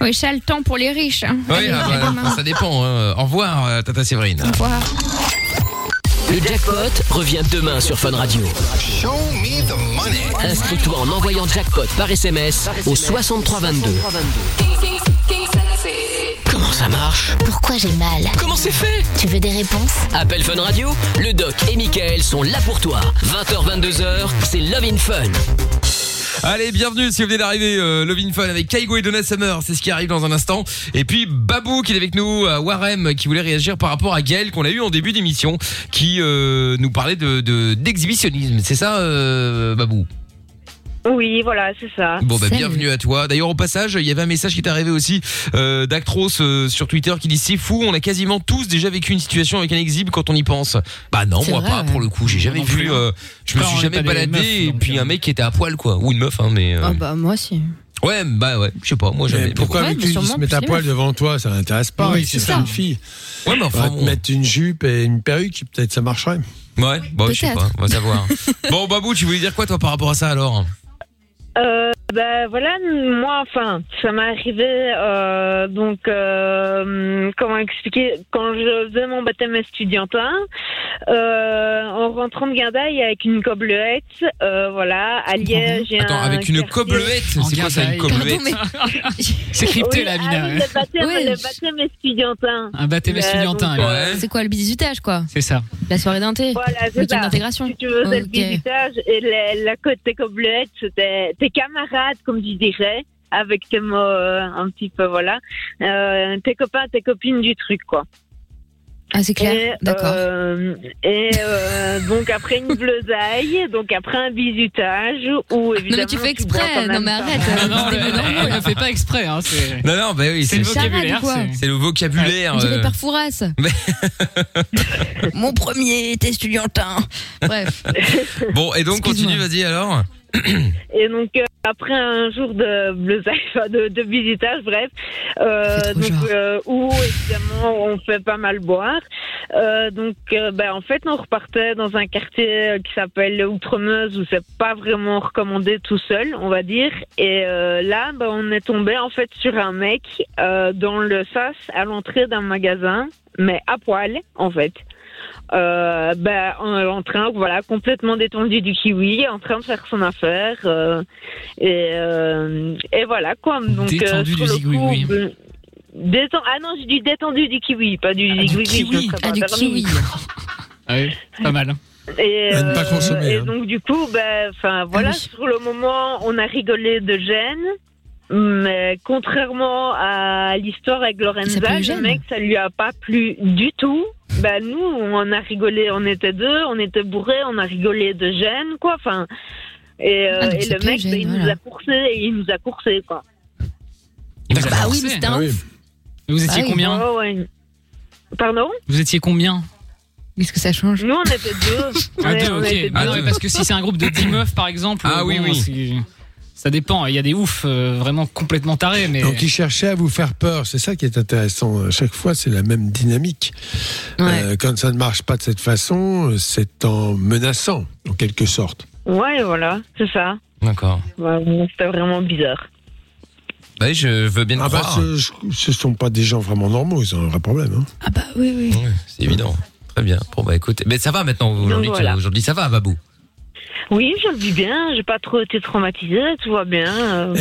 [SPEAKER 12] Oui, ça le temps pour les riches. Hein.
[SPEAKER 2] Ouais,
[SPEAKER 12] Allez,
[SPEAKER 2] ah,
[SPEAKER 12] à
[SPEAKER 2] bah,
[SPEAKER 12] demain.
[SPEAKER 2] ça dépend. hein. Au revoir, euh, Tata Séverine.
[SPEAKER 12] Au revoir.
[SPEAKER 1] Le jackpot revient demain sur Fun Radio. Inscris-toi en envoyant jackpot par SMS au 6322. Comment Comment ça marche
[SPEAKER 7] Pourquoi j'ai mal
[SPEAKER 1] Comment c'est fait
[SPEAKER 7] Tu veux des réponses
[SPEAKER 1] Appel Fun Radio, le doc et Michael sont là pour toi. 20h, 22h, c'est Love in Fun.
[SPEAKER 2] Allez, bienvenue si vous venez d'arriver, euh, Love in Fun avec Kaigo et Donna Summer, c'est ce qui arrive dans un instant. Et puis Babou qui est avec nous, euh, Warem qui voulait réagir par rapport à Gaël qu'on a eu en début d'émission, qui euh, nous parlait de de- d'exhibitionnisme, c'est ça euh, Babou
[SPEAKER 13] Oui, voilà, c'est ça.
[SPEAKER 2] Bon bah bienvenue à toi. D'ailleurs au passage, il y avait un message qui est arrivé aussi euh, d'Actros euh, sur Twitter qui dit c'est fou, on a quasiment tous déjà vécu une situation avec un exhibe quand on y pense. Bah non,
[SPEAKER 14] C'est
[SPEAKER 2] moi
[SPEAKER 14] vrai,
[SPEAKER 2] pas
[SPEAKER 14] ouais.
[SPEAKER 2] pour le coup, j'ai jamais
[SPEAKER 14] non
[SPEAKER 2] vu
[SPEAKER 14] plus, hein.
[SPEAKER 2] euh, je me
[SPEAKER 14] Pas
[SPEAKER 2] suis
[SPEAKER 14] en
[SPEAKER 2] jamais
[SPEAKER 14] état des
[SPEAKER 2] baladé
[SPEAKER 14] meufs,
[SPEAKER 2] et puis un mec qui était à poil quoi ou une meuf hein mais euh,
[SPEAKER 4] Ah bah moi aussi.
[SPEAKER 2] Ouais, bah ouais, je sais pas, moi jamais.
[SPEAKER 3] Pourquoi
[SPEAKER 4] Ouais,
[SPEAKER 3] avec
[SPEAKER 4] mais
[SPEAKER 3] lui, il
[SPEAKER 4] sûrement
[SPEAKER 3] se met à
[SPEAKER 4] plus
[SPEAKER 3] poil
[SPEAKER 4] les
[SPEAKER 3] devant toi Ça l'intéresse pas.
[SPEAKER 4] Bah oui,
[SPEAKER 3] c'est
[SPEAKER 4] c'est
[SPEAKER 3] ça,
[SPEAKER 4] ça.
[SPEAKER 3] une fille.
[SPEAKER 2] Ouais, mais enfin,
[SPEAKER 3] Va te
[SPEAKER 2] bon.
[SPEAKER 3] Mettre une jupe et une perruque, peut-être ça marcherait.
[SPEAKER 2] Ouais, bon, je sais
[SPEAKER 3] peut-être.
[SPEAKER 2] pas, on va savoir. bon, Babou, tu voulais dire quoi, toi, par rapport à ça, alors
[SPEAKER 13] Euh, ben voilà, moi, enfin, ça m'est arrivé, euh, donc, euh, comment expliquer, quand je faisais mon baptême estudiantin, euh, en rentrant de Gardaï avec une coblette, euh, voilà, à Liège, j'ai
[SPEAKER 2] Attends,
[SPEAKER 13] un
[SPEAKER 2] avec une
[SPEAKER 13] quartier-
[SPEAKER 2] coblelette C'est quoi ça, une coblelette
[SPEAKER 6] C'est crypté, là, Amina.
[SPEAKER 13] ah oui, le baptême,
[SPEAKER 4] Ouais,
[SPEAKER 13] le
[SPEAKER 4] je-
[SPEAKER 13] baptême estudiantin.
[SPEAKER 6] Un baptême
[SPEAKER 13] Euh,
[SPEAKER 6] estudiantin,
[SPEAKER 13] donc,
[SPEAKER 6] ouais.
[SPEAKER 4] C'est quoi le bisutage quoi
[SPEAKER 6] C'est ça.
[SPEAKER 4] La soirée d'inté
[SPEAKER 13] Voilà,
[SPEAKER 4] Le
[SPEAKER 13] c'est
[SPEAKER 4] week-end
[SPEAKER 13] ça.
[SPEAKER 4] d'intégration
[SPEAKER 13] Si tu veux, c'est le
[SPEAKER 4] Ok.
[SPEAKER 13] visitage et la, la côte des coblettes, tes, tes camarades, comme je dirais, avec tes mots euh, un petit peu, voilà. Euh, tes copains, tes copines du truc, quoi.
[SPEAKER 4] Ah c'est clair,
[SPEAKER 13] Et,
[SPEAKER 4] d'accord.
[SPEAKER 13] euh, et euh, donc après une bleusaille, donc après un bisutage, ou évidemment.
[SPEAKER 4] tu fais
[SPEAKER 13] bois
[SPEAKER 4] exprès,
[SPEAKER 13] quand même
[SPEAKER 4] non, mais
[SPEAKER 13] pas
[SPEAKER 4] arrête,
[SPEAKER 13] mal.
[SPEAKER 6] Non, elle, elle le fait pas exprès. Hein, c'est
[SPEAKER 2] Non, non, bah oui,
[SPEAKER 6] C'est le vocabulaire.
[SPEAKER 4] quoi.
[SPEAKER 2] C'est le vocabulaire.
[SPEAKER 4] On dirait
[SPEAKER 2] euh,
[SPEAKER 4] Parfouras. Mon premier était estudiantin. Bref.
[SPEAKER 2] Bon, et donc, continue, vas-y, alors.
[SPEAKER 13] Et donc euh, après un jour de bleusaille, enfin, de, de visitage, bref, euh, donc, euh, où évidemment on fait pas mal boire. Euh, donc euh, ben, en fait on repartait dans un quartier euh, qui s'appelle Outremeuse où c'est pas vraiment recommandé tout seul, on va dire. Et euh, là ben, on est tombé en fait sur un mec euh, dans le sas à l'entrée d'un magasin, mais à poil en fait euh, ben, en, en train, voilà, complètement détendu du kiwi, en train de faire son affaire. euh, et, euh, et voilà, quoi. Donc, euh,
[SPEAKER 6] Détendu
[SPEAKER 13] sur
[SPEAKER 6] du
[SPEAKER 13] le
[SPEAKER 6] zigouigoui.
[SPEAKER 13] coup, ben, déten- ah non, j'ai dit détendu du kiwi, pas du zigouigoui.
[SPEAKER 6] kiwi.
[SPEAKER 13] je serais pas
[SPEAKER 6] Ah, du
[SPEAKER 13] permis.
[SPEAKER 6] kiwi. Ah oui, pas
[SPEAKER 2] Bah
[SPEAKER 6] mal.
[SPEAKER 13] Et, euh,
[SPEAKER 6] À ne pas consommer,
[SPEAKER 13] et
[SPEAKER 6] hein.
[SPEAKER 13] donc du coup, ben,
[SPEAKER 4] Ah
[SPEAKER 13] enfin voilà, sur le moment, on a rigolé de gêne. Mais contrairement à l'histoire avec Lorenza, le mec, ça lui a pas plu du tout. Ben nous, on en a rigolé, on était deux, on était bourrés, on a rigolé de gêne, quoi. Enfin, et, euh,
[SPEAKER 4] Ah, donc
[SPEAKER 13] et
[SPEAKER 4] c'est
[SPEAKER 13] le
[SPEAKER 4] pas
[SPEAKER 13] mec,
[SPEAKER 4] gêne,
[SPEAKER 13] ben, il nous
[SPEAKER 4] voilà.
[SPEAKER 13] a coursé, il nous a coursé, quoi.
[SPEAKER 4] Bah oui, mais c'était
[SPEAKER 3] Ah
[SPEAKER 4] un.
[SPEAKER 6] Vous
[SPEAKER 4] Ah
[SPEAKER 6] étiez combien
[SPEAKER 13] Oh, ouais. Pardon
[SPEAKER 6] Vous étiez combien
[SPEAKER 4] Qu'est-ce que ça change
[SPEAKER 13] Nous, on était deux.
[SPEAKER 6] Ah,
[SPEAKER 13] Ouais,
[SPEAKER 6] deux,
[SPEAKER 13] on
[SPEAKER 6] ok.
[SPEAKER 13] était
[SPEAKER 6] Ah non,
[SPEAKER 13] deux.
[SPEAKER 6] mais parce que si c'est un groupe de 10 meufs, par exemple.
[SPEAKER 2] Ah oui, oui.
[SPEAKER 6] c'est- Ça dépend. Il y a des oufs euh, vraiment complètement tarés, mais.
[SPEAKER 3] Donc, il cherchait à vous faire peur. C'est ça qui est intéressant. À chaque fois, c'est la même dynamique. Euh, quand ça ne marche pas de cette façon, euh, c'est en menaçant, en quelque sorte.
[SPEAKER 13] Ouais, voilà, c'est ça.
[SPEAKER 2] D'accord.
[SPEAKER 13] Ouais, bon, C'était vraiment bizarre.
[SPEAKER 2] Bah, je veux bien le
[SPEAKER 3] Ah bah,
[SPEAKER 2] croire.
[SPEAKER 3] ce, je- ce sont pas des gens vraiment normaux. Ils ont un vrai problème. hein.
[SPEAKER 4] Bah Oui, oui.
[SPEAKER 2] Ouais, c'est évident. Très bien. Bon, bah, écoute. Mais ça va maintenant, aujourd'hui,
[SPEAKER 13] Donc, voilà.
[SPEAKER 2] aujourd'hui, ça va, Babou.
[SPEAKER 13] Oui, je le vis bien, j'ai pas trop été traumatisée, tout va bien. euh.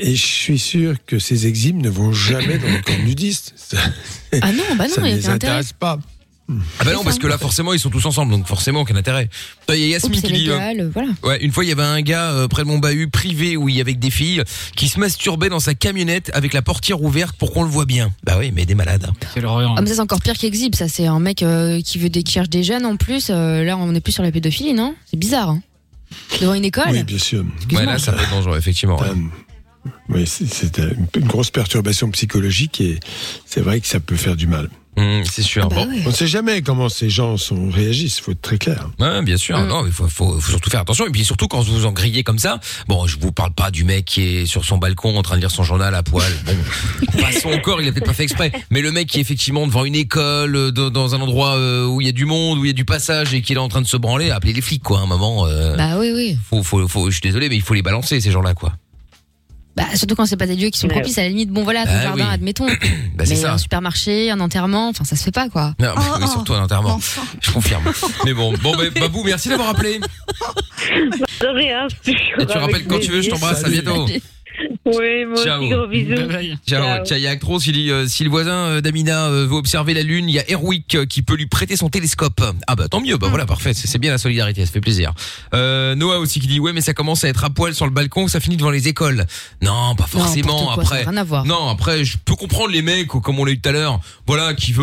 [SPEAKER 3] Et je suis sûr que ces eximes ne vont Eh, jamais dans le camp nudiste. Ça-
[SPEAKER 4] Ah non, bah non,
[SPEAKER 3] ça
[SPEAKER 4] il y
[SPEAKER 3] ne
[SPEAKER 4] a
[SPEAKER 3] les
[SPEAKER 4] aucun intérêt.
[SPEAKER 3] intéresse pas.
[SPEAKER 2] Ah bah non, parce que là, forcément, ils sont tous ensemble, donc forcément, aucun intérêt. Euh, Il y a
[SPEAKER 4] Oups,
[SPEAKER 2] Yasmine
[SPEAKER 4] c'est
[SPEAKER 2] qui dit... euh,
[SPEAKER 4] légal, euh, voilà.
[SPEAKER 2] Ouais, une fois il y avait un gars euh, près de mon bahut privé où il y avait que des filles qui se masturbaient dans sa camionnette avec la portière ouverte pour qu'on le voit bien. Bah oui, mais des malades. hein.
[SPEAKER 6] Quelle
[SPEAKER 2] Oh.
[SPEAKER 6] horreur.
[SPEAKER 4] Ah, mais ça, c'est encore pire qu'exhibe. Ça, c'est un mec euh, qui, veut des... qui cherche des jeunes en plus. Euh, là, on est plus sur la pédophilie, non C'est bizarre. hein. Devant une école
[SPEAKER 3] Oui, bien sûr.
[SPEAKER 2] Ouais, là ça peut être dangereux effectivement. ouais.
[SPEAKER 3] Oui, c'est- c'est une, une grosse perturbation psychologique et c'est vrai que ça peut faire du mal.
[SPEAKER 2] Mm, c'est sûr.
[SPEAKER 4] Ah bah
[SPEAKER 2] Bon.
[SPEAKER 3] On ne sait jamais comment ces gens sont, réagissent, il faut être très clair.
[SPEAKER 2] Ouais, bien sûr. Non, mais faut, faut, faut surtout faire attention. Et puis surtout quand vous vous en grillez comme ça. Bon, je vous parle pas du mec qui est sur son balcon en train de lire son journal à poil. Bon, passons encore. Il a peut-être pas fait exprès. Mais le mec qui est effectivement devant une école, euh, dans, dans un endroit euh, où il y a du monde, où il y a du passage et qui est là en train de se branler, appelez les flics quoi. À un moment. euh,
[SPEAKER 4] Bah oui, oui.
[SPEAKER 2] faut, faut, faut- je suis désolé, mais il faut les balancer, ces gens-là, quoi.
[SPEAKER 4] Bah, surtout quand c'est pas des lieux qui sont
[SPEAKER 2] Ouais.
[SPEAKER 4] propices à la limite. Bon, voilà, ton
[SPEAKER 2] Bah
[SPEAKER 4] jardin,
[SPEAKER 2] oui.
[SPEAKER 4] admettons.
[SPEAKER 2] Bah, c'est
[SPEAKER 4] mais
[SPEAKER 2] ça.
[SPEAKER 4] un supermarché, un enterrement, enfin, ça se fait pas, quoi. Oh,
[SPEAKER 2] Non, mais oui, surtout à l'enterrement. Je confirme. mais bon, bon, bah, Babou, merci d'avoir appelé.
[SPEAKER 13] De rien, c'est toujours
[SPEAKER 2] Et tu
[SPEAKER 13] avec
[SPEAKER 2] rappelles quand tu veux, je
[SPEAKER 13] plaisir.
[SPEAKER 2] t'embrasse, à bientôt.
[SPEAKER 15] Oui, moi
[SPEAKER 2] Ciao.
[SPEAKER 15] aussi, gros bisous.
[SPEAKER 2] Ciao. Tiens, il y a Actros, il dit euh, si le voisin euh, d'Amina euh, veut observer la lune, il y a Erwick euh, qui peut lui prêter son télescope. Ah bah tant mieux,
[SPEAKER 4] Mm.
[SPEAKER 2] bah voilà, parfait, c'est c'est bien la solidarité, ça fait plaisir. Euh, Noah aussi qui dit ouais mais ça commence à être à poil sur le balcon, ça finit devant les écoles. Non, pas forcément.
[SPEAKER 4] n'importe quoi, ça
[SPEAKER 2] après,
[SPEAKER 4] n'a rien à voir.
[SPEAKER 2] non, après je peux comprendre les mecs euh, comme on l'a eu tout à l'heure, voilà qui veut,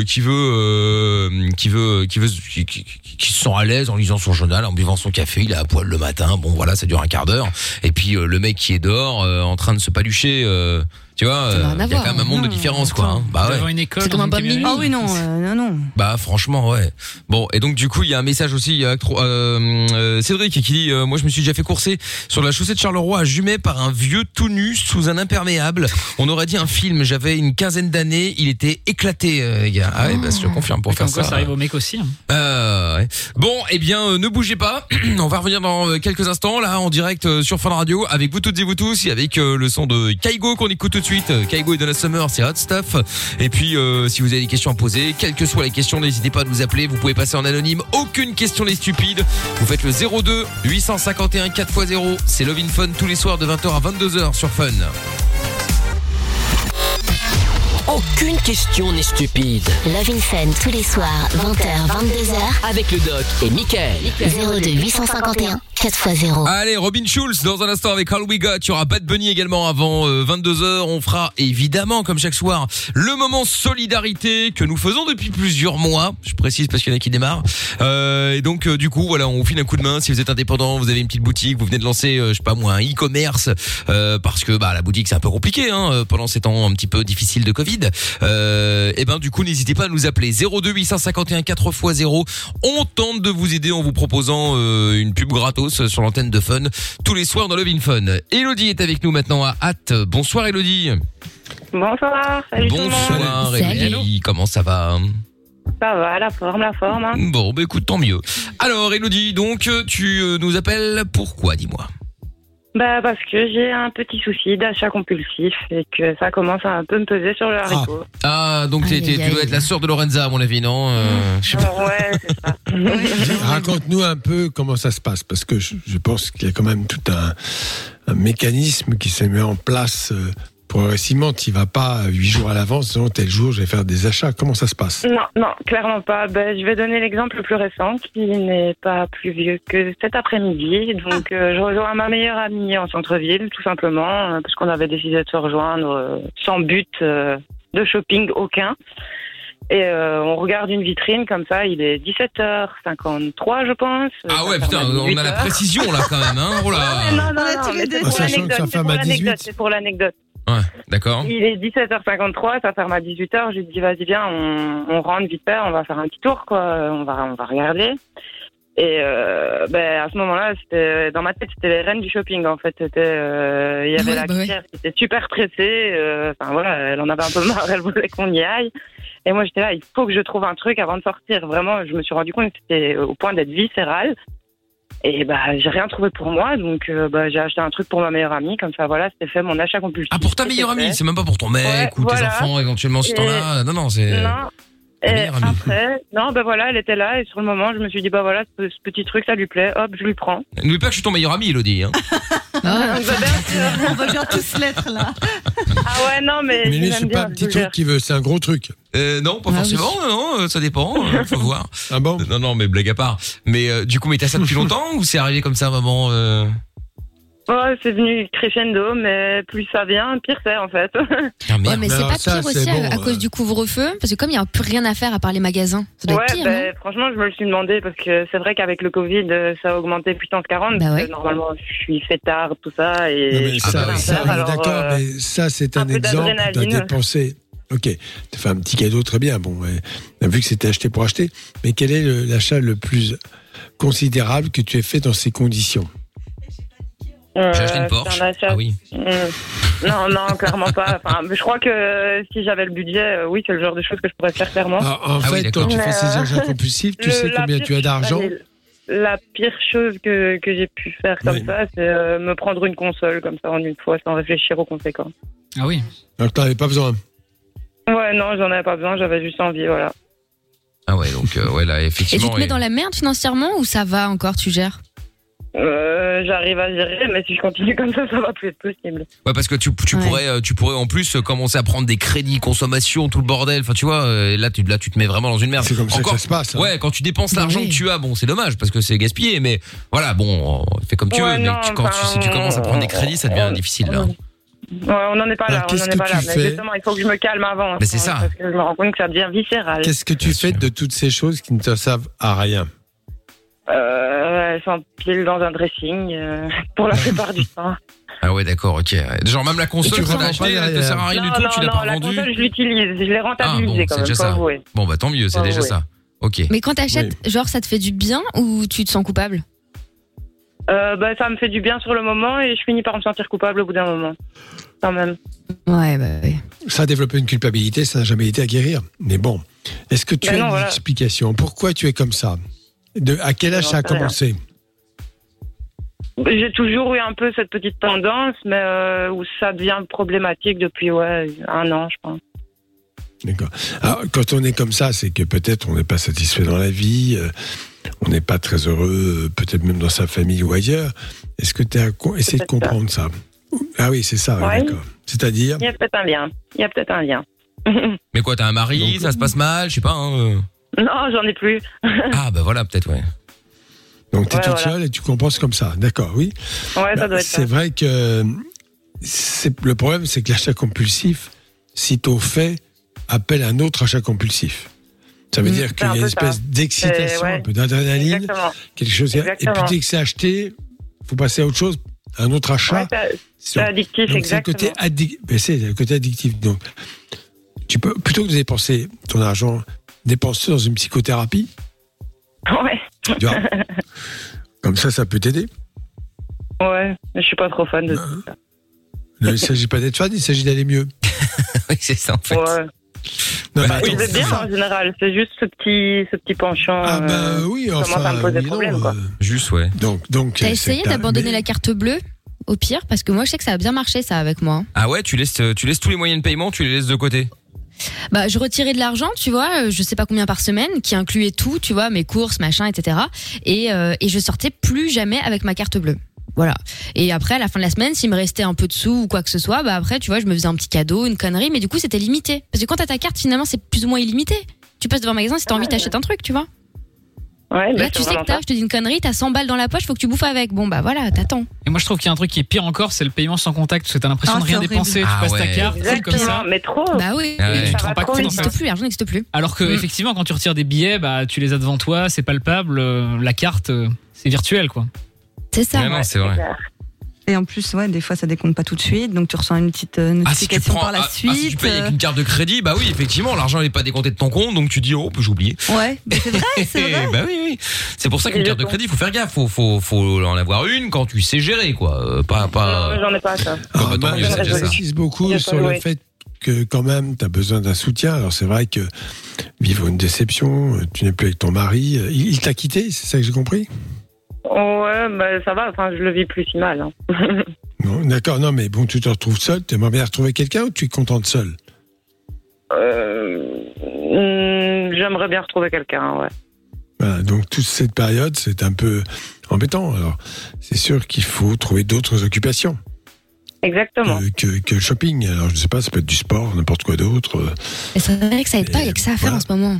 [SPEAKER 2] euh, qui veut, euh, qui veut, qui veut, qui, qui- qui- qui se sent à l'aise en lisant son journal, en buvant son café, il est à poil le matin. Bon voilà, ça dure un quart d'heure. Et puis euh, le mec qui est dehors euh, en train de se palucher. euh, tu vois,
[SPEAKER 4] Ça n'a
[SPEAKER 2] euh,
[SPEAKER 4] rien
[SPEAKER 2] il y
[SPEAKER 4] à
[SPEAKER 2] a
[SPEAKER 4] voir,
[SPEAKER 2] quand même un monde de différence, quoi. hein. Bah ouais.
[SPEAKER 4] C'est comme un bon mini.
[SPEAKER 8] Ah oui, non, euh, non, non.
[SPEAKER 2] Bah franchement ouais. Bon et donc du coup il y a un message aussi il y a Actro- euh, euh, Cédric qui dit euh, moi je me suis déjà fait courser sur la chaussée de Charleroi à Jumet par un vieux tout nu sous un imperméable. On aurait dit un film. J'avais une quinzaine d'années. Il était éclaté euh, les gars. Ah ouais bah, je te confirme pour faire
[SPEAKER 6] Comme quoi,
[SPEAKER 2] ça.
[SPEAKER 6] ça arrive au mec aussi. hein.
[SPEAKER 2] Euh, ouais. Bon, eh bien, euh, ne bougez pas. On va revenir dans euh, quelques instants, là, en direct euh, sur Fun Radio, avec vous toutes et vous tous, et avec euh, le son de Kaigo qu'on écoute tout de suite. Euh, Kaigo et Donna Summer, c'est hot stuff. Et puis, euh, si vous avez des questions à poser, quelles que soient les questions, n'hésitez pas à nous appeler. Vous pouvez passer en anonyme. Aucune question n'est stupide. Vous faites le 02 851 4x0. C'est Love in Fun tous les soirs de 20h à 22h sur Fun.
[SPEAKER 16] Aucune question n'est stupide.
[SPEAKER 1] Love in Fun tous les soirs, 20h, 22h.
[SPEAKER 16] Avec le doc et Michael.
[SPEAKER 1] 02 851 4x0.
[SPEAKER 2] Allez, Robin Schulz dans un instant avec All We Got. Il y aura Bad Bunny également avant 22h. On fera évidemment, comme chaque soir, le moment solidarité que nous faisons depuis plusieurs mois. Je précise parce qu'il y en a qui démarrent. Euh, et donc, euh, du coup, voilà, on vous file un coup de main. Si vous êtes indépendant, vous avez une petite boutique, vous venez de lancer, euh, je sais pas moi, un e-commerce, euh, parce que bah la boutique c'est un peu compliqué hein, euh, pendant ces temps un petit peu difficiles de Covid. Euh, et ben du coup, n'hésitez pas à nous appeler 02 851 4x0. On tente de vous aider en vous proposant euh, une pub gratos sur l'antenne de Fun tous les soirs dans le Vin Fun. Elodie est avec nous maintenant à hâte. Bonsoir Elodie.
[SPEAKER 15] Bonsoir, salut tout le monde.
[SPEAKER 2] Bonsoir Elodie, comment ça va
[SPEAKER 15] Ça va, la forme, la forme. hein.
[SPEAKER 2] Bon, bah écoute, tant mieux. Alors Elodie, donc euh, tu euh, nous appelles pourquoi, dis-moi
[SPEAKER 15] Bah parce que j'ai un petit souci d'achat compulsif et que ça commence à un peu me peser sur le haricot.
[SPEAKER 2] Ah, donc t'es-
[SPEAKER 15] Aïe,
[SPEAKER 2] t'es-
[SPEAKER 15] aïe,
[SPEAKER 2] tu dois
[SPEAKER 15] aïe.
[SPEAKER 2] être la sœur de Lorenza, à mon avis, non Euh, je sais pas.
[SPEAKER 15] Ouais, c'est ça.
[SPEAKER 3] Raconte-nous un peu comment ça se passe, parce que je, je pense qu'il y a quand même tout un, un mécanisme qui s'est mis en place euh, progressivement. Tu vas pas euh, huit jours à l'avance, disant tel jour je vais faire des achats. Comment ça se passe
[SPEAKER 15] Non, non, clairement pas. Ben, je vais donner l'exemple le plus récent qui n'est pas plus vieux que cet après-midi. Donc, euh, je rejoins ma meilleure amie en centre-ville, tout simplement, euh, parce qu'on avait décidé de se rejoindre euh, sans but euh, de shopping aucun. Et euh, on regarde une vitrine comme ça, il est 17h53, je pense.
[SPEAKER 2] Ah ouais, putain, on a la précision là quand même, hein Oh là.
[SPEAKER 15] Ah, Non, non, non, mais c'est
[SPEAKER 3] deux.
[SPEAKER 15] pour
[SPEAKER 3] Ah, sachant que
[SPEAKER 15] l'anecdote,
[SPEAKER 3] sa
[SPEAKER 15] c'est
[SPEAKER 3] femme
[SPEAKER 15] pour
[SPEAKER 3] a
[SPEAKER 15] l'anecdote,
[SPEAKER 3] 18.
[SPEAKER 15] c'est pour l'anecdote.
[SPEAKER 2] Ouais, d'accord.
[SPEAKER 15] Il est 17h53, ça ferme à 18h. J'ai dit, vas-y, viens, on, on rentre vite fait, on va faire un petit tour, quoi. On va, on va regarder. Et euh, ben, à ce moment-là, c'était- dans ma tête, c'était les reines du shopping, en fait. C'était, euh, Il y avait
[SPEAKER 4] Ouais,
[SPEAKER 15] la
[SPEAKER 4] bah ouais.
[SPEAKER 15] caissière qui était super pressée. euh, Enfin, voilà, elle en avait un peu marre, elle voulait qu'on y aille. Et moi, j'étais là, il faut que je trouve un truc avant de sortir. Vraiment, je me suis rendu compte que c'était au point d'être viscéral. Et bah, j'ai rien trouvé pour moi, donc euh, bah, j'ai acheté un truc pour ma meilleure amie. Comme ça, voilà, c'était fait mon achat compulsif.
[SPEAKER 2] Ah, pour ta meilleure amie, c'est même pas pour ton mec
[SPEAKER 15] Ouais,
[SPEAKER 2] ou tes
[SPEAKER 15] voilà.
[SPEAKER 2] enfants éventuellement si t'en
[SPEAKER 15] Et-
[SPEAKER 2] as. Non, non, c'est.
[SPEAKER 15] Non.
[SPEAKER 2] Ta
[SPEAKER 15] Et
[SPEAKER 2] meilleure amie.
[SPEAKER 15] après, non, ben voilà, elle était là et sur le moment, je me suis dit, bah voilà, ce, ce petit truc, ça lui plaît, hop, je lui prends.
[SPEAKER 2] N'oublie pas que je suis ton meilleur ami, Elodie. Hein.
[SPEAKER 15] Ah, bah, bien sûr.
[SPEAKER 8] On va bien tous l'être là.
[SPEAKER 15] ah ouais, non, mais,
[SPEAKER 3] Mais
[SPEAKER 15] je
[SPEAKER 3] lui,
[SPEAKER 15] l'aime
[SPEAKER 3] c'est pas
[SPEAKER 15] bien,
[SPEAKER 3] un
[SPEAKER 15] je
[SPEAKER 3] petit
[SPEAKER 15] vous jure.
[SPEAKER 3] truc qu'il veut, c'est un gros truc.
[SPEAKER 2] Euh, non, pas
[SPEAKER 4] Ah
[SPEAKER 2] forcément, non, euh, ça dépend, euh, faut voir. Ah bon Non, non, mais blague à part. Mais euh, du coup, mais t'as ça depuis longtemps ou c'est arrivé comme ça, maman euh...
[SPEAKER 15] Ouais, oh, c'est venu crescendo, mais plus ça vient, pire c'est en fait.
[SPEAKER 2] Ah,
[SPEAKER 4] Ouais,
[SPEAKER 2] merde.
[SPEAKER 4] mais c'est
[SPEAKER 3] Alors
[SPEAKER 4] pas
[SPEAKER 3] ça,
[SPEAKER 4] pire
[SPEAKER 3] c'est
[SPEAKER 4] aussi à-
[SPEAKER 3] bon,
[SPEAKER 4] à,
[SPEAKER 3] ouais.
[SPEAKER 2] euh.
[SPEAKER 4] cause du couvre-feu, parce que comme il n'y a plus rien à faire à part les magasins, ça doit
[SPEAKER 15] ouais,
[SPEAKER 4] être pire,
[SPEAKER 15] ben, franchement, je me le suis demandé parce que c'est vrai qu'avec le Covid, euh, ça a augmenté puissance
[SPEAKER 4] Bah
[SPEAKER 15] 40. parce que
[SPEAKER 4] ouais.
[SPEAKER 15] Euh, Normalement, je suis fêtard, tout ça. Et
[SPEAKER 3] Non, mais
[SPEAKER 15] je suis
[SPEAKER 3] ça,
[SPEAKER 15] pas
[SPEAKER 3] ça,
[SPEAKER 15] fêtard,
[SPEAKER 3] on est
[SPEAKER 15] alors,
[SPEAKER 3] d'accord,
[SPEAKER 15] euh,
[SPEAKER 3] mais ça, c'est
[SPEAKER 15] un
[SPEAKER 3] un,
[SPEAKER 15] peu
[SPEAKER 3] exemple d'un
[SPEAKER 15] d'adrénaline.
[SPEAKER 3] dépensé. Ok, tu fait un petit cadeau, très bien. Bon, ouais. On a vu que c'était acheté pour acheter, mais quel est le- l'achat le plus considérable que tu aies fait dans ces conditions
[SPEAKER 15] euh,
[SPEAKER 2] J'ai acheté une
[SPEAKER 15] c'est
[SPEAKER 2] Porsche.
[SPEAKER 15] un achat.
[SPEAKER 2] Ah oui.
[SPEAKER 15] Mm. Non, non, clairement pas. Enfin, je crois que euh, si j'avais le budget, euh, oui, c'est le genre de choses que je pourrais faire clairement.
[SPEAKER 3] Ah, En
[SPEAKER 2] Ah oui,
[SPEAKER 3] fait,
[SPEAKER 2] d'accord.
[SPEAKER 3] quand tu fais
[SPEAKER 15] Mais,
[SPEAKER 3] ces
[SPEAKER 15] euh,
[SPEAKER 3] achats compulsifs, tu
[SPEAKER 15] Le-
[SPEAKER 3] sais
[SPEAKER 15] la
[SPEAKER 3] combien
[SPEAKER 15] pire-
[SPEAKER 3] tu as d'argent
[SPEAKER 15] allez, La pire chose que, que j'ai pu faire comme
[SPEAKER 3] Oui.
[SPEAKER 15] ça, c'est euh, me prendre une console comme ça en une fois sans réfléchir aux conséquences.
[SPEAKER 6] Ah oui.
[SPEAKER 3] Alors, t'en avais pas besoin.
[SPEAKER 15] Ah Ouais, non, j'en avais pas besoin, j'avais juste envie, voilà.
[SPEAKER 2] Ah ouais, donc, euh, ouais, là,
[SPEAKER 4] non Et tu
[SPEAKER 2] effectivement.
[SPEAKER 4] te mets dans la merde financièrement ou ça va encore, tu gères
[SPEAKER 15] Euh, J'arrive à gérer, mais si je continue comme ça, ça va plus être possible.
[SPEAKER 2] Ouais, parce que tu, tu pourrais, euh, tu pourrais en plus euh, commencer à prendre des crédits consommation, tout le bordel. Enfin, tu vois, euh, là, tu, là, tu te mets vraiment dans une merde. C'est comme
[SPEAKER 3] ça que ça se passe, hein.
[SPEAKER 2] Ouais, quand tu
[SPEAKER 4] Bah
[SPEAKER 2] dépenses l'argent que tu as, bon, c'est dommage parce que c'est gaspillé. Mais voilà, bon, on- fais comme tu
[SPEAKER 15] Ouais,
[SPEAKER 2] veux.
[SPEAKER 15] non,
[SPEAKER 2] mais tu- quand tu, si tu
[SPEAKER 15] enfin, euh,
[SPEAKER 2] commences à prendre des crédits, ça devient difficile. là.
[SPEAKER 15] Ouais, on n'en est pas
[SPEAKER 2] Alors,
[SPEAKER 15] là, on
[SPEAKER 2] qu'est-ce
[SPEAKER 15] n'en est
[SPEAKER 2] que
[SPEAKER 15] pas
[SPEAKER 2] tu
[SPEAKER 15] là.
[SPEAKER 2] fais
[SPEAKER 15] Mais justement, il faut que je me calme avant.
[SPEAKER 3] Mais c'est
[SPEAKER 15] hein,
[SPEAKER 3] ça.
[SPEAKER 15] Parce que je me rends compte que ça devient viscéral.
[SPEAKER 3] Qu'est-ce que tu fais de toutes ces choses qui ne te servent à rien
[SPEAKER 15] Euh, elles s'empilent dans un dressing euh, pour la plupart du temps.
[SPEAKER 2] Ah ouais, d'accord, ok. Genre, même la
[SPEAKER 15] Et tu
[SPEAKER 2] console que t'as
[SPEAKER 15] revends
[SPEAKER 2] achetée,
[SPEAKER 15] pas
[SPEAKER 2] elle te
[SPEAKER 15] derrière.
[SPEAKER 2] sert à rien
[SPEAKER 15] Non,
[SPEAKER 2] du tout,
[SPEAKER 15] non,
[SPEAKER 2] tu l'as
[SPEAKER 15] non,
[SPEAKER 2] pas
[SPEAKER 15] la
[SPEAKER 2] vendue.
[SPEAKER 15] console, je l'utilise, je l'ai
[SPEAKER 2] Ah
[SPEAKER 15] rentabilisée
[SPEAKER 2] bon,
[SPEAKER 15] quand
[SPEAKER 2] c'est
[SPEAKER 15] même,
[SPEAKER 2] déjà
[SPEAKER 15] faut
[SPEAKER 2] ça.
[SPEAKER 15] avouer.
[SPEAKER 2] Bon, bah tant mieux, c'est
[SPEAKER 15] Faut
[SPEAKER 2] déjà
[SPEAKER 15] avouer.
[SPEAKER 2] ça. Ok.
[SPEAKER 4] Mais quand t'achètes, genre, ça te fait du bien ou tu te sens coupable
[SPEAKER 15] Euh, bah, ça me fait du bien sur le moment et je finis par me sentir coupable au bout d'un moment. Quand même.
[SPEAKER 4] Ouais, bah oui.
[SPEAKER 3] Ça a développé une culpabilité, ça n'a jamais été à guérir. Mais bon, est-ce que tu
[SPEAKER 15] Mais
[SPEAKER 3] as
[SPEAKER 15] Bah non,
[SPEAKER 3] une
[SPEAKER 15] voilà.
[SPEAKER 3] explication Pourquoi tu es comme ça de, À quel âge
[SPEAKER 15] J'en
[SPEAKER 3] ça a
[SPEAKER 15] sais rien.
[SPEAKER 3] commencé
[SPEAKER 15] J'ai toujours eu un peu cette petite tendance, mais euh, où ça devient problématique depuis ouais, un an, je pense.
[SPEAKER 3] D'accord. Alors, quand on est comme ça, c'est que peut-être on n'est pas satisfait dans la vie, euh, on n'est pas très heureux, euh, peut-être même dans sa famille ou ailleurs. Est-ce que tu as co- essayé de comprendre ça Ah oui, c'est ça,
[SPEAKER 15] Ouais.
[SPEAKER 3] d'accord. C'est-à-dire
[SPEAKER 15] Il y a peut-être un lien. Il y a peut-être un lien.
[SPEAKER 2] Mais quoi, t'as un mari, ça se passe mal, je sais pas. hein, euh.
[SPEAKER 15] non, j'en ai plus.
[SPEAKER 2] Ah bah voilà, peut-être, ouais.
[SPEAKER 3] Donc tu es
[SPEAKER 15] Ouais,
[SPEAKER 3] toute
[SPEAKER 15] voilà.
[SPEAKER 3] seule et tu compenses comme ça, d'accord, oui. Bah,
[SPEAKER 15] Ouais, ça doit être
[SPEAKER 3] c'est
[SPEAKER 15] ça.
[SPEAKER 3] vrai que c'est, le problème, c'est que l'achat compulsif, sitôt fait, appelle un autre achat compulsif. Ça veut
[SPEAKER 15] Mm.
[SPEAKER 3] dire
[SPEAKER 15] C'est
[SPEAKER 3] qu'il y
[SPEAKER 15] un
[SPEAKER 3] a une
[SPEAKER 15] peu
[SPEAKER 3] espèce
[SPEAKER 15] ça.
[SPEAKER 3] d'excitation,
[SPEAKER 15] C'est- ouais.
[SPEAKER 3] un peu d'adrénaline,
[SPEAKER 15] Exactement.
[SPEAKER 3] quelque chose. Et
[SPEAKER 15] Exactement.
[SPEAKER 3] puis dès que c'est acheté, faut passer à autre chose, à un autre achat.
[SPEAKER 15] Ouais, c'est- c'est addictif,
[SPEAKER 3] Donc, c'est le côté
[SPEAKER 15] exactement.
[SPEAKER 3] addic- ben, c'est le côté addictif. Donc, tu peux plutôt que de dépenser ton argent, dépense dans une psychothérapie.
[SPEAKER 15] Ouais.
[SPEAKER 3] Tu vois. Comme ça, ça peut t'aider.
[SPEAKER 15] Ouais, mais je suis pas trop fan de tout ça.
[SPEAKER 3] Non, il ne s'agit pas d'être fan, il s'agit d'aller mieux.
[SPEAKER 2] oui, c'est ça en fait.
[SPEAKER 15] Ouais.
[SPEAKER 3] Euh, Non, mais
[SPEAKER 15] Oui,
[SPEAKER 3] attends,
[SPEAKER 15] je vais
[SPEAKER 3] c'est
[SPEAKER 15] bien
[SPEAKER 3] ça.
[SPEAKER 15] en général, c'est juste ce petit, ce petit penchant.
[SPEAKER 3] Ah bah
[SPEAKER 15] euh,
[SPEAKER 3] oui,
[SPEAKER 15] qui
[SPEAKER 3] enfin, euh,
[SPEAKER 15] commence à me poser
[SPEAKER 3] oui, non,
[SPEAKER 15] problème, quoi.
[SPEAKER 2] Juste, ouais.
[SPEAKER 3] Donc, donc.
[SPEAKER 4] T'as
[SPEAKER 3] c'est-
[SPEAKER 4] essayé
[SPEAKER 3] c'est-
[SPEAKER 4] d'abandonner
[SPEAKER 3] mais-
[SPEAKER 4] la carte bleue au pire Parce que moi, je sais que ça a bien marché, ça, avec moi. hein.
[SPEAKER 2] Ah ouais, tu laisses, tu laisses tous les moyens de paiement, tu les laisses de côté.
[SPEAKER 4] Bah, je retirais de l'argent, tu vois, euh, je sais pas combien par semaine, qui incluait tout, tu vois, mes courses, machin, etc. Et, euh, et je sortais plus jamais avec ma carte bleue. Voilà. Et après, à la fin de la semaine, s'il me restait un peu de sous ou quoi que ce soit, bah après, tu vois, je me faisais un petit cadeau, une connerie, mais du coup, c'était limité. Parce que quand t'as ta carte, finalement, c'est plus ou moins illimité. Tu passes devant un magasin, si t'as envie, t'achètes un truc, tu vois.
[SPEAKER 15] Ah Ouais, bah,
[SPEAKER 4] Là, tu sais que t'as, je te dis une connerie, t'as 100 balles dans la poche, faut que tu bouffes avec. Bon, bah voilà, t'attends.
[SPEAKER 6] Et moi, je trouve qu'il y a un truc qui est pire encore, c'est le paiement sans contact, parce que t'as l'impression
[SPEAKER 4] Ah,
[SPEAKER 6] de rien
[SPEAKER 4] c'est horrible.
[SPEAKER 6] dépenser, tu
[SPEAKER 2] Ah
[SPEAKER 6] passes ta
[SPEAKER 2] ouais.
[SPEAKER 6] carte, c'est comme ça.
[SPEAKER 15] mais trop.
[SPEAKER 4] Bah oui,
[SPEAKER 6] Ah ouais. Tu te rends pas compte, en
[SPEAKER 4] n'existe
[SPEAKER 6] fait.
[SPEAKER 4] plus, l'argent n'existe plus.
[SPEAKER 6] Alors
[SPEAKER 15] Mm.
[SPEAKER 6] que, effectivement, quand tu retires des billets, bah, tu les as devant toi, c'est palpable, euh, la carte, euh, c'est virtuel, quoi.
[SPEAKER 4] C'est ça.
[SPEAKER 6] Ouais, non, c'est vrai.
[SPEAKER 8] Et en plus, ouais, des fois, ça décompte pas tout de suite, donc tu ressens une petite euh, notification par la
[SPEAKER 2] ah, ah,
[SPEAKER 8] suite.
[SPEAKER 2] si tu payes
[SPEAKER 8] euh,
[SPEAKER 2] avec une carte de crédit, bah oui, effectivement, l'argent n'est pas décompté de ton compte, donc tu dis oh, j'ai oublié.
[SPEAKER 8] Ouais, mais c'est vrai, c'est vrai.
[SPEAKER 2] bah oui, oui. C'est pour ça qu'une carte de crédit, faut faire gaffe, faut, faut, faut en avoir une quand tu sais gérer, quoi. Euh, Pas, pas.
[SPEAKER 15] J'en ai pas ça.
[SPEAKER 2] Bon, bah, tant
[SPEAKER 3] Bah,
[SPEAKER 2] mieux, c'est déjà
[SPEAKER 3] je
[SPEAKER 2] ça.
[SPEAKER 3] insiste beaucoup
[SPEAKER 15] Bien
[SPEAKER 3] sur
[SPEAKER 15] sûr,
[SPEAKER 3] le
[SPEAKER 15] oui.
[SPEAKER 3] fait que quand même, tu as besoin d'un soutien. Alors c'est vrai que vivre une déception, euh, tu n'es plus avec ton mari, euh, il il t'a quitté, c'est ça que j'ai compris
[SPEAKER 15] Ouais, bah ça va, enfin, je le vis plus si mal. hein.
[SPEAKER 3] Non, d'accord, non, mais bon, tu te retrouves seul, tu aimerais bien retrouver quelqu'un ou tu es contente seule
[SPEAKER 15] Euh, hum, J'aimerais bien retrouver quelqu'un, ouais.
[SPEAKER 3] Voilà, donc toute cette période, c'est un peu embêtant. Alors c'est sûr qu'il faut trouver d'autres occupations.
[SPEAKER 15] Exactement.
[SPEAKER 3] que- que, que le shopping. Alors je sais pas, ça peut être du sport, n'importe quoi d'autre. euh,
[SPEAKER 4] Et c'est vrai que ça aide pas, il y a que ça à faire en ce moment.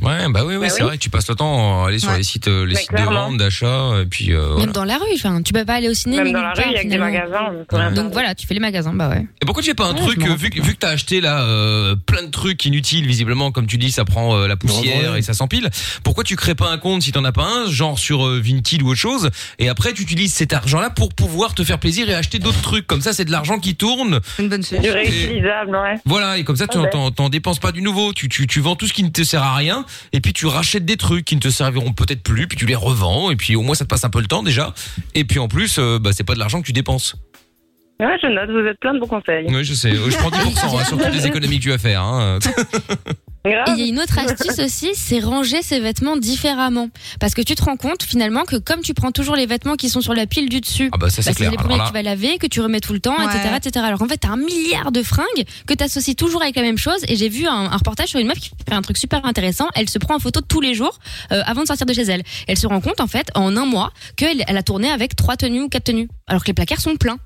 [SPEAKER 2] Ouais, bah oui, oui, c'est vrai que tu passes le temps à aller sur
[SPEAKER 4] Ouais.
[SPEAKER 2] les sites, euh, les
[SPEAKER 4] Mais
[SPEAKER 2] sites de
[SPEAKER 4] clairement.
[SPEAKER 2] vente, d'achat, et puis. euh, voilà.
[SPEAKER 4] Même dans la rue, enfin, tu peux pas aller au ciné.
[SPEAKER 15] Même
[SPEAKER 4] ni
[SPEAKER 15] dans
[SPEAKER 4] nulle
[SPEAKER 15] la rue,
[SPEAKER 4] part,
[SPEAKER 15] il y a que des
[SPEAKER 4] finalement.
[SPEAKER 15] magasins, donc,
[SPEAKER 4] Donc voilà, tu fais les magasins, bah ouais.
[SPEAKER 2] Et pourquoi tu fais pas un
[SPEAKER 4] Ouais,
[SPEAKER 2] truc,
[SPEAKER 4] je me
[SPEAKER 2] euh,
[SPEAKER 4] rends
[SPEAKER 2] vu, que- vu que t'as acheté là euh, plein de trucs inutiles, visiblement, comme tu dis, ça prend euh, la poussière
[SPEAKER 3] revends-le.
[SPEAKER 2] et ça s'empile, pourquoi tu crées pas un compte si t'en as pas un, genre sur euh, Vinted ou autre chose, et après tu utilises cet argent-là pour pouvoir te faire plaisir et acheter d'autres trucs, comme ça c'est de l'argent qui tourne.
[SPEAKER 8] Une bonne
[SPEAKER 15] Du réutilisable, ouais.
[SPEAKER 2] Voilà, et comme ça tu
[SPEAKER 15] Ouais.
[SPEAKER 2] t'en t'en dépenses pas du nouveau, tu, tu, tu vends tout ce qui ne te sert à rien, et puis tu rachètes des trucs qui ne te serviront peut-être plus, puis tu les revends, et puis au moins ça te passe un peu le temps déjà, et puis en plus, euh, bah, c'est pas de l'argent que tu dépenses.
[SPEAKER 15] Ouais, je note, vous êtes plein de bons conseils.
[SPEAKER 2] hein. Oui, je sais. Euh, Je prends 10% hein, sur toutes les économies que tu vas faire. Hein.
[SPEAKER 4] Et il y a une autre astuce aussi, c'est ranger ses vêtements différemment. Parce que tu te rends compte finalement que comme tu prends toujours les vêtements qui sont sur la pile du dessus,
[SPEAKER 2] Ah bah, ça, c'est
[SPEAKER 4] les
[SPEAKER 2] clair.
[SPEAKER 4] premiers
[SPEAKER 2] Alors
[SPEAKER 4] que tu vas laver, que tu remets tout le temps,
[SPEAKER 8] Ouais.
[SPEAKER 4] etc., etc. Alors en fait, t'as un milliard de fringues que t'associes toujours avec la même chose. Et j'ai vu un, un reportage sur une meuf qui fait un truc super intéressant. Elle se prend en photo tous les jours euh, avant de sortir de chez elle. Elle se rend compte en fait en un mois qu'elle elle a tourné avec trois tenues ou quatre tenues, alors que les placards sont pleins.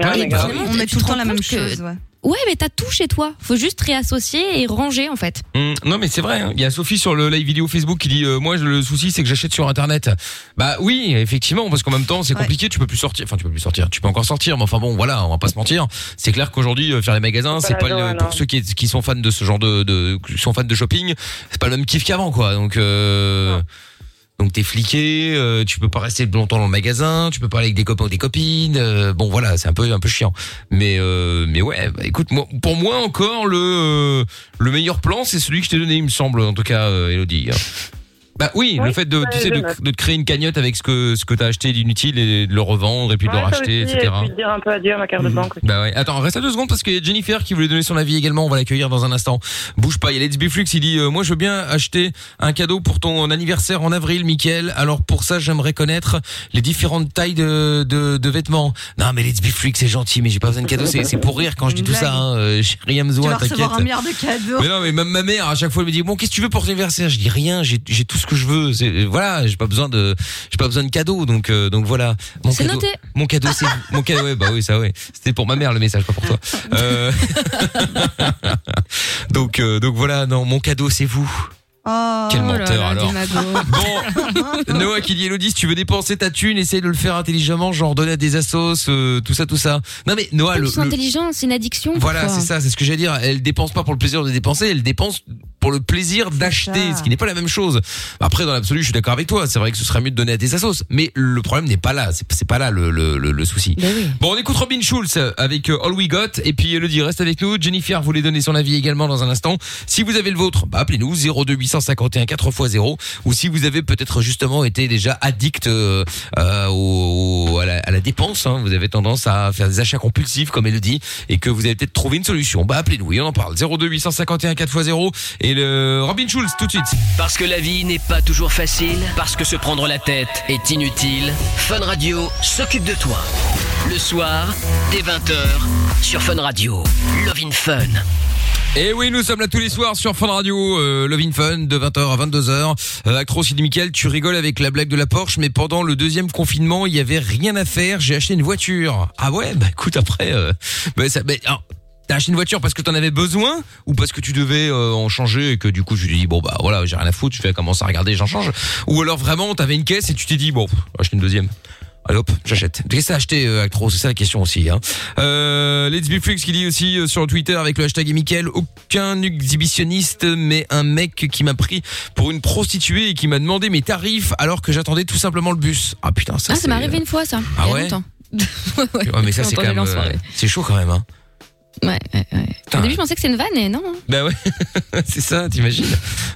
[SPEAKER 8] Ah oui,
[SPEAKER 4] Et
[SPEAKER 8] bah
[SPEAKER 4] finalement,
[SPEAKER 8] oui.
[SPEAKER 4] tu-
[SPEAKER 8] On met
[SPEAKER 4] tu
[SPEAKER 8] tout le
[SPEAKER 4] te
[SPEAKER 8] temps
[SPEAKER 4] rends
[SPEAKER 8] la même
[SPEAKER 4] compte que-
[SPEAKER 8] chose, ouais.
[SPEAKER 4] Ouais, mais t'as tout chez toi. Faut juste réassocier et ranger en fait.
[SPEAKER 2] Hum, non mais c'est vrai, hein. il y a Sophie sur le live vidéo Facebook qui dit euh, moi le souci c'est que j'achète sur internet. Bah oui, effectivement parce qu'en même temps c'est compliqué, tu peux plus sortir, enfin tu peux plus sortir, tu peux encore sortir mais enfin bon voilà, on va pas se mentir. C'est clair qu'aujourd'hui euh, faire les magasins, c'est
[SPEAKER 14] Voilà,
[SPEAKER 2] pas le-
[SPEAKER 14] non,
[SPEAKER 2] pour
[SPEAKER 14] non.
[SPEAKER 2] ceux qui, qui sont fans de ce genre de, de qui sont fans de shopping, c'est pas le même kiff qu'avant quoi. Donc euh, donc t'es fliqué, euh, tu peux pas rester longtemps dans le magasin, tu peux pas aller avec des copains ou des copines. euh, bon voilà, c'est un peu un peu chiant. Mais euh, mais ouais, bah, écoute, moi, pour moi encore le euh, le meilleur plan, c'est celui que je t'ai donné, il me semble en tout cas, euh, Elodie. Bah oui, le fait de tu
[SPEAKER 5] ouais,
[SPEAKER 2] sais
[SPEAKER 5] je
[SPEAKER 2] de,
[SPEAKER 5] note.
[SPEAKER 2] de te créer une cagnotte avec ce que ce que t'as acheté d'inutile et de le revendre et puis de le
[SPEAKER 5] Ouais, ça
[SPEAKER 2] racheter,
[SPEAKER 5] aussi,
[SPEAKER 2] etc.
[SPEAKER 5] Et puis de dire un peu adieu à ma carte
[SPEAKER 3] Mm.
[SPEAKER 5] de banque.
[SPEAKER 2] Bah ouais. Attends, reste à deux secondes parce qu'il y a Jennifer qui voulait donner son avis également. On va l'accueillir dans un instant. Bouge pas. Il y a Let's Be Flux. Il dit euh, Moi, je veux bien acheter un cadeau pour ton anniversaire en avril, Mickaël. Alors, pour ça, j'aimerais connaître les différentes tailles de, de, de vêtements. Non, mais Let's Be Flux, c'est gentil, mais j'ai pas besoin de cadeau. C'est c'est pour rire quand je dis tout ça. Hein. Euh, Chérie Hamzoua,
[SPEAKER 8] Tu vas
[SPEAKER 2] t'inquiète.
[SPEAKER 8] recevoir un milliard de cadeaux.
[SPEAKER 2] Mais non, mais même ma mère, à chaque fois, elle me dit, bon, qu'est-ce que tu veux pour ton anniversaire? Je dis rien, j'ai j'ai tout ce que je veux. C'est- Voilà, j'ai pas besoin de, j'ai pas besoin de cadeau, donc, euh, donc voilà. Mon
[SPEAKER 4] C'est
[SPEAKER 2] cadeau,
[SPEAKER 4] noté.
[SPEAKER 2] Mon cadeau, c'est, mon cadeau, ouais, bah oui, ça, ouais. C'était pour ma mère, le message, pas pour toi. Euh, donc, euh, donc voilà, non, mon cadeau, c'est vous.
[SPEAKER 8] Oh,
[SPEAKER 2] Quel menteur, alors.
[SPEAKER 8] Bon,
[SPEAKER 2] Noah qui dit Elodie, si tu veux dépenser ta thune, essaye de le faire intelligemment, genre donner à des assos, euh, tout ça, tout ça. Non mais Noah,
[SPEAKER 4] Comme
[SPEAKER 2] le,
[SPEAKER 4] ils sont
[SPEAKER 2] le-
[SPEAKER 4] intelligents, c'est une addiction.
[SPEAKER 2] Voilà,
[SPEAKER 4] parfois.
[SPEAKER 2] c'est ça, c'est ce que j'allais dire. Elle dépense pas pour le plaisir de dépenser, elle dépense pour le plaisir d'acheter, ce qui n'est pas la même chose. Après, dans l'absolu, je suis d'accord avec toi. C'est vrai que ce serait mieux de donner à tes assos, mais le problème n'est pas là. C'est c'est pas là le, le, le- le souci. Bon, on écoute Robin Schulz avec euh, All We Got, et puis Elodie reste avec nous. Jennifer voulait donner son avis également dans un instant. Si vous avez le vôtre, bah, appelez-nous 02851 4x0, ou si vous avez peut-être justement été déjà addict euh, euh, au- au- à, la, à la dépense, hein, vous avez tendance à faire des achats compulsifs comme elle dit et que vous avez peut-être trouvé une solution. Bah appelez-nous, et on en parle. 02851 4x0 et le Robin Schulz tout de suite.
[SPEAKER 1] Parce que la vie n'est pas toujours facile, parce que se prendre la tête est inutile, Fun Radio s'occupe de toi. Le soir, dès 20h, sur Fun Radio. Love in Fun.
[SPEAKER 2] Et oui, nous sommes là tous les soirs sur Fun Radio, euh, Love in Fun, de 20h à 22h. Euh, Actros, il dit, Mickaël, tu rigoles avec la blague de la Porsche, mais pendant le deuxième confinement, il y avait rien à faire, j'ai acheté une voiture. Ah ouais, bah écoute, après, euh, bah, ça, bah, alors, t'as acheté une voiture parce que t'en avais besoin ou parce que tu devais euh, en changer et que du coup, tu te dis, bon bah voilà, j'ai rien à foutre, je vais commencer à regarder, j'en change. Ou alors vraiment, t'avais une caisse et tu t'es dit, bon, acheter une deuxième. Allez hop, j'achète. Qu'est-ce que t'as acheté, euh, Actro C'est ça la question aussi. Hein. Euh, Let's Be Flux qui dit aussi euh, sur Twitter avec le hashtag Michael, aucun exhibitionniste, mais un mec qui m'a pris pour une prostituée et qui m'a demandé mes tarifs alors que j'attendais tout simplement le bus. Ah putain, ça
[SPEAKER 4] ah,
[SPEAKER 2] c'est...
[SPEAKER 4] ça m'est arrivé une fois, ça.
[SPEAKER 2] Ah
[SPEAKER 4] il y a
[SPEAKER 2] ouais
[SPEAKER 4] longtemps.
[SPEAKER 2] Ouais, mais ça c'est quand même... euh, c'est chaud quand même. Hein.
[SPEAKER 4] Ouais, ouais, ouais.
[SPEAKER 2] Putain.
[SPEAKER 4] Au début, je pensais que c'est une vanne, et non. hein.
[SPEAKER 2] Bah ouais, c'est ça, t'imagines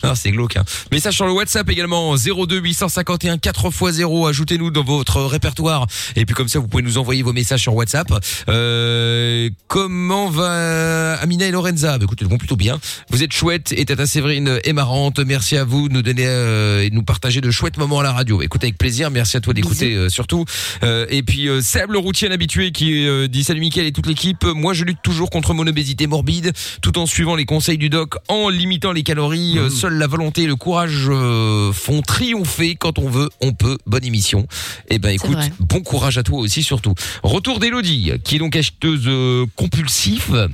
[SPEAKER 2] Non, c'est glauque. Hein. Message sur le WhatsApp également, 02 851 4x0, ajoutez-nous dans votre répertoire. Et puis comme ça, vous pouvez nous envoyer vos messages sur WhatsApp. Euh, comment va Amina et Lorenza bah, Écoutez, elles vont plutôt bien. Vous êtes chouette et Tata Séverine est marrante. Merci à vous de nous donner euh, et de nous partager de chouettes moments à la radio. Bah, Écoutez, avec plaisir, merci à toi d'écouter euh, surtout. Euh, et puis euh, Seb, le routier un habitué qui euh, dit salut Mickaël et toute l'équipe. Euh, Moi, je lutte toujours contre mon obésité morbide, tout en suivant les conseils du doc, en limitant les calories. Euh, Seule la volonté et le courage euh, font triompher quand on veut, on peut. Bonne émission. Eh ben, écoute,
[SPEAKER 14] vrai.
[SPEAKER 2] bon courage à toi aussi surtout. Retour d'Elodie, qui est donc acheteuse euh, compulsive.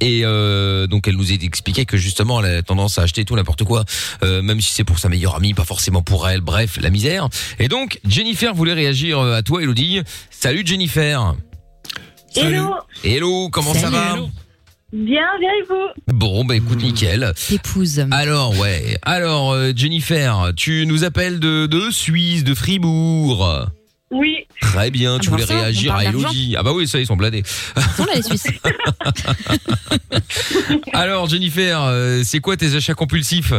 [SPEAKER 2] Et euh, donc elle nous a expliqué que justement elle a tendance à acheter tout n'importe quoi, euh, même si c'est pour sa meilleure amie, pas forcément pour elle. Bref, la misère. Et donc Jennifer voulait réagir euh, à toi, Elodie. Salut Jennifer.
[SPEAKER 13] Hello.
[SPEAKER 2] Hello, comment ça
[SPEAKER 13] Salut,
[SPEAKER 2] va
[SPEAKER 13] hello. Bien, bien et vous
[SPEAKER 2] Bon, bah écoute, nickel.
[SPEAKER 4] Épouse.
[SPEAKER 2] Alors ouais. Alors euh, Jennifer, tu nous appelles de, de Suisse, de Fribourg.
[SPEAKER 13] Oui.
[SPEAKER 2] Très bien, tu
[SPEAKER 13] Ah bah
[SPEAKER 2] voulais
[SPEAKER 13] ça, on
[SPEAKER 2] réagir à
[SPEAKER 13] parle d'argent.
[SPEAKER 2] Elodie. Ah bah oui, ça ils sont bladés.
[SPEAKER 4] Sont là, les Suisses.
[SPEAKER 2] Alors Jennifer, euh, c'est quoi tes achats compulsifs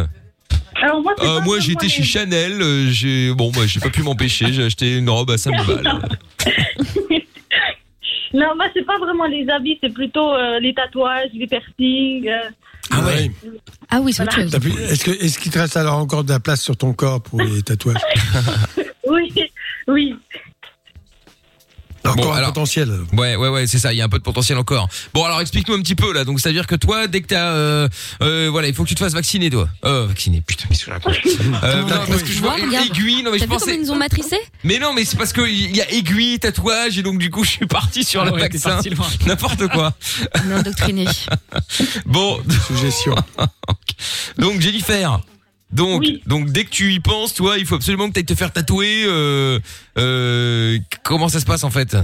[SPEAKER 13] Alors moi, c'est
[SPEAKER 2] Euh,
[SPEAKER 13] pas
[SPEAKER 2] moi
[SPEAKER 13] vraiment
[SPEAKER 2] j'étais
[SPEAKER 13] les-
[SPEAKER 2] chez Chanel, euh, j'ai bon moi j'ai pas pu m'empêcher, j'ai acheté une robe à 5000 balles.
[SPEAKER 13] Non, moi, c'est pas vraiment les habits, c'est plutôt euh, les tatouages, les piercings. euh,
[SPEAKER 3] Ah ouais.
[SPEAKER 4] Ah oui, c'est autre chose.
[SPEAKER 3] T'as pu- Est-ce que- est-ce qu'il te reste alors encore de la place sur ton corps pour les tatouages
[SPEAKER 12] Oui, oui.
[SPEAKER 2] Encore un potentiel. Ouais, ouais, ouais, c'est ça. Il y a un peu de potentiel encore. Bon, alors explique-nous un petit peu là. Donc, c'est à dire que toi, dès que t'as, euh, euh, voilà, il faut que tu te fasses vacciner, toi. Euh, vacciner. Putain, qu'est-ce que je raconte Euh, non, parce que je vois
[SPEAKER 4] Regarde.
[SPEAKER 2] aiguille. Non, mais je
[SPEAKER 4] T'as vu comment
[SPEAKER 2] pensais.
[SPEAKER 4] ils nous ont matricés
[SPEAKER 2] Mais non, mais c'est parce que il y a aiguille, tatouage, et donc du coup, je suis parti sur le vaccin. N'importe quoi.
[SPEAKER 4] On est endoctrinés.
[SPEAKER 2] Bon, suggestion. donc Jennifer. Donc, donc dès que tu y penses, toi, il faut absolument que tu ailles te faire tatouer. euh, euh, comment ça se passe en fait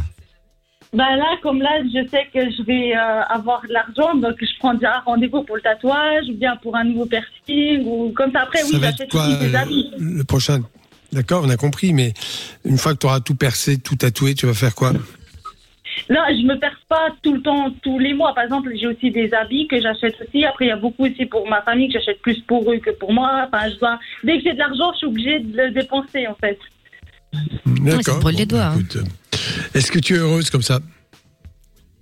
[SPEAKER 12] Bah là, comme là, je sais que je vais euh, avoir de l'argent, donc je prends déjà un rendez-vous pour le tatouage, ou bien pour un nouveau piercing, ou comme ça. Après,
[SPEAKER 3] Ça
[SPEAKER 12] oui, bah,
[SPEAKER 3] va être
[SPEAKER 12] j'achète
[SPEAKER 3] quoi
[SPEAKER 12] aussi des
[SPEAKER 3] euh,
[SPEAKER 12] habits.
[SPEAKER 3] le prochain D'accord, on a compris, mais une fois que tu auras tout percé, tout tatoué, tu vas faire quoi
[SPEAKER 12] Là, je me perds pas tout le temps, tous les mois. Par exemple, j'ai aussi des habits que j'achète aussi. Après, il y a beaucoup aussi pour ma famille que j'achète plus pour eux que pour moi. Enfin, je dois... Dès que j'ai de l'argent, je suis obligée de le dépenser, en fait.
[SPEAKER 3] D'accord. Bon,
[SPEAKER 4] hein.
[SPEAKER 3] bah, écoute, euh, Est-ce que tu es heureuse comme ça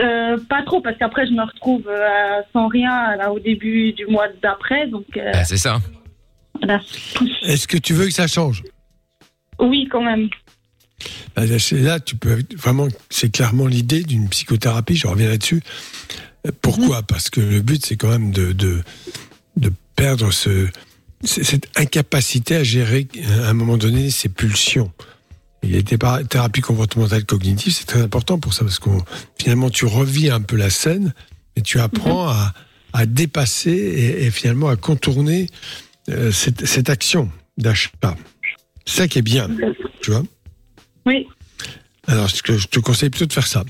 [SPEAKER 12] Euh, pas trop, parce qu'après, je me retrouve euh, sans rien là, au début du mois d'après. Donc, euh,
[SPEAKER 2] Ah, C'est ça.
[SPEAKER 12] voilà.
[SPEAKER 3] Est-ce que tu veux que ça change
[SPEAKER 12] oui, quand même.
[SPEAKER 3] Là, Bah, Là, c'est- là, tu peux vraiment, c'est clairement l'idée d'une psychothérapie. Je reviens là-dessus. Euh, Pourquoi Parce que le but, c'est quand même de de, de perdre ce c- cette incapacité à gérer à un moment donné ses pulsions. Il y a des théra- thérapies comportementales cognitives, c'est très important pour ça parce qu'on finalement tu revis un peu la scène, mais tu apprends à, à dépasser et, et finalement à contourner euh, cette, cette action d'achat. C'est ça qui est bien, tu vois.
[SPEAKER 12] Oui.
[SPEAKER 3] Alors, ce que je te conseille plutôt de faire ça.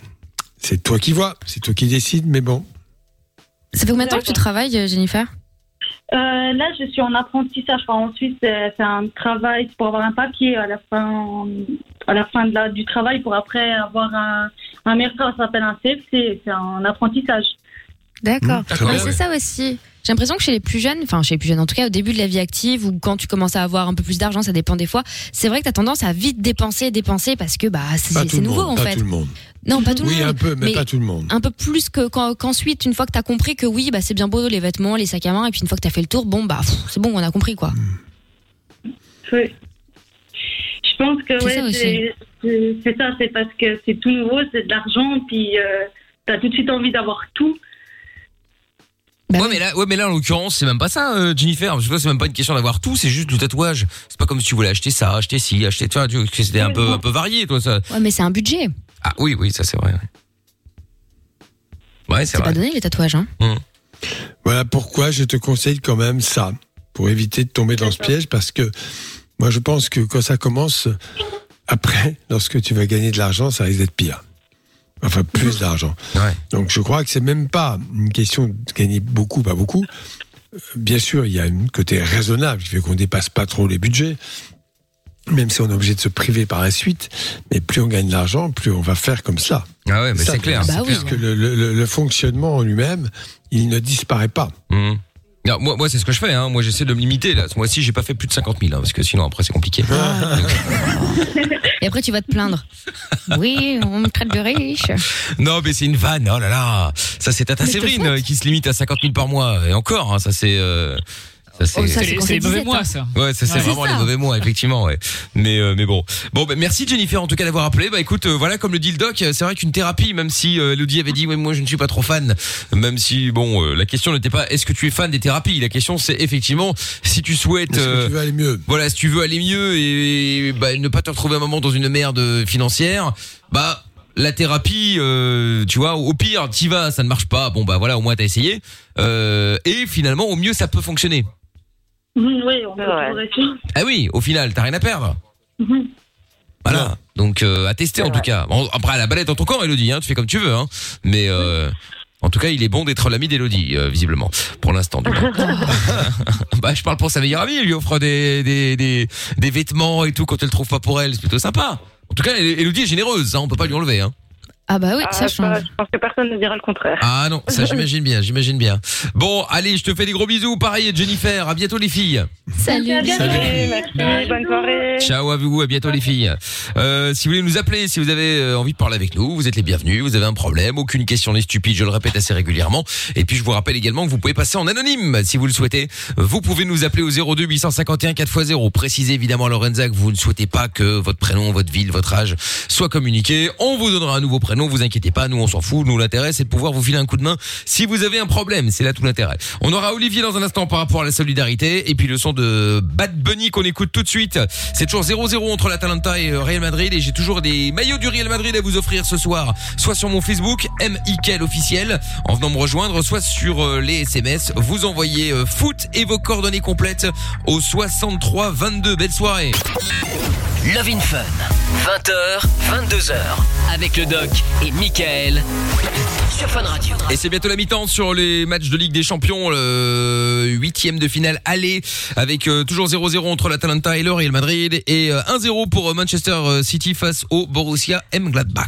[SPEAKER 3] C'est toi qui vois, c'est toi qui décides, mais bon.
[SPEAKER 4] Ça fait combien de temps que tu travailles, euh, Jennifer
[SPEAKER 12] Euh, là, je suis en apprentissage. Enfin, ensuite, euh, c'est c'est un travail pour avoir un papier à la fin, à la fin de la- du travail pour après avoir un, un meilleur travail. Ça s'appelle un CFC. C'est un apprentissage.
[SPEAKER 4] D'accord.
[SPEAKER 12] Mmh, très
[SPEAKER 4] Ouais,
[SPEAKER 12] bien,
[SPEAKER 4] c'est
[SPEAKER 12] ouais.
[SPEAKER 4] ça aussi. J'ai l'impression que chez les plus jeunes, enfin chez les plus jeunes, en tout cas au début de la vie active ou quand tu commences à avoir un peu plus d'argent, ça dépend des fois. C'est vrai que t'as tendance à vite dépenser, dépenser parce que bah c'est
[SPEAKER 3] Pas
[SPEAKER 4] c'est
[SPEAKER 3] tout le
[SPEAKER 4] nouveau
[SPEAKER 3] monde,
[SPEAKER 4] en
[SPEAKER 3] pas
[SPEAKER 4] fait.
[SPEAKER 3] tout le monde.
[SPEAKER 4] Non, pas tout le
[SPEAKER 3] Oui,
[SPEAKER 4] monde.
[SPEAKER 3] un peu, mais pas tout le monde.
[SPEAKER 4] Un peu plus que qu'en- qu'ensuite, une fois que t'as compris que oui, bah c'est bien beau les vêtements, les sacs à main, et puis une fois que t'as fait le tour, bon bah pff, c'est bon, on a compris quoi.
[SPEAKER 3] Mm.
[SPEAKER 12] Oui. Je pense que
[SPEAKER 4] C'est
[SPEAKER 12] ouais,
[SPEAKER 4] ça aussi.
[SPEAKER 12] c'est- c'est c'est ça, c'est parce que c'est tout nouveau, c'est de l'argent, puis euh, t'as tout de suite envie d'avoir tout.
[SPEAKER 2] ouais, mais là, ouais, mais là, en l'occurrence, c'est même pas ça, euh, Jennifer. Parce que là, c'est même pas une question d'avoir tout, c'est juste le tatouage. C'est pas comme si tu voulais acheter ça, acheter ci, acheter ça. Tu vois, que c'était un peu, un peu varié, toi, ça.
[SPEAKER 4] Ouais, mais c'est un budget.
[SPEAKER 2] Ah oui, oui, ça c'est vrai. ouais. Ouais, c'est
[SPEAKER 4] C'est
[SPEAKER 2] vrai.
[SPEAKER 4] pas
[SPEAKER 2] Hum.
[SPEAKER 4] donné les tatouages. Hein.
[SPEAKER 3] Voilà pourquoi je te conseille quand même ça, pour éviter de tomber dans ce piège, parce que moi je pense que quand ça commence, après, lorsque tu vas gagner de l'argent, ça risque d'être pire. Enfin, plus d'argent. Donc je crois que c'est même pas une question de gagner beaucoup, pas beaucoup. Euh, Bien sûr, il y a un côté raisonnable qui fait qu'on dépasse pas trop les budgets, même si on est obligé de se priver par la suite. Mais plus on gagne de l'argent, plus on va faire comme ça.
[SPEAKER 2] Ah ouais, mais c'est clair, c'est Bah oui.
[SPEAKER 3] Parce que le, le- le- le fonctionnement en lui-même, il ne disparaît pas.
[SPEAKER 2] Mhm. Non, moi, moi c'est ce que je fais. Hein. Moi, j'essaie de me limiter. Là, ce mois-ci, j'ai pas fait plus de 50 000, hein, parce que sinon, après, c'est compliqué.
[SPEAKER 6] Ah.
[SPEAKER 4] Et après tu vas te plaindre. oui, on me traite de riche.
[SPEAKER 2] non, mais c'est une vanne. Oh là là, ça c'est Tata
[SPEAKER 4] Mais je te le
[SPEAKER 2] Séverine euh, qui se limite à 50 000 par mois. Et encore, hein, ça c'est. euh, ça,
[SPEAKER 6] Oh, ça, c'est C'est les- quand c'est les t'es mauvais 17, mois, hein. ça.
[SPEAKER 2] Ouais, ça c'est
[SPEAKER 6] Ouais.
[SPEAKER 2] vraiment
[SPEAKER 6] C'est ça.
[SPEAKER 2] les mauvais mois, effectivement. Ouais. Mais euh, mais bon, bon, bah, merci Jennifer en tout cas d'avoir appelé. Bah écoute, euh, voilà comme le dit le doc, euh, c'est vrai qu'une thérapie, même si euh, Elodie avait dit, ouais, moi je ne suis pas trop fan, même si bon, euh, la question n'était pas, est-ce que tu es fan des thérapies La question c'est effectivement si tu souhaites. euh,
[SPEAKER 3] Tu veux aller mieux.
[SPEAKER 2] voilà, si tu veux aller mieux et bah, ne pas te retrouver un moment dans une merde financière, bah la thérapie, euh, tu vois, au pire, t'y vas, ça ne marche pas, bon bah voilà, au moins t'as essayé, Euh, et finalement au mieux ça peut fonctionner.
[SPEAKER 12] Mhm, Oui, on peut toujours essayer.
[SPEAKER 2] Ah oui, au final, t'as rien à perdre.
[SPEAKER 12] Mhm.
[SPEAKER 2] Voilà. Donc euh, à tester en tout cas. Bon, après à la balette dans ton corps, Elodie, hein, tu fais comme tu veux, hein. Mais euh, en tout cas, il est bon d'être l'ami d'Elodie, euh, visiblement, pour l'instant. du moins. bah, je parle pour sa meilleure amie, il lui offre des, des, des, des vêtements et tout quand elle trouve pas pour elle, c'est plutôt sympa. En tout cas, Elodie est généreuse, hein, on peut pas lui enlever. Hein.
[SPEAKER 4] Ah bah oui, ça change.
[SPEAKER 15] Je pense que personne ne dira le contraire.
[SPEAKER 2] Ah non, ça j'imagine bien, j'imagine bien. Bon, allez, je te fais des gros bisous. Pareil, Jennifer, à bientôt les filles.
[SPEAKER 4] Salut.
[SPEAKER 15] Merci, bonne soirée.
[SPEAKER 2] Ciao à vous, à bientôt les filles. Euh, si vous voulez nous appeler, si vous avez euh, envie de parler avec nous, vous êtes les bienvenus, vous avez un problème, aucune question n'est stupide, je le répète assez régulièrement. Et puis je vous rappelle également que vous pouvez passer en anonyme si vous le souhaitez. Vous pouvez nous appeler au 02 851 4x0. Précisez évidemment à Lorenza que vous ne souhaitez pas que votre prénom, votre ville, votre âge soit communiqué. On vous donnera un nouveau prénom, vous inquiétez pas, nous on s'en fout, nous l'intérêt c'est de pouvoir vous filer un coup de main si vous avez un problème, c'est là tout l'intérêt. On aura Olivier dans un instant par rapport à la solidarité et puis le son de Bad Bunny qu'on écoute tout de suite. C'est toujours 0-0 entre l'Atalanta et euh, Real Madrid et j'ai toujours des maillots du Real Madrid à vous offrir ce soir, soit sur mon Facebook MIKL officiel en venant me rejoindre, soit sur euh, les SMS, vous envoyez euh, foot et vos coordonnées complètes au 63 22. Belle soirée.
[SPEAKER 1] Love in Fun, 20h, 22h, avec le doc et Michael sur Fun Radio.
[SPEAKER 2] Et c'est bientôt la mi-temps sur les matchs de Ligue des Champions, le huitième de finale aller avec euh, toujours 0-0 entre l'Atalanta et le Real Madrid et euh, 1-0 pour euh, Manchester City face au Borussia M Gladbach.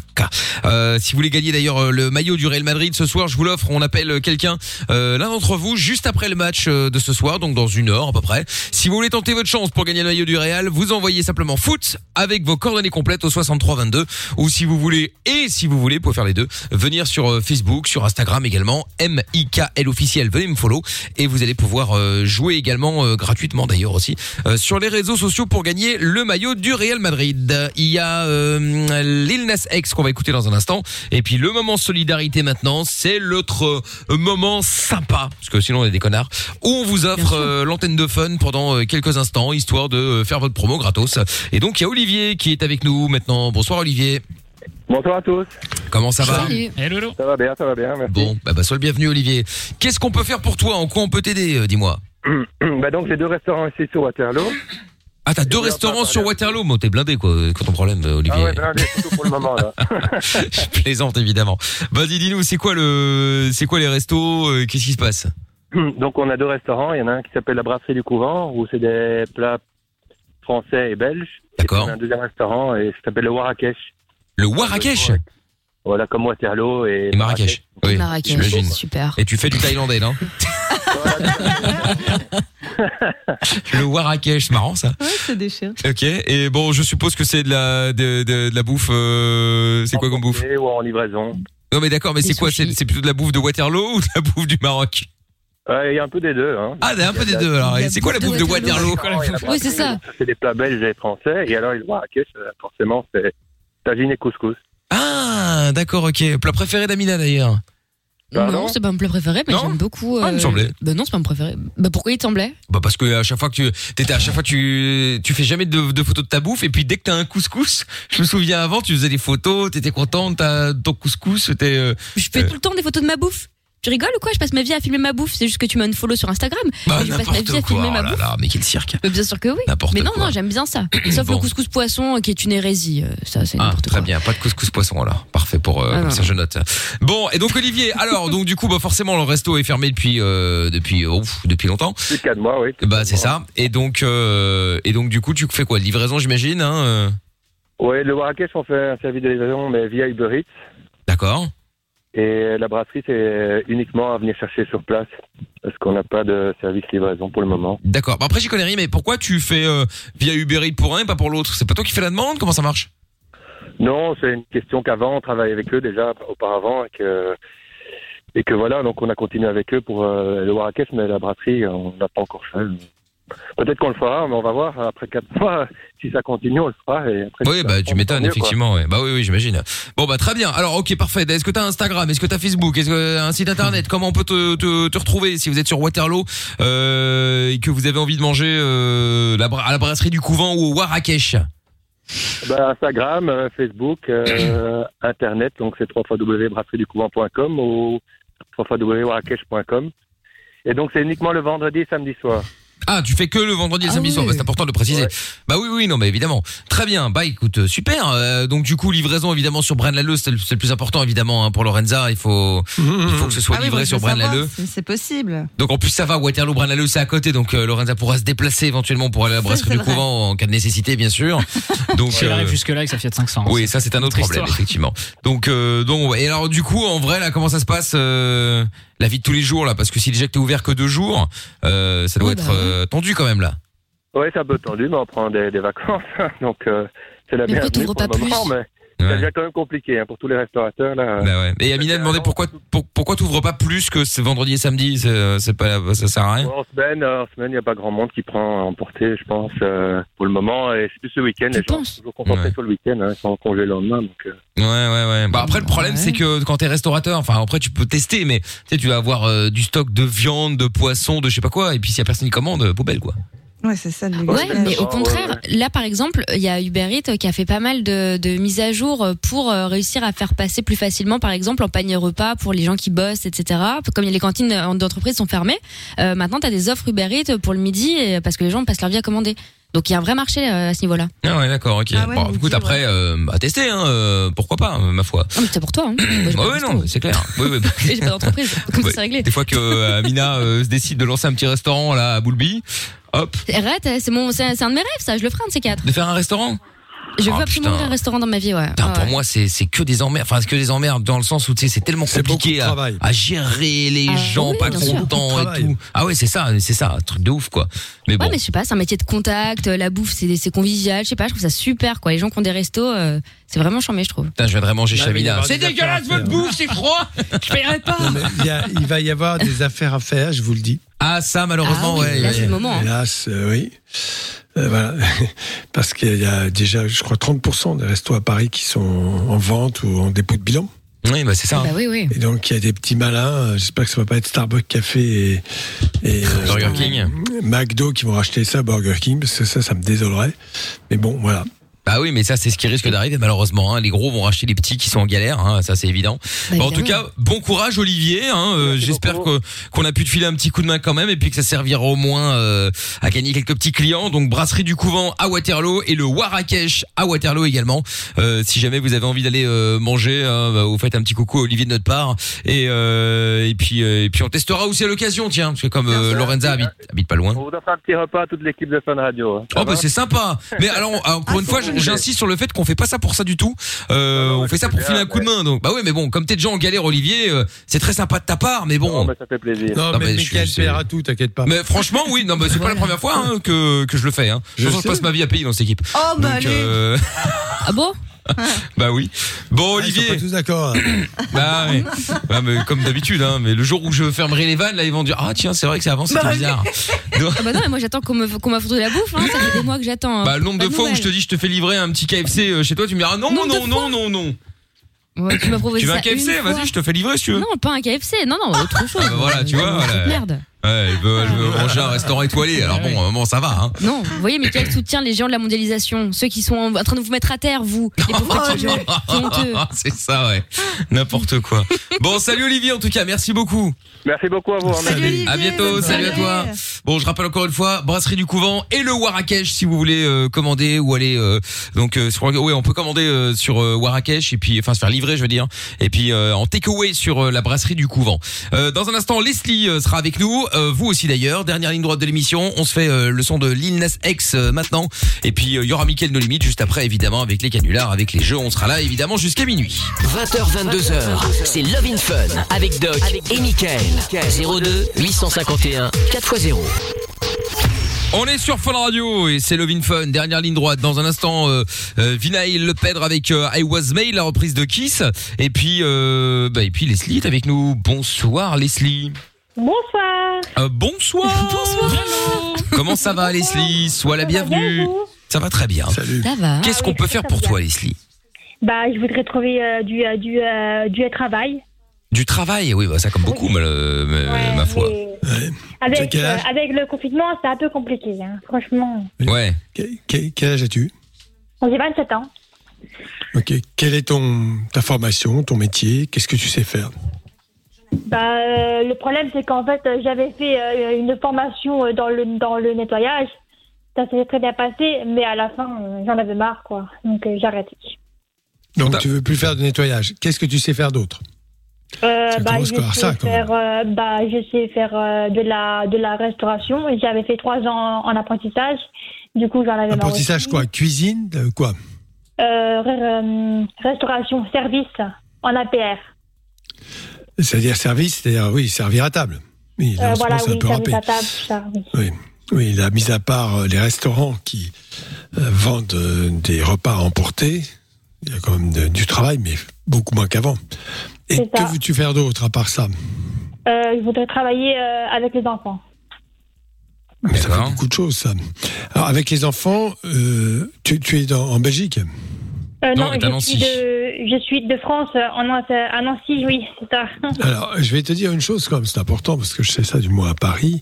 [SPEAKER 2] si vous voulez gagner d'ailleurs euh, le maillot du Real Madrid ce soir, je vous l'offre. On appelle quelqu'un, euh, l'un d'entre vous, juste après le match euh, de ce soir, donc dans une heure à peu près. Si vous voulez tenter votre chance pour gagner le maillot du Real, vous envoyez simplement foot avec vos coordonnées complètes au 6322 ou si vous voulez et si vous voulez, vous pouvez faire les deux, venir sur euh, Facebook, sur Instagram également, MIKL officiel, venez me follow et vous allez pouvoir euh, jouer également euh, gratuitement d'ailleurs aussi euh, sur les réseaux sociaux pour gagner le maillot du Real Madrid. Il y a euh, Lil Nas X qu'on va écouter dans un instant et puis le moment solidarité maintenant, c'est l'autre euh, moment sympa parce que sinon on est des connards où on vous offre euh, l'antenne de fun pendant euh, quelques instants histoire de euh, faire votre promo gratos. Et donc il y a Olivier qui est avec nous maintenant. Bonsoir Olivier.
[SPEAKER 17] Bonsoir à tous.
[SPEAKER 2] Comment ça va
[SPEAKER 17] Ça va bien, ça va bien, merci.
[SPEAKER 2] Bon, bah, bah, sois le bienvenu Olivier. Qu'est-ce qu'on peut faire pour toi En quoi on peut t'aider euh, Dis-moi.
[SPEAKER 17] bah donc j'ai deux restaurants ici sur Waterloo.
[SPEAKER 2] Ah,
[SPEAKER 17] Eh
[SPEAKER 2] t'as deux restaurants sur Waterloo, mais t'es blindé, quoi. Quand ton problème, euh, Olivier.
[SPEAKER 17] Ah ouais, ben, allez, surtout pour le moment là.
[SPEAKER 2] Je plaisante, évidemment. Vas-y, dis-nous, c'est quoi le, c'est quoi les restos, euh, qu'est-ce qui se passe?
[SPEAKER 17] Donc on a deux restaurants, il y en a un qui s'appelle la brasserie du couvent où c'est des plats français et belges.
[SPEAKER 2] D'accord.
[SPEAKER 17] On a un deuxième restaurant et ça s'appelle le Warakesh.
[SPEAKER 2] Le Warakesh?
[SPEAKER 17] Voilà comme Waterloo et,
[SPEAKER 2] Et Marrakech. Oui,
[SPEAKER 4] Marrakech,
[SPEAKER 2] j'imagine.
[SPEAKER 4] super.
[SPEAKER 2] Et tu fais du thaïlandais, non? le Warakesh, c'est marrant, ça.
[SPEAKER 8] Ouais, c'est déchirant.
[SPEAKER 2] Ok. Et bon, je suppose que c'est de la, de, de- de la bouffe, euh, c'est quoi comme bouffe?
[SPEAKER 17] Marrakech ou en livraison.
[SPEAKER 2] Non, mais d'accord, mais c'est quoi? C'est c'est plutôt de la bouffe de Waterloo ou de la bouffe du Maroc?
[SPEAKER 17] Ouais, Il y a un peu des deux. Hein.
[SPEAKER 2] Ah, un peu des deux, alors. Et c'est quoi la bouffe de Waterloo?
[SPEAKER 4] Oui, c'est ça.
[SPEAKER 17] C'est des plats belges et français et alors le Warakesh, euh, forcément, c'est tagine et couscous.
[SPEAKER 2] Ah, d'accord, ok. Plat préféré d'Amina, d'ailleurs.
[SPEAKER 4] non, c'est pas mon plat préféré, mais j'aime beaucoup.
[SPEAKER 2] Ah, il me semblait.
[SPEAKER 4] Bah non, c'est pas mon préféré. Bah pourquoi il te semblait
[SPEAKER 2] Bah parce que à chaque fois que tu t'étais à chaque fois tu tu fais jamais de, de photos de ta bouffe et puis dès que t'as un couscous, je me souviens avant tu faisais des photos, t'étais contente, t'as ton couscous, c'était euh,
[SPEAKER 4] Je fais tout le temps des photos de ma bouffe. Tu rigoles ou quoi Je passe ma vie à filmer ma bouffe. C'est juste que tu m'as follow sur Instagram.
[SPEAKER 2] bah
[SPEAKER 4] Et je passe ma
[SPEAKER 2] n'importe
[SPEAKER 4] vie à
[SPEAKER 2] quoi.
[SPEAKER 4] filmer
[SPEAKER 2] oh
[SPEAKER 4] ma
[SPEAKER 2] là
[SPEAKER 4] bouffe.
[SPEAKER 2] là, mais quel cirque.
[SPEAKER 4] Mais bien sûr que oui.
[SPEAKER 2] N'importe
[SPEAKER 4] Mais non,
[SPEAKER 2] quoi.
[SPEAKER 4] non, j'aime bien ça. Sauf
[SPEAKER 2] Bon.
[SPEAKER 4] le couscous poisson euh, qui est une hérésie. euh, Ça, c'est
[SPEAKER 2] Ah,
[SPEAKER 4] n'importe
[SPEAKER 2] très bien, pas de couscous poisson alors. Parfait pour euh,
[SPEAKER 4] Ah,
[SPEAKER 2] comme
[SPEAKER 4] non,
[SPEAKER 2] ça je note. Bon, et donc Olivier, alors donc du coup bah forcément le resto est fermé depuis euh, depuis euh, ouf, depuis longtemps.
[SPEAKER 17] Plus de 4 mois, oui.
[SPEAKER 2] Bah c'est ça. Et donc euh, et donc du coup tu fais quoi Livraison j'imagine hein euh,
[SPEAKER 17] Oui, le Warakesh, on fait un service de livraison, mais via Uber Eats.
[SPEAKER 2] D'accord.
[SPEAKER 17] Et la brasserie, c'est uniquement à venir chercher sur place, parce qu'on n'a pas de service livraison pour le moment.
[SPEAKER 2] D'accord. Bah, après j'y connais rien mais pourquoi tu fais euh, via Uber Eats pour un et pas pour l'autre C'est pas toi qui fais la demande Comment ça marche
[SPEAKER 17] Non, c'est une question qu'avant, on travaillait avec eux déjà auparavant, et que, et que voilà, donc on a continué avec eux pour euh, le Warakesh, mais la brasserie, on n'a pas encore fait. Peut-être qu'on le fera, mais on va voir. Après 4 mois, si ça continue, on le fera. Et après,
[SPEAKER 2] Oui,
[SPEAKER 17] si ça
[SPEAKER 2] bah tu
[SPEAKER 17] prend, tant
[SPEAKER 2] m'étonnes
[SPEAKER 17] mieux, quoi.
[SPEAKER 2] effectivement. ouais. Bah oui, oui, j'imagine. Bon, bah très bien. Alors, ok, parfait. Est-ce que t'as Instagram Est-ce que t'as Facebook Est-ce que t'as un site internet Comment on peut te, te, te retrouver si vous êtes sur Waterloo euh, et que vous avez envie de manger euh, la bra- à la brasserie du couvent ou au Warakesh
[SPEAKER 17] Bah, Instagram, euh, Facebook, euh, Internet, donc c'est www.brasserieducouvent.com ou www.warakesh.com. Et donc c'est uniquement le vendredi et samedi soir.
[SPEAKER 2] Ah, tu fais que le vendredi et le samedi soir, bah, c'est important de le préciser. Bah oui, oui, non, mais évidemment. Très bien, bah écoute, euh, super. Euh, donc du coup, livraison évidemment sur Braine l'Alleud, c'est le, c'est le plus important évidemment hein, pour Lorenza. Il faut, il faut que ce soit
[SPEAKER 8] Ah oui,
[SPEAKER 2] livré
[SPEAKER 8] moi, je
[SPEAKER 2] sur
[SPEAKER 8] veux savoir
[SPEAKER 2] Braine l'Alleud.
[SPEAKER 8] si C'est possible.
[SPEAKER 2] Donc en plus ça va, Waterloo, Braine-l'Alleud c'est à côté, donc euh, Lorenza pourra se déplacer éventuellement pour aller à la brasserie
[SPEAKER 6] c'est
[SPEAKER 2] du
[SPEAKER 6] vrai.
[SPEAKER 2] couvent en cas de nécessité bien sûr. Donc
[SPEAKER 6] Si elle arrive
[SPEAKER 2] euh,
[SPEAKER 6] jusque là avec sa Fiat 500.
[SPEAKER 2] oui, ça c'est un autre
[SPEAKER 6] Autre
[SPEAKER 2] problème
[SPEAKER 6] histoire.
[SPEAKER 2] effectivement. Donc euh, donc et alors du coup en vrai là comment ça se passe euh, la vie de tous les jours là parce que si déjà que t'es ouvert que deux jours, euh, ça doit être
[SPEAKER 8] bah
[SPEAKER 2] euh, tendu quand même là.
[SPEAKER 9] Oui, c'est un peu tendu, mais on prend des, des vacances. Donc, euh, c'est la
[SPEAKER 2] Mais pourquoi
[SPEAKER 9] bienvenue
[SPEAKER 2] t'ouvres
[SPEAKER 9] pour le
[SPEAKER 2] pas
[SPEAKER 9] moment,
[SPEAKER 2] plus
[SPEAKER 9] mais c'est déjà quand même compliqué hein, pour tous les restaurateurs. Là.
[SPEAKER 2] Bah ouais. Et Amina demandait pourquoi pour- pourquoi t'ouvres pas plus que ce vendredi et samedi, c'est euh, c'est pas ça sert à rien.
[SPEAKER 9] Bon, en semaine, euh, en semaine, il n'y a pas grand monde qui prend à emporter, je pense, euh, pour le moment. Et c'est plus ce week-end. Les gens sont toujours concentrés sur le week-end, hein, ils sont en congé le lendemain. Donc, euh,
[SPEAKER 2] Ouais, ouais, ouais. Bah après, le problème, c'est que quand t'es restaurateur, enfin après, tu peux tester, mais tu sais, tu vas avoir euh, du stock de viande, de poisson, de je sais pas quoi, et puis s'il y a personne qui commande, euh, poubelle, quoi.
[SPEAKER 8] Ouais, c'est ça.
[SPEAKER 4] Ouais, mais au contraire, là par exemple, il y a Uber Eats euh, qui a fait pas mal de, de mises à jour pour euh, réussir à faire passer plus facilement, par exemple, en panier repas pour les gens qui bossent, etc. Comme les cantines euh, d'entreprise sont fermées, euh, maintenant tu as des offres Uber Eats pour le midi et- euh, parce que les gens passent leur vie à commander. Donc il y a un vrai marché euh, à ce niveau-là.
[SPEAKER 2] Ah ouais, d'accord, ok.
[SPEAKER 4] Ah ouais,
[SPEAKER 2] bon,
[SPEAKER 4] ok,
[SPEAKER 2] écoute, après, euh, à tester, hein, euh, pourquoi pas, euh, ma foi. Bah
[SPEAKER 4] Non, mais c'est pour toi. Hein. Moi, j'ai pas
[SPEAKER 2] ouais,
[SPEAKER 4] de
[SPEAKER 2] non, mais c'est clair. Oui, oui, bah.
[SPEAKER 4] J'ai pas d'entreprise, comme ça, c'est réglé.
[SPEAKER 2] Des fois que euh, Amina euh, se décide de lancer un petit restaurant là à Boulby, hop,
[SPEAKER 4] Eh, Arrête, euh, c'est mon, c'est c'est un de mes rêves, ça. Je le ferai un de ces quatre.
[SPEAKER 2] de faire un restaurant.
[SPEAKER 4] Je veux
[SPEAKER 2] Ah,
[SPEAKER 4] absolument
[SPEAKER 2] putain.
[SPEAKER 4] ouvrir un restaurant dans ma vie, ouais.
[SPEAKER 2] Putain,
[SPEAKER 4] Ouais,
[SPEAKER 2] pour
[SPEAKER 4] ouais.
[SPEAKER 2] moi, c'est c'est que des emmerdes. Enfin, c'est que des emmerdes dans le sens où tu sais, c'est tellement compliqué à, à gérer les
[SPEAKER 4] Ah
[SPEAKER 2] gens
[SPEAKER 4] oui,
[SPEAKER 2] pas
[SPEAKER 4] bien sûr.
[SPEAKER 2] contents
[SPEAKER 4] Beaucoup de
[SPEAKER 2] et tout. Ah ouais, c'est ça, c'est ça, un truc de ouf quoi. Mais bon.
[SPEAKER 4] Ouais, mais je sais pas, c'est un métier de contact, euh, la bouffe, c'est c'est convivial, je sais pas, je trouve ça super, quoi. Les gens qui ont des restos, euh, c'est vraiment charmé, je trouve.
[SPEAKER 2] Putain, je viendrai manger
[SPEAKER 3] Ouais,
[SPEAKER 2] chez
[SPEAKER 3] Ah, mais il y
[SPEAKER 2] Amina.
[SPEAKER 3] aura
[SPEAKER 2] C'est
[SPEAKER 3] des
[SPEAKER 2] dégueulasse
[SPEAKER 3] affaires à
[SPEAKER 2] votre bouffe, c'est froid. Je paierai pas.
[SPEAKER 3] Non, mais il, y a- il va y avoir des affaires à faire, je vous le dis.
[SPEAKER 2] Ah ça, malheureusement, ouais. ouais.
[SPEAKER 3] Hélas, euh, oui. Euh, voilà. Parce qu'il y a déjà, je crois, 30% des restos à Paris qui sont en vente ou en dépôt de bilan.
[SPEAKER 2] Oui, bah c'est ça.
[SPEAKER 4] oui, oui.
[SPEAKER 3] Et donc, il y a des petits malins. euh, J'espère que ça va pas être Starbucks Café et, et, euh,
[SPEAKER 2] Burger King.
[SPEAKER 3] McDo qui vont racheter ça, Burger King, parce que ça, ça me désolerait. Mais bon, voilà.
[SPEAKER 2] Bah oui, mais ça c'est ce qui risque d'arriver malheureusement. hein. Les gros vont racheter les petits qui sont en galère, hein, ça c'est évident.
[SPEAKER 3] Bah,
[SPEAKER 2] Bon, en tout
[SPEAKER 3] évidemment.
[SPEAKER 2] cas, bon courage Olivier. hein, euh, J'espère que qu'on a pu te filer un petit coup de main quand même et puis que ça servira au moins euh, à gagner quelques petits clients. Donc brasserie du couvent à Waterloo et le Warakesh à Waterloo également. Euh, si jamais vous avez envie d'aller euh, manger, hein, bah, vous faites un petit coucou à Olivier de notre part et euh, et puis euh, et puis on testera aussi à l'occasion, tiens, parce que comme euh, Lorenza habite, habite pas loin.
[SPEAKER 9] on vous offre un petit repas à toute l'équipe de Fun Radio. hein. Ça
[SPEAKER 2] Oh bah
[SPEAKER 9] va Ah,
[SPEAKER 2] c'est sympa. Mais alors encore une fois,
[SPEAKER 9] faut-
[SPEAKER 2] j'insiste sur le fait qu'on fait pas ça pour ça du tout. Euh, on fait ça pour
[SPEAKER 9] bien,
[SPEAKER 2] filer un coup de main. Donc bah ouais, mais bon, comme t'es déjà en galère, Olivier, euh, c'est très sympa de ta part, mais bon.
[SPEAKER 9] bah, ça fait plaisir.
[SPEAKER 3] Non, mais,
[SPEAKER 2] je
[SPEAKER 3] Mickaël
[SPEAKER 2] suis- c'est-
[SPEAKER 3] paiera tout, t'inquiète pas.
[SPEAKER 2] mais franchement, oui, non, mais c'est pas la première fois hein, que, que je le fais. Hein. Je, je
[SPEAKER 3] sais.
[SPEAKER 2] passe ma vie à payer dans cette équipe.
[SPEAKER 8] Oh, bah,
[SPEAKER 2] Donc,
[SPEAKER 8] allez.
[SPEAKER 2] euh,
[SPEAKER 4] Ah bon
[SPEAKER 2] bah oui. Bon, Olivier.
[SPEAKER 3] Ah, pas tous d'accord.
[SPEAKER 2] bah ouais. Bah, mais comme d'habitude, hein, mais le jour où je fermerai les vannes, là, ils vont dire Ah tiens, c'est vrai que ça avance, c'est
[SPEAKER 4] Bah,
[SPEAKER 2] bizarre. Donc-
[SPEAKER 4] Ah bah non, mais moi j'attends qu'on me- qu'on m'offre de la bouffe, hein, ça fait des mois que j'attends. hein.
[SPEAKER 2] Bah, le nombre
[SPEAKER 4] Pas
[SPEAKER 2] de fois où je te
[SPEAKER 4] nouvelles.
[SPEAKER 2] dis je te fais livrer un petit KFC euh, chez toi, tu me diras non,
[SPEAKER 4] Nombre de
[SPEAKER 2] non, non, non, non.
[SPEAKER 4] Ouais, tu m'as proposé
[SPEAKER 2] Tu veux
[SPEAKER 4] ça
[SPEAKER 2] un KFC
[SPEAKER 4] une fois.
[SPEAKER 2] Vas-y, je te fais livrer si tu veux.
[SPEAKER 4] Non, pas un KFC, non, non, autre chose.
[SPEAKER 2] Ah bah voilà, tu vois. voilà.
[SPEAKER 4] Merde.
[SPEAKER 2] Ouais, elle veut, elle
[SPEAKER 4] Ah,
[SPEAKER 2] veut manger un restaurant étoilé. Alors bon, à un moment, ça va. Hein.
[SPEAKER 4] Non, vous voyez, mais quel soutien les gens de la mondialisation Ceux qui sont en, en train de vous mettre à terre, vous, les
[SPEAKER 2] Oh
[SPEAKER 4] pauvres petits gens. C'est honteux.
[SPEAKER 2] C'est ça, ouais. N'importe quoi. Bon, salut Olivier, en tout cas, merci beaucoup.
[SPEAKER 9] Merci beaucoup à vous. hein, merci.
[SPEAKER 2] à bientôt,
[SPEAKER 9] bonne
[SPEAKER 2] salut à
[SPEAKER 9] soirée.
[SPEAKER 2] toi. Bon, je rappelle encore une fois, brasserie du couvent et le Warakesh si vous voulez euh, commander ou aller euh, donc euh, sur- ouais, on peut commander euh, sur euh, Warakesh et puis enfin se faire livrer, je veux dire, et puis euh, en takeaway sur euh, la brasserie du couvent. Euh, dans un instant, Leslie euh, sera avec nous, euh, vous aussi d'ailleurs. Dernière ligne droite de l'émission, on se fait euh, le son de Lil Nas X euh, maintenant et puis euh, il y aura Mickaël No Limite juste après évidemment avec les canulars, avec les jeux, on sera là évidemment jusqu'à minuit.
[SPEAKER 1] 20h, 22h, c'est Love in Fun avec Doc et Michael. 02 851 4x0.
[SPEAKER 2] On est sur Fun Radio et c'est Lovin Fun, dernière ligne droite. Dans un instant, euh, euh, Vinyl Le Pedre avec euh, I Was Made, la reprise de Kiss. Et puis, euh, bah, et puis Leslie est avec nous. Bonsoir Leslie.
[SPEAKER 13] Bonsoir.
[SPEAKER 2] Euh, bonsoir. bonsoir. Comment ça va Leslie Sois la bienvenue. Ça va très bien. Salut.
[SPEAKER 4] Ça va.
[SPEAKER 2] Qu'est-ce qu'on peut faire pour toi Leslie
[SPEAKER 14] Bah, je voudrais trouver euh, du, euh, du, euh, du travail.
[SPEAKER 2] Du travail Oui, bah, ça comme beaucoup, mal- euh, ma, ma foi. T'as
[SPEAKER 14] Avec,
[SPEAKER 2] quel
[SPEAKER 14] euh,
[SPEAKER 2] âge
[SPEAKER 14] avec le confinement, c'est un peu compliqué, hein. franchement.
[SPEAKER 2] Ouais.
[SPEAKER 3] Quel, quel âge as-tu
[SPEAKER 14] J'ai 27 ans.
[SPEAKER 3] Ok. Quelle est ton, ta formation, ton métier Qu'est-ce que tu sais faire
[SPEAKER 14] Bah, euh, le problème, c'est qu'en fait, euh, j'avais fait euh, une formation euh, dans le, dans le nettoyage. Ça s'est très bien passé, mais à la fin, euh, j'en avais marre, quoi. Donc, euh, j'ai arrêté.
[SPEAKER 3] Donc tu veux plus faire de nettoyage. Qu'est-ce que tu sais faire d'autre
[SPEAKER 14] Euh, bah,
[SPEAKER 3] commence
[SPEAKER 14] je,
[SPEAKER 3] par
[SPEAKER 14] sais
[SPEAKER 3] ça, quand
[SPEAKER 14] faire, euh, bah, je sais faire euh, de, la, de la restauration. J'avais fait trois ans en apprentissage. Du coup, j'en avais marre.
[SPEAKER 3] Apprentissage quoi Cuisine euh, Quoi
[SPEAKER 14] aussi. Euh, re- euh, Restauration, service, en APR.
[SPEAKER 3] C'est-à-dire service, c'est-à-dire oui, servir à table. Oui, là,
[SPEAKER 14] Euh,
[SPEAKER 3] en ce
[SPEAKER 14] voilà,
[SPEAKER 3] moment, c'est
[SPEAKER 14] oui,
[SPEAKER 3] un peu
[SPEAKER 14] service
[SPEAKER 3] râpé.
[SPEAKER 14] à table, ça, oui.
[SPEAKER 3] Oui. Oui, là, mis à part euh, les restaurants qui euh, vendent euh, des repas à emporter, il y a quand même de- du travail, mais beaucoup moins qu'avant. Et
[SPEAKER 14] C'est ça.
[SPEAKER 3] que veux-tu faire d'autre à part ça
[SPEAKER 14] Euh, je voudrais travailler euh, avec les enfants.
[SPEAKER 3] Mais ça fait beaucoup de choses, ça. Alors, avec les enfants, euh, tu, tu es dans- en Belgique
[SPEAKER 14] Euh,
[SPEAKER 3] Non, elle est à
[SPEAKER 14] je suis,
[SPEAKER 3] Nancy.
[SPEAKER 14] de, je suis de France, euh, en, Nancy- à Nancy, oui, c'est ça.
[SPEAKER 3] Alors, je vais te dire une chose quand même, c'est important parce que je sais ça du moins à Paris.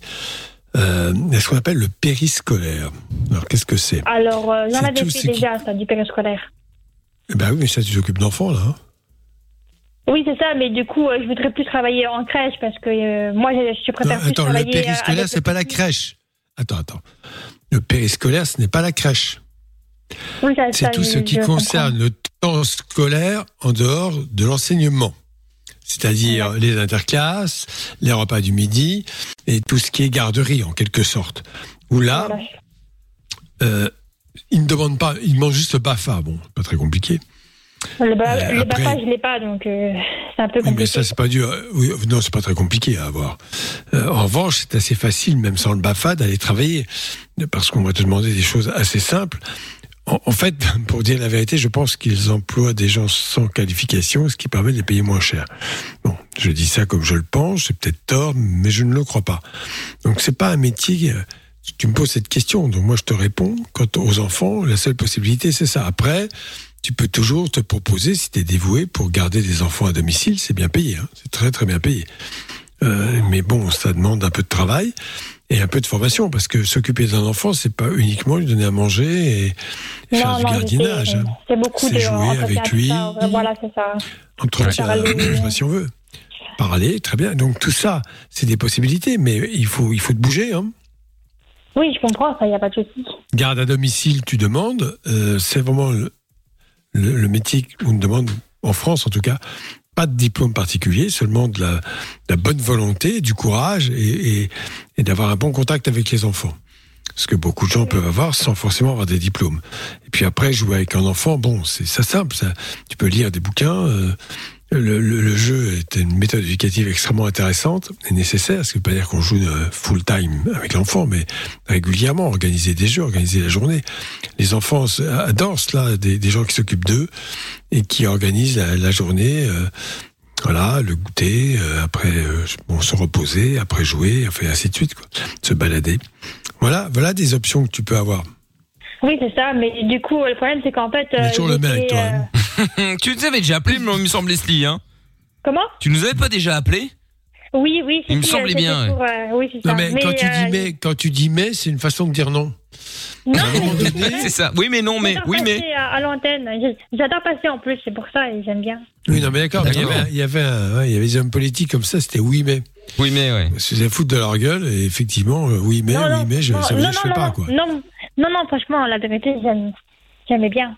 [SPEAKER 3] Euh, il y a ce qu'on appelle le périscolaire. Alors, qu'est-ce que c'est
[SPEAKER 14] Alors, euh, j'en
[SPEAKER 3] C'est
[SPEAKER 14] avais
[SPEAKER 3] tout
[SPEAKER 14] fait
[SPEAKER 3] ce qui-
[SPEAKER 14] déjà, ça, du périscolaire.
[SPEAKER 3] Eh Ben oui, mais ça, tu t'occupes d'enfants, là. hein
[SPEAKER 14] Oui, c'est ça, mais du coup, euh, je voudrais plus travailler en crèche parce que euh, moi, je, je préfère
[SPEAKER 3] Non,
[SPEAKER 14] plus
[SPEAKER 3] attends, le
[SPEAKER 14] travailler. euh,
[SPEAKER 3] périscolaire,
[SPEAKER 14] avec-
[SPEAKER 3] c'est pas la crèche. Attends, attends. Le périscolaire, ce n'est pas la crèche.
[SPEAKER 14] Oui, ça-
[SPEAKER 3] C'est
[SPEAKER 14] ça,
[SPEAKER 3] tout
[SPEAKER 14] je-
[SPEAKER 3] ce qui
[SPEAKER 14] je
[SPEAKER 3] concerne le temps scolaire en dehors de l'enseignement. C'est-à-dire les interclasses, les repas du midi et tout ce qui est garderie, en quelque sorte. Où là, euh, ils ne demandent pas, ils mangent juste le BAFA. Bon, pas très compliqué.
[SPEAKER 14] comprends. Le, ba-
[SPEAKER 3] Euh,
[SPEAKER 14] le
[SPEAKER 3] après-
[SPEAKER 14] BAFA, je l'ai pas, donc euh, c'est un peu
[SPEAKER 3] Oui, mais
[SPEAKER 14] compliqué.
[SPEAKER 3] ça, c'est pas dur. Oui, non, c'est pas très compliqué à avoir. Euh, en revanche, c'est assez facile, même sans le BAFA, d'aller travailler. Parce qu'on va te demander des choses assez simples. En, en fait, pour dire la vérité, je pense qu'ils emploient des gens sans qualification, ce qui permet de les payer moins cher. Bon, je dis ça comme je le pense, c'est peut-être tort, mais je ne le crois pas. Donc, c'est pas un métier. euh, Tu me poses cette question, donc moi je te réponds. Quant aux enfants, la seule possibilité, c'est ça. Après, tu peux toujours te proposer, si tu es dévoué, pour garder des enfants à domicile, c'est bien payé. hein. C'est très, très bien payé. Euh, mais bon, ça demande un peu de travail et un peu de formation, parce que s'occuper d'un enfant, c'est pas uniquement lui donner à manger et
[SPEAKER 14] Non,
[SPEAKER 3] faire du
[SPEAKER 14] non, je sais, euh,
[SPEAKER 3] gardiennage. hein.
[SPEAKER 14] C'est beaucoup
[SPEAKER 3] C'est
[SPEAKER 14] de.
[SPEAKER 3] jouer
[SPEAKER 14] entretien,
[SPEAKER 3] avec
[SPEAKER 14] tout
[SPEAKER 3] lui.
[SPEAKER 14] ça, ouais, euh, Voilà, c'est ça.
[SPEAKER 3] Entretien,
[SPEAKER 14] Parler.
[SPEAKER 3] je sais pas si on veut. Parler, très bien. Donc tout ça, c'est des possibilités, mais il faut, il faut te bouger. hein.
[SPEAKER 14] Oui, je comprends, ça, il n'y a pas de souci.
[SPEAKER 3] Garde à domicile, tu demandes. euh, c'est vraiment le, le- le métier qu'on demande, en France en tout cas, pas de diplôme particulier, seulement de la, de la bonne volonté, du courage et, et- et d'avoir un bon contact avec les enfants. Ce que beaucoup de gens peuvent avoir sans forcément avoir des diplômes. Et puis après, jouer avec un enfant, bon, c'est ça simple. Ça. Tu peux lire des bouquins. euh, le, le- le jeu est une méthode éducative extrêmement intéressante et nécessaire, ce qui ne veut pas dire qu'on joue euh, full time avec l'enfant, mais régulièrement, organiser des jeux, organiser la journée. Les enfants s- adorent cela, des, des gens qui s'occupent d'eux et qui organisent la, la journée, euh, voilà, le goûter, euh, après euh, bon, se reposer, après jouer, enfin, ainsi de suite, quoi. se balader. Voilà, voilà des options que tu peux avoir.
[SPEAKER 14] Oui, c'est ça, mais du coup, le problème, c'est qu'en fait. euh,
[SPEAKER 3] toujours le même avec
[SPEAKER 14] j'étais,
[SPEAKER 3] toi, hein.
[SPEAKER 14] euh,
[SPEAKER 2] tu nous avais déjà appelé, il me semble, Leslie. Hein.
[SPEAKER 14] Comment
[SPEAKER 2] Tu nous avais pas déjà appelé
[SPEAKER 14] euh, Oui, oui, si,
[SPEAKER 2] Il me
[SPEAKER 14] si,
[SPEAKER 2] semblait
[SPEAKER 14] c'était
[SPEAKER 2] bien, ouais.
[SPEAKER 14] pour, euh, oui, c'est ça.
[SPEAKER 3] Non, mais, quand tu
[SPEAKER 14] euh,
[SPEAKER 3] dis mais, quand tu dis mais, c'est une façon de dire non.
[SPEAKER 2] C'est ça. Oui, mais non, mais.
[SPEAKER 14] J'adore
[SPEAKER 2] Oui, mais.
[SPEAKER 14] passer à, à l'antenne. Je- J'adore passer en plus, c'est pour ça et j'aime bien.
[SPEAKER 3] Oui, non, mais d'accord, mais il y avait, un- il y avait un- ouais, il y avait des hommes politiques comme ça, c'était oui, mais.
[SPEAKER 2] Oui, mais, ouais.
[SPEAKER 3] Ils se faisaient foutre de leur gueule, et effectivement, euh, oui, mais, oui, mais, je,
[SPEAKER 14] Bon,
[SPEAKER 3] ça veut dire que je fais
[SPEAKER 14] non,
[SPEAKER 3] pas,
[SPEAKER 14] non,
[SPEAKER 3] quoi.
[SPEAKER 14] non, non, non, franchement, la vérité, j'aime- j'aimais bien.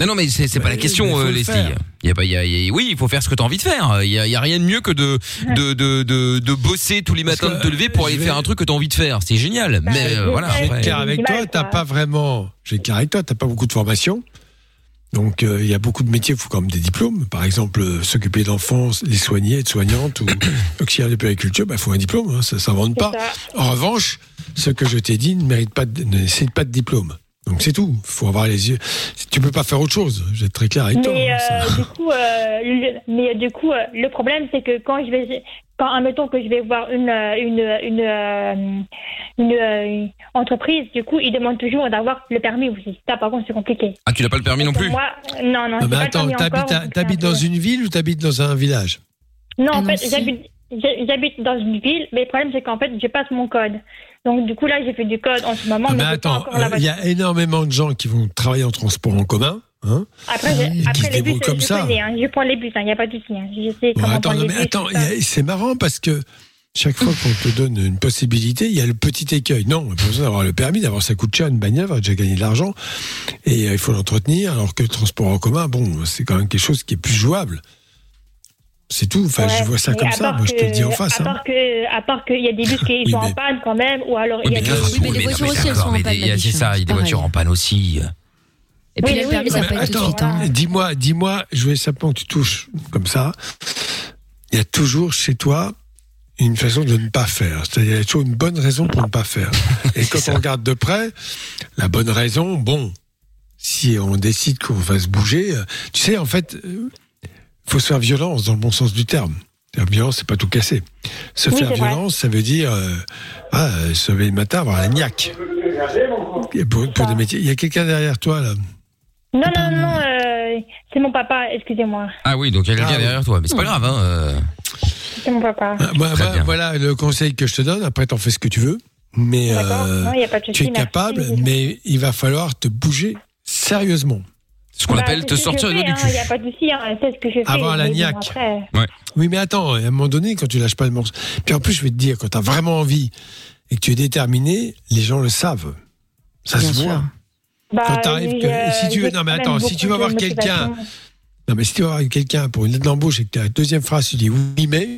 [SPEAKER 2] Non, non, mais c'est c'est pas la question, euh, Leslie. Il y a pas, il y a- il y a- oui, il faut faire ce que t'as envie de faire. Il y a, il y a rien de mieux que de de, de, de, de bosser tous les matins, de te lever pour aller faire un truc que t'as envie de faire. C'est génial. Mais euh, voilà.
[SPEAKER 3] Bah, Je vais
[SPEAKER 2] après-
[SPEAKER 3] être clair avec toi, t'as pas vraiment. Je vais être clair avec toi, t'as pas beaucoup de formation. Donc euh, il y a beaucoup de métiers, il faut quand même des diplômes. Par exemple, euh, s'occuper d'enfants, les soigner, être soignante ou auxiliaire de périculture, il faut un diplôme, hein, ça ne s'invente pas. En revanche, ce que je t'ai dit ne mérite pas, de, ne nécessite pas de diplôme. Donc c'est tout. faut avoir les yeux. Tu peux pas faire autre chose. Je vais être très clair avec toi.
[SPEAKER 14] mais,
[SPEAKER 3] hein,
[SPEAKER 14] euh, du coup, euh, le, mais du coup, euh, le problème, c'est que quand je vais, quand admettons que je vais voir une euh, une euh, une, euh, une, euh, une entreprise, du coup, ils demandent toujours d'avoir le permis aussi. Ça, par contre, c'est compliqué.
[SPEAKER 2] Ah, tu n'as pas le permis non plus.
[SPEAKER 14] Moi, non, non.
[SPEAKER 3] Non,
[SPEAKER 14] j'ai
[SPEAKER 3] mais
[SPEAKER 14] pas le
[SPEAKER 3] Ah bah, attends,
[SPEAKER 14] permis
[SPEAKER 3] t'habites,
[SPEAKER 14] encore,
[SPEAKER 3] à-
[SPEAKER 14] donc euh, c'est un
[SPEAKER 3] t'habites
[SPEAKER 14] peu-
[SPEAKER 3] dans une ville ou t'habites dans un village
[SPEAKER 14] Non, en fait, j'habite. j'ha- J'habite dans une ville, mais le problème c'est qu'en fait, je passe mon code. Donc du coup là, j'ai fait du code en ce moment.
[SPEAKER 3] Non, mais
[SPEAKER 14] j'ai
[SPEAKER 3] Ah ben bah, attends,
[SPEAKER 14] pas encore
[SPEAKER 3] euh,
[SPEAKER 14] la
[SPEAKER 3] il y
[SPEAKER 14] voiture.
[SPEAKER 3] a énormément de gens qui vont travailler en transport en commun, hein,
[SPEAKER 14] Après, je-
[SPEAKER 3] qui
[SPEAKER 14] après
[SPEAKER 3] se
[SPEAKER 14] les bus,
[SPEAKER 3] débrouillent comme
[SPEAKER 14] je
[SPEAKER 3] ça.
[SPEAKER 14] connais, hein, je prends les bus, il n'y a pas de souci. hein, Je sais
[SPEAKER 3] Bon,
[SPEAKER 14] comment
[SPEAKER 3] attends,
[SPEAKER 14] prendre
[SPEAKER 3] non,
[SPEAKER 14] les
[SPEAKER 3] mais
[SPEAKER 14] bus.
[SPEAKER 3] attends,
[SPEAKER 14] tout ça.
[SPEAKER 3] y a- c'est marrant parce que chaque fois qu'on te donne une possibilité, il y a le petit écueil. Non, on a pas besoin d'avoir le permis, d'avoir sa coûte cher, une bagnole, on va déjà gagner de l'argent. Et euh, il faut l'entretenir, alors que le transport en commun, bon, c'est quand même quelque chose qui est plus jouable. C'est tout. Enfin, je
[SPEAKER 14] Ouais,
[SPEAKER 3] vois ça
[SPEAKER 14] mais
[SPEAKER 3] comme
[SPEAKER 14] à
[SPEAKER 3] ça.
[SPEAKER 14] part
[SPEAKER 3] Moi, je te le
[SPEAKER 14] que-
[SPEAKER 3] dis en face.
[SPEAKER 14] À
[SPEAKER 3] hein. Ah,
[SPEAKER 14] part que- à part qu'il y a des bus qui
[SPEAKER 3] Oui,
[SPEAKER 14] sont en
[SPEAKER 3] mais-
[SPEAKER 14] panne quand même, ou alors il y a des.
[SPEAKER 2] d'accord, mais des- il y a- C'est ça, il y a des voitures en panne aussi.
[SPEAKER 4] Et puis, le permis, Eh ça
[SPEAKER 3] Mais
[SPEAKER 4] peut être tout de
[SPEAKER 3] attends, eh,
[SPEAKER 4] suite. hein.
[SPEAKER 3] Dis-moi, dis-moi, je voulais simplement que tu touches comme ça. Il y a toujours chez toi une façon de ne pas faire. C'est-à-dire, il y a toujours une bonne raison pour ne pas faire. Et quand on regarde de près, la bonne raison, bon, si on décide qu'on va se bouger, euh, tu sais, en fait, euh, faut se faire violence dans le bon sens du terme. La violence, c'est pas tout casser. Se
[SPEAKER 14] Oui,
[SPEAKER 3] faire
[SPEAKER 14] c'est vrai.
[SPEAKER 3] violence, ça veut dire euh, ah, euh, se lever le matin, avoir la niaque. Et Pour, pour des métiers. Il y a quelqu'un derrière toi, là.
[SPEAKER 14] Non, non, non, euh, c'est mon papa, excusez-moi.
[SPEAKER 2] Ah oui, donc il y a quelqu'un derrière toi, mais c'est pas grave. Hein, euh.
[SPEAKER 14] C'est mon papa.
[SPEAKER 3] Ah, moi, moi, voilà le conseil que je te donne. Après, t'en fais ce que tu veux. Mais
[SPEAKER 14] D'accord.
[SPEAKER 3] euh,
[SPEAKER 14] Non, y a pas de
[SPEAKER 3] tu
[SPEAKER 14] souci,
[SPEAKER 3] es
[SPEAKER 14] merci.
[SPEAKER 3] capable, mais il va falloir te bouger sérieusement.
[SPEAKER 2] Ce
[SPEAKER 14] Bah, c'est ce que je fais, hein, Il n'y a pas de souci, hein, c'est ce que je fais.
[SPEAKER 3] Avoir la
[SPEAKER 14] mais bon,
[SPEAKER 3] niaque.
[SPEAKER 14] après-
[SPEAKER 3] Oui, mais attends, à un moment donné, quand tu lâches pas le morceau. Puis en plus, je vais te dire, quand tu as vraiment envie et que tu es déterminé, les gens le savent. Ça se voit. Quand
[SPEAKER 14] Bah,
[SPEAKER 3] t'arrives
[SPEAKER 14] oui,
[SPEAKER 3] que-
[SPEAKER 14] euh,
[SPEAKER 3] si tu veux,
[SPEAKER 14] j'ai
[SPEAKER 3] non mais
[SPEAKER 14] quand
[SPEAKER 3] attends,
[SPEAKER 14] même
[SPEAKER 3] si tu vas
[SPEAKER 14] beaucoup
[SPEAKER 3] voir
[SPEAKER 14] de
[SPEAKER 3] quelqu'un,
[SPEAKER 14] motivation.
[SPEAKER 3] non mais si tu vas voir quelqu'un pour une lettre d'embauche et que la deuxième phrase tu dis oui mais,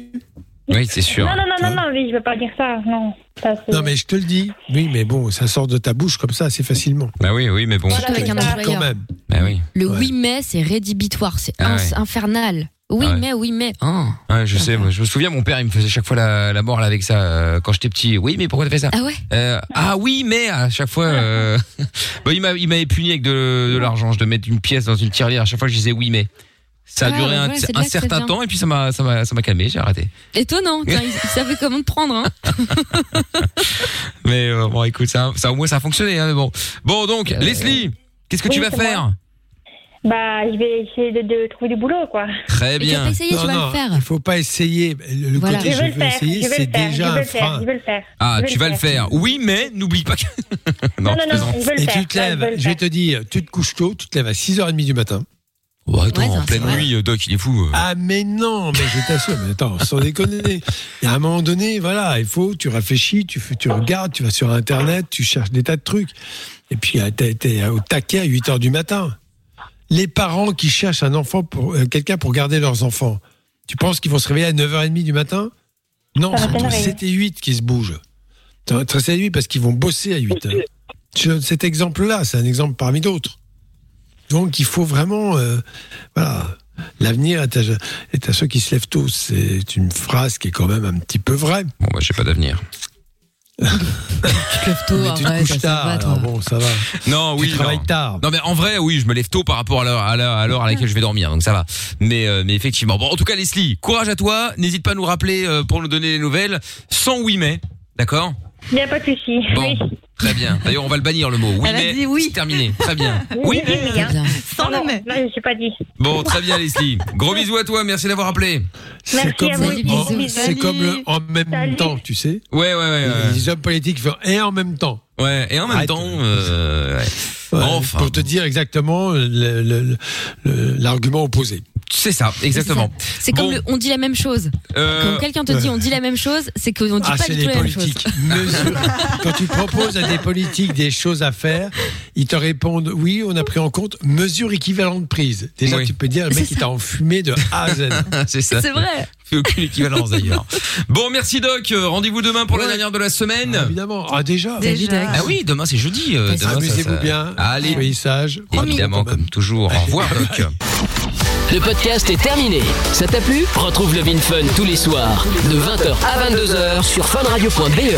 [SPEAKER 2] oui c'est sûr.
[SPEAKER 14] Non, non, non, non, non, oui, je ne veux pas dire ça. Non, ça, c'est-
[SPEAKER 3] Non mais je te le dis, oui mais bon, ça sort de ta bouche comme ça assez facilement.
[SPEAKER 2] Bah oui, oui, mais bon.
[SPEAKER 4] Surtout avec un employeur.
[SPEAKER 3] Quand même.
[SPEAKER 2] Bah oui.
[SPEAKER 4] Le 8 mai, c'est rédhibitoire, c'est
[SPEAKER 2] Ah
[SPEAKER 4] ins-
[SPEAKER 2] ouais.
[SPEAKER 4] infernal. Oui,
[SPEAKER 2] Ah ouais.
[SPEAKER 4] mais, oui, mais. Oh.
[SPEAKER 2] Ouais, je sais, moi, je me souviens, mon père, il me faisait chaque fois la, la mort là, avec ça euh, quand j'étais petit. Oui, mais pourquoi t'as fait ça
[SPEAKER 4] Ah ouais
[SPEAKER 2] Euh, Ah oui, mais à chaque fois, euh, bah, il m'a- il m'avait puni avec de, de l'argent. Je devais mettre une pièce dans une tirelire. À chaque fois, je disais oui, mais. Ça a
[SPEAKER 4] Ah,
[SPEAKER 2] duré
[SPEAKER 4] bah
[SPEAKER 2] un,
[SPEAKER 4] voilà, c'est de là
[SPEAKER 2] un
[SPEAKER 4] que ça
[SPEAKER 2] certain
[SPEAKER 4] vient.
[SPEAKER 2] temps et puis ça m'a ça m'a ça m'a calmé, j'ai arrêté.
[SPEAKER 4] Étonnant, tiens, ils, ils savaient comment te prendre. Hein.
[SPEAKER 2] Mais euh, bon, écoute, ça, ça au moins ça a fonctionné. Hein, mais bon, bon donc,
[SPEAKER 4] Euh,
[SPEAKER 2] Leslie, qu'est-ce que
[SPEAKER 14] Oui,
[SPEAKER 2] tu vas
[SPEAKER 14] c'est moi.
[SPEAKER 2] faire
[SPEAKER 14] Bah, je vais essayer de, de trouver du boulot, quoi.
[SPEAKER 2] Très
[SPEAKER 14] bien. pas essayé, tu vas le faire.
[SPEAKER 3] Il faut pas essayer. Le le
[SPEAKER 14] Voilà.
[SPEAKER 3] côté
[SPEAKER 14] Je
[SPEAKER 3] je
[SPEAKER 14] veux le
[SPEAKER 3] veux
[SPEAKER 14] faire,
[SPEAKER 3] essayer,
[SPEAKER 14] je veux le
[SPEAKER 3] c'est
[SPEAKER 14] faire, je
[SPEAKER 3] déjà
[SPEAKER 14] veux
[SPEAKER 3] un
[SPEAKER 14] le faire,
[SPEAKER 3] frein.
[SPEAKER 14] je veux le faire.
[SPEAKER 2] Ah,
[SPEAKER 14] Je vais
[SPEAKER 2] tu
[SPEAKER 14] le
[SPEAKER 2] vas le faire. Oui, mais n'oublie pas que.
[SPEAKER 14] Non, non, non,
[SPEAKER 2] faisons.
[SPEAKER 14] je veux le
[SPEAKER 3] Et
[SPEAKER 14] faire,
[SPEAKER 3] tu te
[SPEAKER 14] ouais, je veux
[SPEAKER 3] lèves,
[SPEAKER 14] le
[SPEAKER 3] je vais te dire, tu te couches tôt, tu te lèves à 6h30 du matin.
[SPEAKER 2] Oh, attends,
[SPEAKER 3] Ouais, ça,
[SPEAKER 2] en
[SPEAKER 3] c'est
[SPEAKER 2] pleine
[SPEAKER 3] vrai.
[SPEAKER 2] nuit, euh, Doc, il est fou. euh.
[SPEAKER 3] Ah mais non, mais je t'assure, mais attends, sans déconner. Et à un moment donné, voilà, il faut, tu réfléchis, tu, fais- tu regardes, tu vas sur Internet, tu cherches des tas de trucs. Et puis, euh, t'es t'es au taquet à 8 heures du matin. Les parents qui cherchent un enfant pour euh, quelqu'un pour garder leurs enfants, tu penses qu'ils vont se réveiller à 9h30 du matin Non,
[SPEAKER 14] Ça
[SPEAKER 3] c'est entre
[SPEAKER 14] m'étonnerait.
[SPEAKER 3] 7 et 8 qui se bougent. C'est entre 7 et 8 parce qu'ils vont bosser à 8 heures. Je donne cet exemple-là, c'est un exemple parmi d'autres. Donc, il faut vraiment... euh, voilà. L'avenir est à, est à ceux qui se lèvent tôt. C'est une phrase qui est quand même un petit peu vraie.
[SPEAKER 2] Bon, bah, j'ai pas d'avenir.
[SPEAKER 4] Tu te lèves tôt,
[SPEAKER 3] Mais tu te
[SPEAKER 4] arrête,
[SPEAKER 3] couches
[SPEAKER 4] ça
[SPEAKER 3] tard.
[SPEAKER 4] va, toi.
[SPEAKER 3] alors bon, ça va.
[SPEAKER 2] Non, oui.
[SPEAKER 3] travailles
[SPEAKER 2] non. Non, mais en vrai, oui, je me lève tôt par rapport à l'heure à l'heure à l'heure à laquelle je vais dormir, donc ça va. Mais euh, mais effectivement. Bon, en tout cas, Leslie, courage à toi. N'hésite pas à nous rappeler euh, pour nous donner les nouvelles. Sans oui mais, d'accord
[SPEAKER 14] Il n'y a pas de souci. Oui.
[SPEAKER 2] Très bien. D'ailleurs, on va le bannir le mot. Oui
[SPEAKER 14] Elle a
[SPEAKER 2] mais.
[SPEAKER 14] dit oui.
[SPEAKER 2] C'est terminé. Très bien. Oui mais.
[SPEAKER 14] hein. Sans le mais. Non, je ne suis pas dit.
[SPEAKER 2] Bon, très bien, Leslie. Gros bisous à toi. Merci d'avoir appelé.
[SPEAKER 14] Merci
[SPEAKER 3] comme,
[SPEAKER 14] à vous.
[SPEAKER 3] le-
[SPEAKER 14] Bisous.
[SPEAKER 3] en- c'est
[SPEAKER 14] Salut.
[SPEAKER 3] comme le en même temps, tu sais.
[SPEAKER 2] Ouais, ouais, ouais. ouais.
[SPEAKER 3] Les hommes politiques font et en même temps.
[SPEAKER 2] Ouais, et en même
[SPEAKER 3] Arrête.
[SPEAKER 2] temps, euh, ouais.
[SPEAKER 3] Ouais,
[SPEAKER 2] enfin,
[SPEAKER 3] Pour te dire exactement le- le- le- l'argument opposé.
[SPEAKER 2] c'est ça, exactement.
[SPEAKER 4] C'est comme
[SPEAKER 2] Bon,
[SPEAKER 4] le on dit la même chose.
[SPEAKER 2] Euh,
[SPEAKER 4] Quand quelqu'un te dit on dit la même chose, c'est qu'on dit
[SPEAKER 3] Ah,
[SPEAKER 4] pas
[SPEAKER 3] c'est
[SPEAKER 4] du tout
[SPEAKER 3] les
[SPEAKER 4] la même chose.
[SPEAKER 3] politiques. Monsieur, quand tu proposes à des politiques des choses à faire, ils te répondent oui, on a pris en compte mesure équivalente prise. Déjà,
[SPEAKER 2] Oui.
[SPEAKER 3] tu peux dire le mec, il t'a enfumé de A à Z.
[SPEAKER 2] c'est ça.
[SPEAKER 4] C'est vrai.
[SPEAKER 2] Fait aucune équivalence d'ailleurs. Bon, merci Doc. Euh, Rendez-vous demain pour la dernière de la semaine.
[SPEAKER 3] évidemment. Ah, déjà.
[SPEAKER 2] Déjà. Ah oui, demain c'est jeudi. euh, demain, ça,
[SPEAKER 3] Amusez-vous
[SPEAKER 2] ça-
[SPEAKER 3] bien.
[SPEAKER 2] Allez.
[SPEAKER 3] Soyez sages.
[SPEAKER 2] Évidemment, comme toujours. Au revoir, Doc.
[SPEAKER 1] Le podcast est terminé. Ça t'a plu E. Retrouve le Vin Fun tous les soirs de 20h à 22h sur funradio.be.